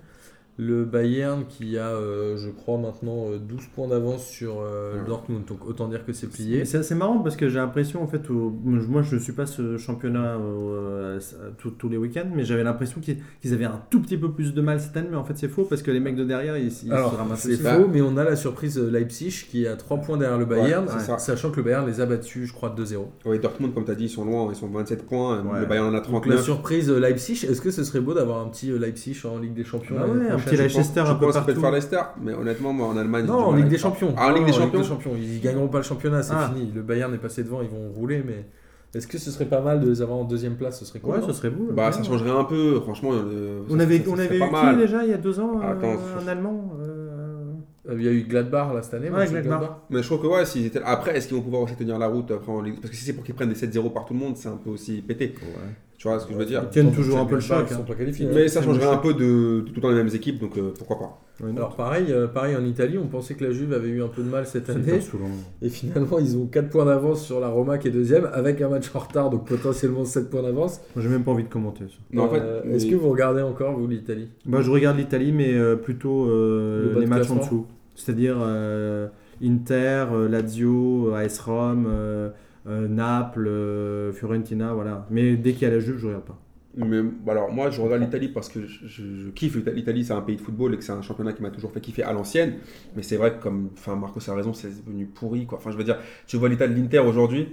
Speaker 2: Le Bayern qui a, euh, je crois, maintenant euh, 12 points d'avance sur euh, le
Speaker 3: Ouais.
Speaker 2: Dortmund. Donc autant dire que c'est
Speaker 3: Mais
Speaker 2: plié.
Speaker 3: C'est c'est marrant parce que j'ai l'impression en fait, au- moi je ne suis pas ce championnat euh, tous- tous les week-ends, mais j'avais l'impression qu'ils qu'ils avaient un tout petit peu plus de mal cette année, mais en fait c'est faux parce que les mecs de derrière ils, ils se
Speaker 2: Alors,
Speaker 3: ramassent
Speaker 2: c'est
Speaker 3: aussi.
Speaker 1: pas-
Speaker 2: faux, mais on a la surprise euh, Leipzig qui est à 3 points derrière le Bayern,
Speaker 1: Ouais, c'est ça.
Speaker 2: ouais. sachant que le Bayern les a battus, je crois, 2-0.
Speaker 1: Oui, Dortmund, comme tu as dit, ils sont loin, ils sont 27 points.
Speaker 3: Ouais.
Speaker 1: Le Bayern en a
Speaker 2: Donc la
Speaker 1: 39.
Speaker 2: surprise euh, Leipzig, est-ce que ce serait beau d'avoir un petit euh, Leipzig en Ligue des Champions
Speaker 3: Ah
Speaker 2: l'année
Speaker 3: ouais, un
Speaker 2: prochaine
Speaker 3: petit
Speaker 1: Je pense-
Speaker 3: Leicester
Speaker 1: je
Speaker 3: un peu
Speaker 1: pense qu'ils peuvent
Speaker 3: partout.
Speaker 1: faire Leicester, mais honnêtement, moi, en Allemagne. j'ai
Speaker 2: Non,
Speaker 1: du
Speaker 2: en
Speaker 1: mal à
Speaker 2: Ligue
Speaker 1: y
Speaker 2: des
Speaker 1: croire.
Speaker 2: Champions.
Speaker 1: Ah, en Ligue
Speaker 2: Non,
Speaker 1: des
Speaker 2: non,
Speaker 1: Champions.
Speaker 2: Ils gagneront pas le championnat, c'est
Speaker 3: Ah.
Speaker 2: fini. Le Bayern n'est passé devant, ils vont rouler, mais est-ce que ce serait pas mal de les avoir en deuxième place Ce serait cool.
Speaker 3: Ouais,
Speaker 2: non
Speaker 3: ce serait beau.
Speaker 1: Bah,
Speaker 3: ouais.
Speaker 1: ça changerait un peu, franchement. euh,
Speaker 3: on
Speaker 1: ça-
Speaker 3: avait,
Speaker 1: ça- ça
Speaker 3: on
Speaker 1: serait
Speaker 3: avait eu
Speaker 1: pas
Speaker 3: qui
Speaker 1: mal.
Speaker 3: déjà il y a deux ans euh,
Speaker 1: Attends,
Speaker 3: Un
Speaker 1: je-
Speaker 3: Allemand euh,
Speaker 2: Euh, Il y a eu Gladbach là cette année.
Speaker 3: Ouais,
Speaker 2: Mönchengladbach.
Speaker 3: Gladbach.
Speaker 1: Mais je trouve que, ouais, s'ils étaient. Après, est-ce qu'ils vont pouvoir aussi tenir la route euh, après en Ligue Parce que si c'est pour qu'ils prennent des 7-0 par tout le monde, c'est un peu aussi pété. Tu vois ce que je veux dire
Speaker 3: Ils tiennent toujours un peu le
Speaker 2: Gladbach,
Speaker 3: choc,
Speaker 2: Ils
Speaker 3: hein.
Speaker 2: sont pas qualifiés.
Speaker 1: Mais euh, ça changerait un peu de, de tout le temps les mêmes équipes, donc euh, pourquoi pas.
Speaker 3: ouais, non.
Speaker 2: Alors pareil, euh, pareil en Italie, on pensait que la Juve avait eu un peu de mal cette
Speaker 3: C'est
Speaker 2: année.
Speaker 3: pas saoulant.
Speaker 2: Et finalement, ils ont 4 points d'avance sur la Roma qui est deuxième, avec un match en retard, donc potentiellement 7 points d'avance.
Speaker 3: Moi, J'ai même pas envie de commenter ça.
Speaker 1: Non, en fait,
Speaker 2: Euh,
Speaker 1: mais-
Speaker 2: Est-ce que vous regardez encore, vous, l'Italie
Speaker 3: Bah, je regarde l'Italie, mais euh, plutôt
Speaker 2: Le
Speaker 3: euh,
Speaker 2: bas
Speaker 3: les
Speaker 2: de
Speaker 3: matchs
Speaker 2: classement.
Speaker 3: en dessous. C'est-à-dire euh, Inter, euh, Lazio, AS Rome, euh, euh, Naples, euh, Fiorentina, voilà. Mais dès qu'il y a la Juve, je regarde pas.
Speaker 1: Mais bah, alors moi je regarde l'Italie parce que je, je- je kiffe l'Ita- l'Italie, c'est un pays de football et que c'est un championnat qui m'a toujours fait kiffer à l'ancienne. Mais c'est vrai que comme enfin Marco a raison, c'est devenu pourri quoi. Enfin je veux dire, tu vois l'état de l'Inter aujourd'hui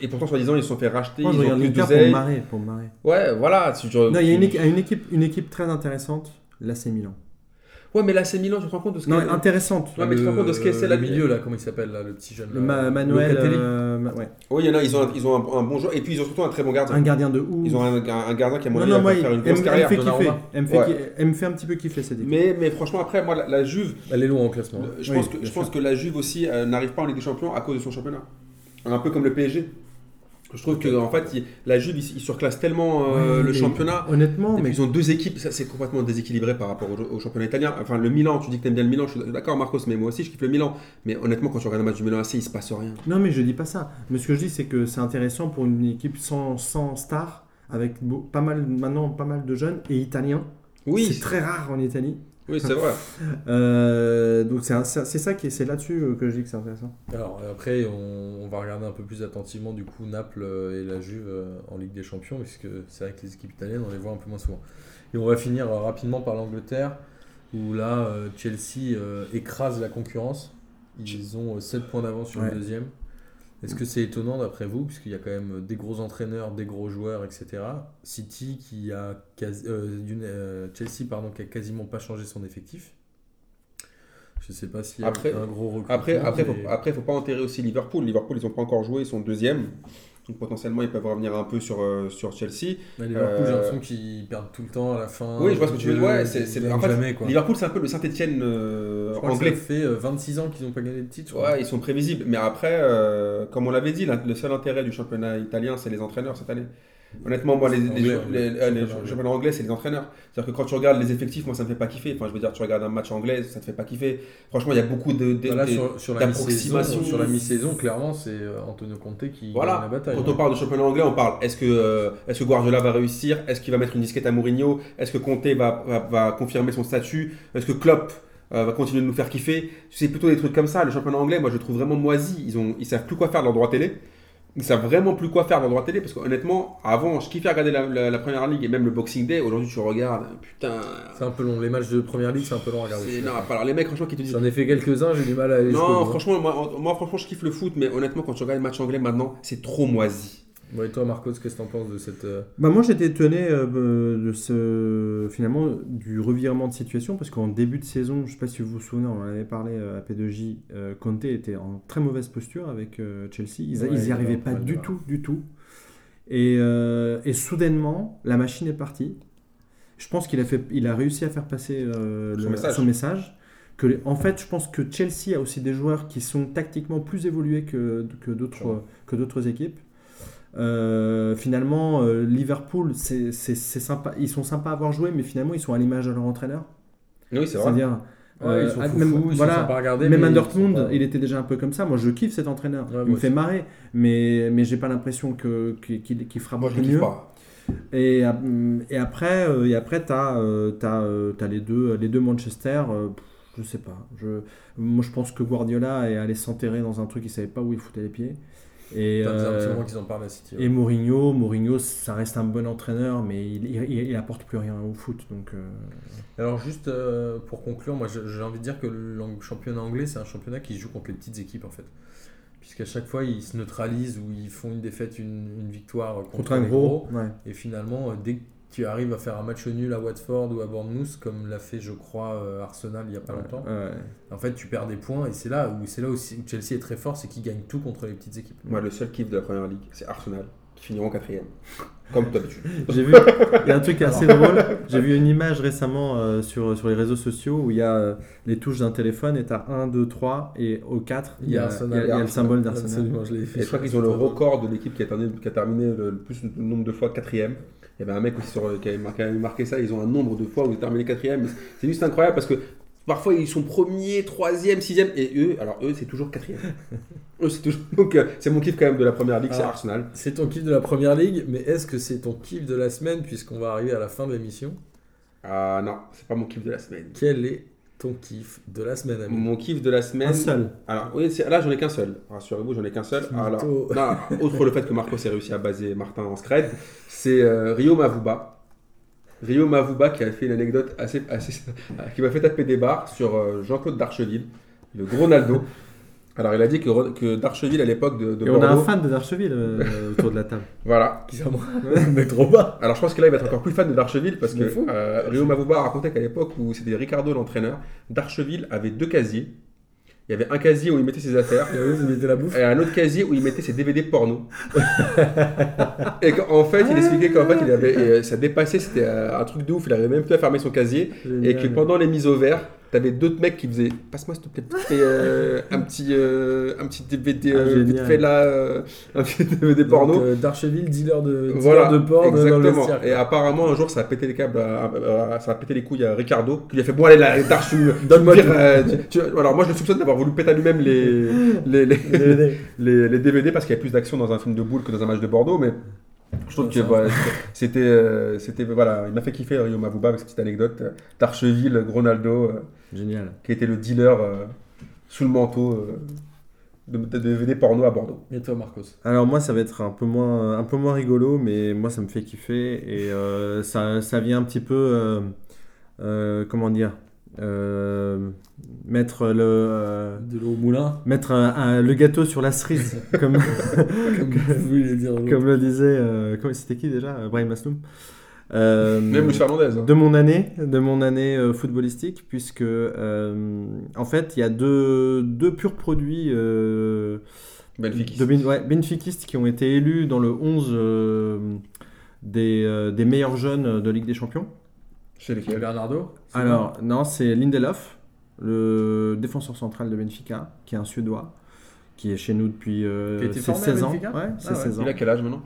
Speaker 1: et pourtant soi-disant ils se sont fait racheter,
Speaker 3: Moi, je
Speaker 1: ils ont
Speaker 3: regarde
Speaker 1: plus
Speaker 3: l'Inter pour me
Speaker 1: d'oseille.
Speaker 3: marrer, pour me marrer.
Speaker 1: Ouais, voilà, si tu-
Speaker 3: Non, il y a une, équi- une équipe, une équipe très intéressante, l'AC Milan.
Speaker 1: Ouais, mais là c'est Milan, tu te rends compte de ce
Speaker 3: Non,
Speaker 1: que
Speaker 3: mais intéressante.
Speaker 1: Ouais, mais tu te rends compte de ce qu'est- c'est la-
Speaker 2: Le milieu, là, comment il s'appelle, là, le petit jeune
Speaker 3: Le
Speaker 2: là,
Speaker 3: Ma- Manuel,
Speaker 2: Locatelli.
Speaker 3: euh, ma- ouais.
Speaker 1: Oui, il y en a, ils ont un, ils ont un, un bon joueur et puis ils ont surtout un très bon gardien.
Speaker 3: un gardien de ouf.
Speaker 1: Ils ont un, un- un gardien qui à mon
Speaker 3: Non,
Speaker 1: avis
Speaker 3: non, moi,
Speaker 1: va
Speaker 3: il
Speaker 1: faire
Speaker 3: elle
Speaker 1: une
Speaker 3: me
Speaker 1: grosse
Speaker 3: elle me
Speaker 1: carrière.
Speaker 3: fait kiffer.
Speaker 2: Donnarumma.
Speaker 3: Elle me fait
Speaker 1: Ouais.
Speaker 3: ki- elle me fait un petit peu kiffer cette équipe.
Speaker 1: Mais, mais franchement après moi la, la Juve
Speaker 2: Elle est loin en classement.
Speaker 1: Le- Je,
Speaker 3: Oui,
Speaker 1: pense que,
Speaker 3: bien
Speaker 1: je pense que la Juve aussi euh, n'arrive pas en Ligue des Champions à cause de son championnat. Un peu comme le PSG. Je trouve que en fait, il- la Juve, ils, ils surclassent tellement euh,
Speaker 3: Ouais,
Speaker 1: le
Speaker 3: mais
Speaker 1: championnat.
Speaker 3: Honnêtement,
Speaker 1: Et
Speaker 3: mais
Speaker 1: puis, ils ont deux équipes, ça c'est complètement déséquilibré par rapport au, au championnat italien. Enfin, le Milan, tu dis que t'aimes bien le Milan, je suis d'accord, Marcos, mais moi aussi je kiffe le Milan. Mais honnêtement, quand tu regardes un match du Milan AC, il se passe rien.
Speaker 3: Non, mais je dis pas ça. Mais ce que je dis, c'est que c'est intéressant pour une équipe sans, sans stars, avec beau- pas mal, maintenant pas mal de jeunes et italiens.
Speaker 1: Oui,
Speaker 3: C'est très rare en Italie.
Speaker 1: oui c'est vrai.
Speaker 3: Euh, donc c'est un- c'est c'est ça qui est, c'est là-dessus euh, que je dis que c'est intéressant.
Speaker 2: Alors euh, après, on, on va regarder un peu plus attentivement du coup Naples euh, et la Juve euh, en Ligue des Champions, puisque c'est vrai que les équipes italiennes, on les voit un peu moins souvent. Et on va finir euh, rapidement par l'Angleterre, où là, euh, Chelsea euh, écrase la concurrence. Ils ont 7 points d'avance sur
Speaker 3: Ouais.
Speaker 2: le deuxième. Est-ce que c'est étonnant d'après vous, puisqu'il y a quand même euh, des gros entraîneurs, des gros joueurs, etc. City qui a quasi- euh, une- euh, Chelsea pardon qui a quasiment pas changé son effectif. Je sais pas s'il y a
Speaker 1: Après-
Speaker 2: un gros recrutement.
Speaker 1: Après, après,
Speaker 2: mais-
Speaker 1: faut, après, faut pas enterrer aussi Liverpool. Liverpool, ils ont pas encore joué, ils sont deuxième. Donc potentiellement, ils peuvent revenir un peu sur, euh, sur Chelsea.
Speaker 2: Mais Liverpool,
Speaker 1: Euh,
Speaker 2: j'ai l'impression qu'ils perdent tout le temps à la fin.
Speaker 1: Oui, je vois ce que tu veux dire. Ouais,
Speaker 2: Ils
Speaker 1: c'est- c'est-
Speaker 2: gagnent
Speaker 1: en fait,
Speaker 2: jamais, quoi.
Speaker 1: Liverpool, c'est un peu le Saint-Etienne
Speaker 2: Je crois que
Speaker 1: anglais.
Speaker 2: Ça fait euh, 26 ans qu'ils n'ont pas gagné de titre. je crois.
Speaker 1: Ouais, ils sont prévisibles. Mais après, euh, comme on l'avait dit, la- le seul intérêt du championnat italien, c'est les entraîneurs cette année. Honnêtement, moi, les, les-
Speaker 2: Anglais,
Speaker 1: les-
Speaker 2: ouais.
Speaker 1: les-
Speaker 2: Championnat
Speaker 1: les
Speaker 2: anglais.
Speaker 1: championnats anglais, c'est les entraîneurs. C'est-à-dire que quand tu regardes les effectifs, moi, ça me fait pas kiffer. Enfin, je veux dire, tu regardes un match anglais, ça te fait pas kiffer. Franchement, il y a beaucoup de. de-
Speaker 2: Voilà,
Speaker 1: de-
Speaker 2: sur, sur la mi-saison,
Speaker 1: d'approximation.
Speaker 2: sur la mi-saison, clairement, c'est euh, Antonio Conte qui gagne la
Speaker 1: Voilà.
Speaker 2: bataille. hein.
Speaker 1: Quand on parle de championnat anglais, on parle est-ce que, euh, est-ce que Guardiola va réussir Est-ce qu'il va mettre une disquette à Mourinho Est-ce que Conte va, va, va confirmer son statut Est-ce que Klopp euh, va continuer de nous faire kiffer C'est plutôt des trucs comme ça. Le championnat anglais, moi, je le trouve vraiment moisi. Ils, ont, ils savent plus quoi faire de leur droit télé. Ils savent vraiment plus quoi faire dans le droit télé parce qu'honnêtement, avant, je kiffais regarder la, la- la première ligue et même le Boxing Day. Aujourd'hui, tu regardes, putain.
Speaker 2: C'est un peu long. Les matchs de première ligue, c'est un peu long à regarder.
Speaker 1: C'est énorme. Alors, les mecs, franchement, qui te disent.
Speaker 2: J'en ai fait quelques-uns, j'ai du mal à aller jusqu'au
Speaker 1: Non,
Speaker 2: bout.
Speaker 1: franchement, moi, moi, franchement, je kiffe le foot, mais honnêtement, quand tu regardes les matchs anglais maintenant, c'est trop moisi.
Speaker 2: Bon, et toi, Marcos, qu'est-ce que t'en penses de cette. euh,
Speaker 3: Bah moi j'étais étonné euh, de ce finalement du revirement de situation parce qu'en début de saison, je sais pas si vous vous souvenez, on en avait parlé euh, à P2J, euh, Conte était en très mauvaise posture avec euh, Chelsea, ils,
Speaker 2: Ouais,
Speaker 3: ils y
Speaker 2: il
Speaker 3: arrivaient
Speaker 2: avait un
Speaker 3: pas
Speaker 2: problème
Speaker 3: du
Speaker 2: de
Speaker 3: tout, du tout. Et, euh, et soudainement, la machine est partie. Je pense qu'il a fait, il a réussi à faire passer euh,
Speaker 1: Son
Speaker 3: le-
Speaker 1: message.
Speaker 3: son message. Que les- en fait, je pense que Chelsea a aussi des joueurs qui sont tactiquement plus évolués que, que d'autres que d'autres équipes. Euh, finalement, euh, Liverpool, c'est c'est- c'est sympa. Ils sont sympas à avoir joué, mais finalement, ils sont à l'image de leur entraîneur.
Speaker 1: Oui, c'est vrai.
Speaker 3: C'est-à-dire,
Speaker 2: Ouais,
Speaker 3: euh,
Speaker 2: ils sont
Speaker 3: ah,
Speaker 2: foufous,
Speaker 3: même,
Speaker 2: ils
Speaker 3: voilà,
Speaker 2: sont sympas à regarder.
Speaker 3: même
Speaker 2: mais
Speaker 3: à
Speaker 2: ils
Speaker 3: Dortmund,
Speaker 2: sont pas-
Speaker 3: il était déjà un peu comme ça. Moi, je kiffe cet entraîneur.
Speaker 2: Ouais,
Speaker 3: il
Speaker 2: moi
Speaker 3: me fait
Speaker 2: aussi.
Speaker 3: marrer, mais, mais j'ai pas l'impression que- qu'il qu'il- qu'il fera
Speaker 1: Moi, je
Speaker 3: beaucoup
Speaker 1: le
Speaker 3: mieux.
Speaker 1: kiffe pas.
Speaker 3: Et, euh, et après, euh, et après t'as euh, t'as, euh, t'as les deux, les deux Manchester. euh, pff, je sais pas. Je, moi, je pense que Guardiola est allé s'enterrer dans un truc. Il savait pas où il foutait les pieds. Et,
Speaker 2: Ça faisait un petit
Speaker 3: euh,
Speaker 2: moment qu'ils en parlent à City. ouais.
Speaker 3: et Mourinho, Mourinho, ça reste un bon entraîneur, mais il, il, il- il apporte plus rien au foot. Donc, euh,
Speaker 2: Alors juste euh, pour conclure, moi je- j'ai envie de dire que le lang- championnat anglais c'est un championnat qui se joue contre les petites équipes en fait. Puisqu'à chaque fois ils se neutralisent ou ils font une défaite, une, une victoire euh, contre,
Speaker 3: contre un
Speaker 2: les
Speaker 3: gros, ouais.
Speaker 2: Et finalement euh, dès que tu arrives à faire un match nul à Watford ou à Bournemouth comme l'a fait je crois euh, Arsenal il y a pas longtemps,
Speaker 3: Ouais.
Speaker 2: en fait tu perds des points et c'est là où c'est là aussi où Chelsea est très fort, c'est qu'il gagne tout contre les petites équipes.
Speaker 1: Moi, le seul kiff de la première ligue, c'est Arsenal, qui finiront quatrième. Comme d'habitude.
Speaker 3: J'ai vu, il y a un truc assez drôle. J'ai vu une image récemment euh, sur, sur les réseaux sociaux où il y a euh, les touches d'un téléphone et t'as 1, 2, 3 et au 4, il y a,
Speaker 2: Arsenal.
Speaker 3: il y a- il y a le symbole d'Arsenal.
Speaker 2: Absolument, je l'ai
Speaker 1: Et
Speaker 2: fait.
Speaker 1: je crois qu'ils ont le record de l'équipe qui a terminé, qui a terminé le, le plus le nombre de fois quatrième. Il y avait un mec aussi sur, euh, qui, avait marqué, qui avait marqué ça. Ils ont un nombre de fois où ils ont terminé quatrième. C'est juste incroyable parce que parfois ils sont premiers, troisième, sixième. Et eux, alors eux, c'est toujours quatrième. eux, c'est toujours. Donc euh, c'est mon kiff quand même de la première ligue, c'est
Speaker 2: Ah.
Speaker 1: Arsenal.
Speaker 2: C'est ton kiff de la première ligue, mais est-ce que c'est ton kiff de la semaine puisqu'on va arriver à la fin de l'émission
Speaker 1: Ah non, c'est pas mon kiff de la semaine.
Speaker 2: Quel est ton kiff de la semaine, ami
Speaker 1: Mon kiff de la semaine.
Speaker 3: Un seul.
Speaker 1: Alors oui, c'est- là j'en ai qu'un seul. Rassurez-vous, j'en ai qu'un seul.
Speaker 2: Mytho.
Speaker 1: Alors, non, outre le fait que Marco s'est réussi à baser Martin en scred, c'est euh, Rio Mavuba. Rio Mavuba qui a fait une anecdote assez, assez qui m'a fait taper des barres sur euh, Jean-Claude Darcheville, le gros Naldo. Alors il a dit que, Ro- que Darcheville à l'époque de, de
Speaker 3: Et on a un
Speaker 1: Bordeaux-
Speaker 3: fan de Darcheville euh, autour de la table.
Speaker 1: voilà.
Speaker 2: Qui ça, moi Mais trop bas
Speaker 1: Alors je pense que là il va être encore plus fan de Darcheville parce
Speaker 2: Je
Speaker 1: que
Speaker 2: me fous.
Speaker 1: euh, Rio Mavuba racontait qu'à l'époque où c'était Ricardo l'entraîneur, Darcheville avait deux casiers. Il y avait un casier où il mettait ses affaires.
Speaker 2: Et oui, vous mettez la
Speaker 3: Euh,
Speaker 2: bouffe
Speaker 1: et un autre casier où il mettait ses DVD porno. et qu'en fait, il expliquait qu'en fait, il avait, et, euh, ça dépassait, c'était euh, un truc de ouf, il avait même plus à fermer son casier. Et que pendant les mises au vert, t'avais d'autres mecs qui faisaient Passe-moi s'il te plaît, vite fait, euh, un, petit, euh, un petit DVD,
Speaker 3: Ah,
Speaker 1: euh, vite
Speaker 3: génial.
Speaker 1: fait là, euh, un petit DVD porno.
Speaker 2: Donc, euh, D'Archeville, dealer de, dealer
Speaker 1: Voilà,
Speaker 2: de porc de- dans le
Speaker 1: exactement.
Speaker 2: vestiaire.
Speaker 1: et
Speaker 3: euh,
Speaker 1: apparemment, un jour, ça a pété les câbles, à- à- à- ça a pété les couilles à Ricardo, qui lui a fait Bon, allez, là, Darche, tu- tu
Speaker 2: Donne-moi
Speaker 1: me dis,
Speaker 2: tout.
Speaker 1: euh, tu- tu- Alors, moi, je le soupçonne d'avoir voulu péter à lui-même les- les- les, les, les DVD parce qu'il y a plus d'action dans un film de boule que dans un match de Bordeaux, mais je trouve
Speaker 2: Ouais,
Speaker 1: que
Speaker 2: ça
Speaker 1: voilà, c'était, euh, c'était voilà, il m'a fait kiffer euh, Rio Mavuba avec cette petite anecdote euh, d'Archeville, Gronaldo, euh,
Speaker 3: Génial.
Speaker 1: qui était le dealer euh, sous le manteau euh, de, de DVD porno à Bordeaux.
Speaker 2: Et toi, Marcos
Speaker 3: Alors moi ça va être un peu moins un peu moins rigolo mais moi ça me fait kiffer et euh, ça, ça vient un petit peu euh, euh, comment dire euh, mettre le euh,
Speaker 2: De l'eau au moulin,
Speaker 3: mettre un- un- le gâteau sur la cerise comme
Speaker 2: comme vous voulez dire. l'autre.
Speaker 3: comme le disait euh, comment- c'était qui déjà Euh, Brahim Asloum Euh,
Speaker 1: Même Luis Fernandez. hein.
Speaker 3: de mon année, de mon année euh, footballistique, puisque euh, en fait il y a deux, deux purs produits euh,
Speaker 1: Benfica.
Speaker 3: de Ben- ouais, benfiquistes qui ont été élus dans le 11 euh, des, euh, des meilleurs jeunes de Ligue des Champions.
Speaker 1: Chez lesquels
Speaker 2: Bernardo c'est
Speaker 3: Alors, non, c'est Lindelof, le défenseur central de Benfica, qui est un Suédois, qui est chez nous depuis euh,
Speaker 2: Qui a été
Speaker 3: ses
Speaker 2: formé à
Speaker 3: 16 ans.
Speaker 2: Benfica Ah
Speaker 3: Ouais, ses
Speaker 2: ouais.
Speaker 3: 16 ans.
Speaker 1: Il a quel âge maintenant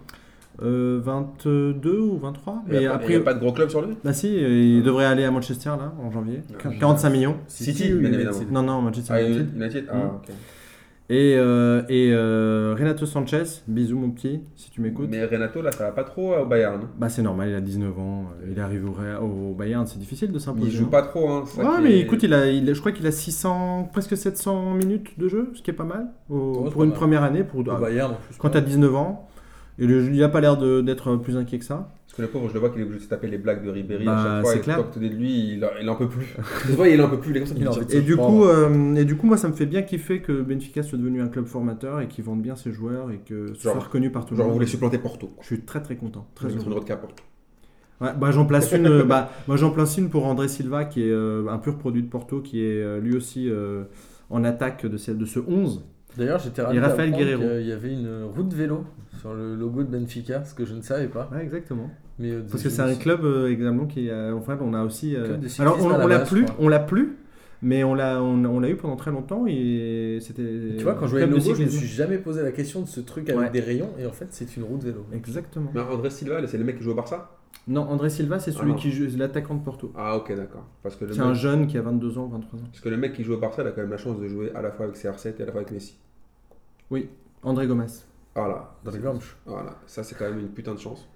Speaker 3: Euh, 22 ou 23
Speaker 1: il
Speaker 3: Mais
Speaker 1: a, pas-
Speaker 3: après,
Speaker 1: il a pas de gros club sur lui
Speaker 3: bah si, il devrait aller à Manchester là en janvier.
Speaker 1: Non,
Speaker 3: 45 millions.
Speaker 2: City,
Speaker 1: Euh, City,
Speaker 2: ou
Speaker 1: bien
Speaker 2: United
Speaker 1: évidemment.
Speaker 3: Non, non, Manchester
Speaker 1: Ah,
Speaker 3: United.
Speaker 1: United Ah,
Speaker 3: Mm.
Speaker 1: ok.
Speaker 3: Et, euh, et euh, Renato Sanchez, bisous mon petit, si tu m'écoutes.
Speaker 1: Mais Renato, là, ça va pas trop euh, au Bayern.
Speaker 3: Bah c'est normal, il a 19 ans, euh, il arrive au, Real- au Bayern, c'est difficile de s'imposer.
Speaker 1: Il joue
Speaker 3: hein.
Speaker 1: pas trop. Hein, c'est ça
Speaker 3: Ouais,
Speaker 1: qui
Speaker 3: mais
Speaker 1: est-
Speaker 3: écoute, il a, il a- je crois qu'il a 600, presque 700 minutes de jeu, ce qui est pas mal au-
Speaker 2: Ouais, c'est
Speaker 3: pour
Speaker 2: pas
Speaker 3: une
Speaker 2: mal.
Speaker 3: première année. Pour,
Speaker 2: Au
Speaker 3: ah,
Speaker 2: Bayern, en plus.
Speaker 3: quand t'as 19 ans, et le- il a pas l'air de- d'être plus inquiet que ça.
Speaker 1: Parce que le pauvre, je le vois qu'il est obligé de se taper les blagues de Ribéry
Speaker 3: Bah,
Speaker 1: à chaque fois.
Speaker 3: c'est
Speaker 1: et
Speaker 3: clair.
Speaker 1: tout le temps que t'es de lui, il, en- il en peut plus. Tu vois, il en peut plus. Il est comme ça.
Speaker 2: Il en peut
Speaker 3: Et
Speaker 2: Je
Speaker 3: du,
Speaker 2: crois,
Speaker 3: coup, euh, et du coup, moi, ça me fait bien kiffer que Benfica soit devenu un club formateur et qu'ils vendent bien ses joueurs et que ce
Speaker 1: Genre-
Speaker 3: soit reconnu par tout
Speaker 1: Genre,
Speaker 3: le
Speaker 1: vous
Speaker 3: monde.
Speaker 1: voulez supplanter Porto. quoi.
Speaker 3: Je suis très très content, très
Speaker 1: Ils ont
Speaker 3: heureux.
Speaker 1: le droit de qu'à Porto.
Speaker 3: Ouais, bah, j'en place une. euh, bah, moi j'en place une pour André Silva qui est euh, un pur produit de Porto qui est euh, lui aussi euh, en attaque de, celle de ce 11.
Speaker 2: D'ailleurs, j'étais ravi
Speaker 3: Et Raphaël
Speaker 2: d'apprendre
Speaker 3: Guerrero.
Speaker 2: qu'il y avait une route vélo sur le logo de Benfica, ce que je ne savais pas.
Speaker 3: Ouais, exactement.
Speaker 2: Mais euh,
Speaker 3: Parce
Speaker 2: je
Speaker 3: que c'est un
Speaker 2: me suis-
Speaker 3: club euh, également qui euh, enfin on a aussi euh,
Speaker 2: Club de cyclisme
Speaker 3: alors on,
Speaker 2: à la
Speaker 3: on l'a
Speaker 2: base,
Speaker 3: plus,
Speaker 2: quoi.
Speaker 3: on l'a plus mais on l'a on, on l'a eu pendant très longtemps et c'était
Speaker 2: Tu vois, quand je voyais
Speaker 3: club
Speaker 2: le
Speaker 3: de
Speaker 2: logo, je me
Speaker 3: cyclisme.
Speaker 2: suis jamais posé la question de ce truc avec
Speaker 3: Ouais.
Speaker 2: des rayons, et en fait, c'est une route vélo.
Speaker 3: Exactement.
Speaker 1: Mais André Silva, là, c'est le mec qui joue au Barça
Speaker 3: Non, André Silva, c'est
Speaker 1: Ah
Speaker 3: celui
Speaker 1: non.
Speaker 3: qui joue l'attaquant de Porto.
Speaker 1: Ah, ok, d'accord. Parce, que le
Speaker 3: C'est un
Speaker 1: mec-
Speaker 3: jeune qui a 22 ans, 23 ans.
Speaker 1: parce que le mec qui joue au Barça, il a quand même la chance de jouer à la fois avec CR7 et à la fois avec Messi.
Speaker 3: André Gomes,
Speaker 1: Voilà.
Speaker 2: Dans les Gorges.
Speaker 1: Voilà. Ça, c'est quand même une putain de chance.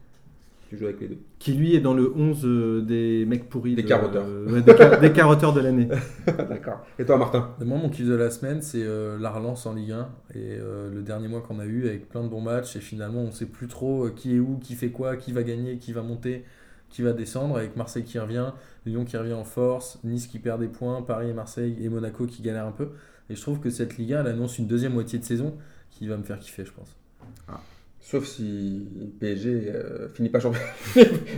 Speaker 1: Tu joues avec les deux.
Speaker 3: qui lui est dans le 11 euh, des mecs pourris.
Speaker 1: Des
Speaker 3: de-
Speaker 1: carotteurs.
Speaker 3: euh, ouais, des, ca- des carotteurs de l'année.
Speaker 1: Ah, d'accord. Et toi, Martin
Speaker 2: Et Moi, mon kiff de la semaine, c'est euh, la relance en Ligue 1 et euh, le dernier mois qu'on a eu avec plein de bons matchs. Et finalement, on sait plus trop euh, qui est où, qui fait quoi, qui va gagner, qui va monter, qui va descendre. Avec Marseille qui revient, Lyon qui revient en force, Nice qui perd des points, Paris et Marseille et Monaco qui galèrent un peu. Et je trouve que cette Ligue 1, elle annonce une deuxième moitié de saison qui va me faire kiffer, je pense.
Speaker 1: Sauf si PSG euh, finit pas champion.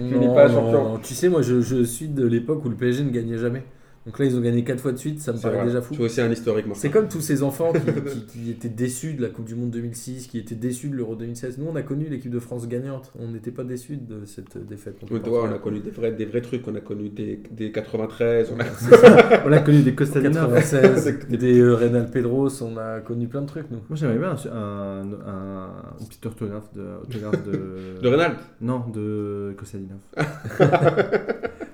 Speaker 2: Non,
Speaker 1: pas
Speaker 2: non,
Speaker 1: champion.
Speaker 2: non. Tu sais, moi, je, je suis de l'époque où le PSG ne gagnait jamais. Donc là, ils ont gagné 4 fois de suite, ça me
Speaker 1: C'est
Speaker 2: paraît
Speaker 1: vrai.
Speaker 2: déjà fou.
Speaker 1: Tu es aussi un historique, Martin.
Speaker 2: C'est comme tous ces enfants qui, qui- qui étaient déçus de la Coupe du Monde 2006, qui étaient déçus de l'Euro 2016. Nous, on a connu l'équipe de France gagnante. On n'était pas déçus de cette défaite. contre
Speaker 1: Oui, toi, on
Speaker 2: le
Speaker 1: a connu des vrais, des vrais trucs, on a connu des, des 93, on a...
Speaker 3: On l'a connu des Costadina. Moi,
Speaker 2: 96, des euh, Reynal Pedros, on a connu plein de trucs, nous.
Speaker 3: j'aimerais bien un, un, un- une petite orthographe de. Autographe de...
Speaker 1: de Reynald.
Speaker 3: Non, de Costadinov.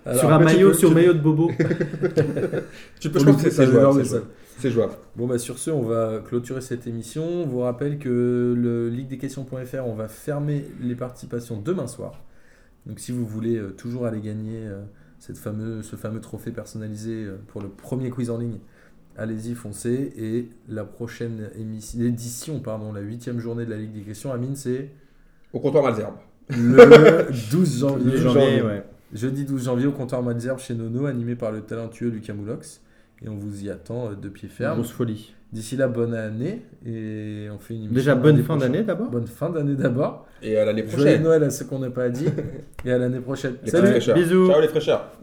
Speaker 2: Alors,
Speaker 3: sur un
Speaker 2: après, tu
Speaker 3: maillot,
Speaker 2: peux-
Speaker 3: sur
Speaker 2: tu-
Speaker 3: maillot de Bobo.
Speaker 1: Tu
Speaker 2: peux-
Speaker 1: peux, je pense que
Speaker 2: ça
Speaker 1: c'est
Speaker 2: va
Speaker 1: jouable.
Speaker 2: dormir,
Speaker 1: c'est
Speaker 2: ça.
Speaker 1: jouable. C'est jouable.
Speaker 2: Bon, bah, sur ce, on va clôturer cette émission. On vous rappelle que le Ligue des questions.fr, on va fermer les participations demain soir. Donc, si vous voulez euh, toujours aller gagner euh, cette fameux, ce fameux trophée personnalisé euh, pour le premier quiz en ligne, allez-y, foncez. Et la prochaine émission, édition, pardon, la huitième journée de la Ligue des questions, Amine, c'est
Speaker 1: Au comptoir Malzerbe.
Speaker 2: le 12 janvier.
Speaker 3: Le janvier, ouais.
Speaker 2: Jeudi 12 janvier au comptoir Malzerbe chez Nono, animé par le talentueux Lucas Moulox. Et on vous y attend euh, de pied ferme.
Speaker 3: Grosse folie.
Speaker 2: D'ici là, bonne année et on fait une émission
Speaker 3: Déjà,
Speaker 2: l'année
Speaker 3: bonne fin
Speaker 2: prochaine.
Speaker 3: d'année d'abord.
Speaker 2: Bonne fin d'année d'abord.
Speaker 1: Et à l'année
Speaker 2: Joyeux
Speaker 1: prochaine.
Speaker 2: Noël à ceux qu'on n'a pas dit et à l'année prochaine.
Speaker 1: Les
Speaker 2: Salut.
Speaker 1: fraîcheurs.
Speaker 3: bisous.
Speaker 1: Ciao les fraîcheurs.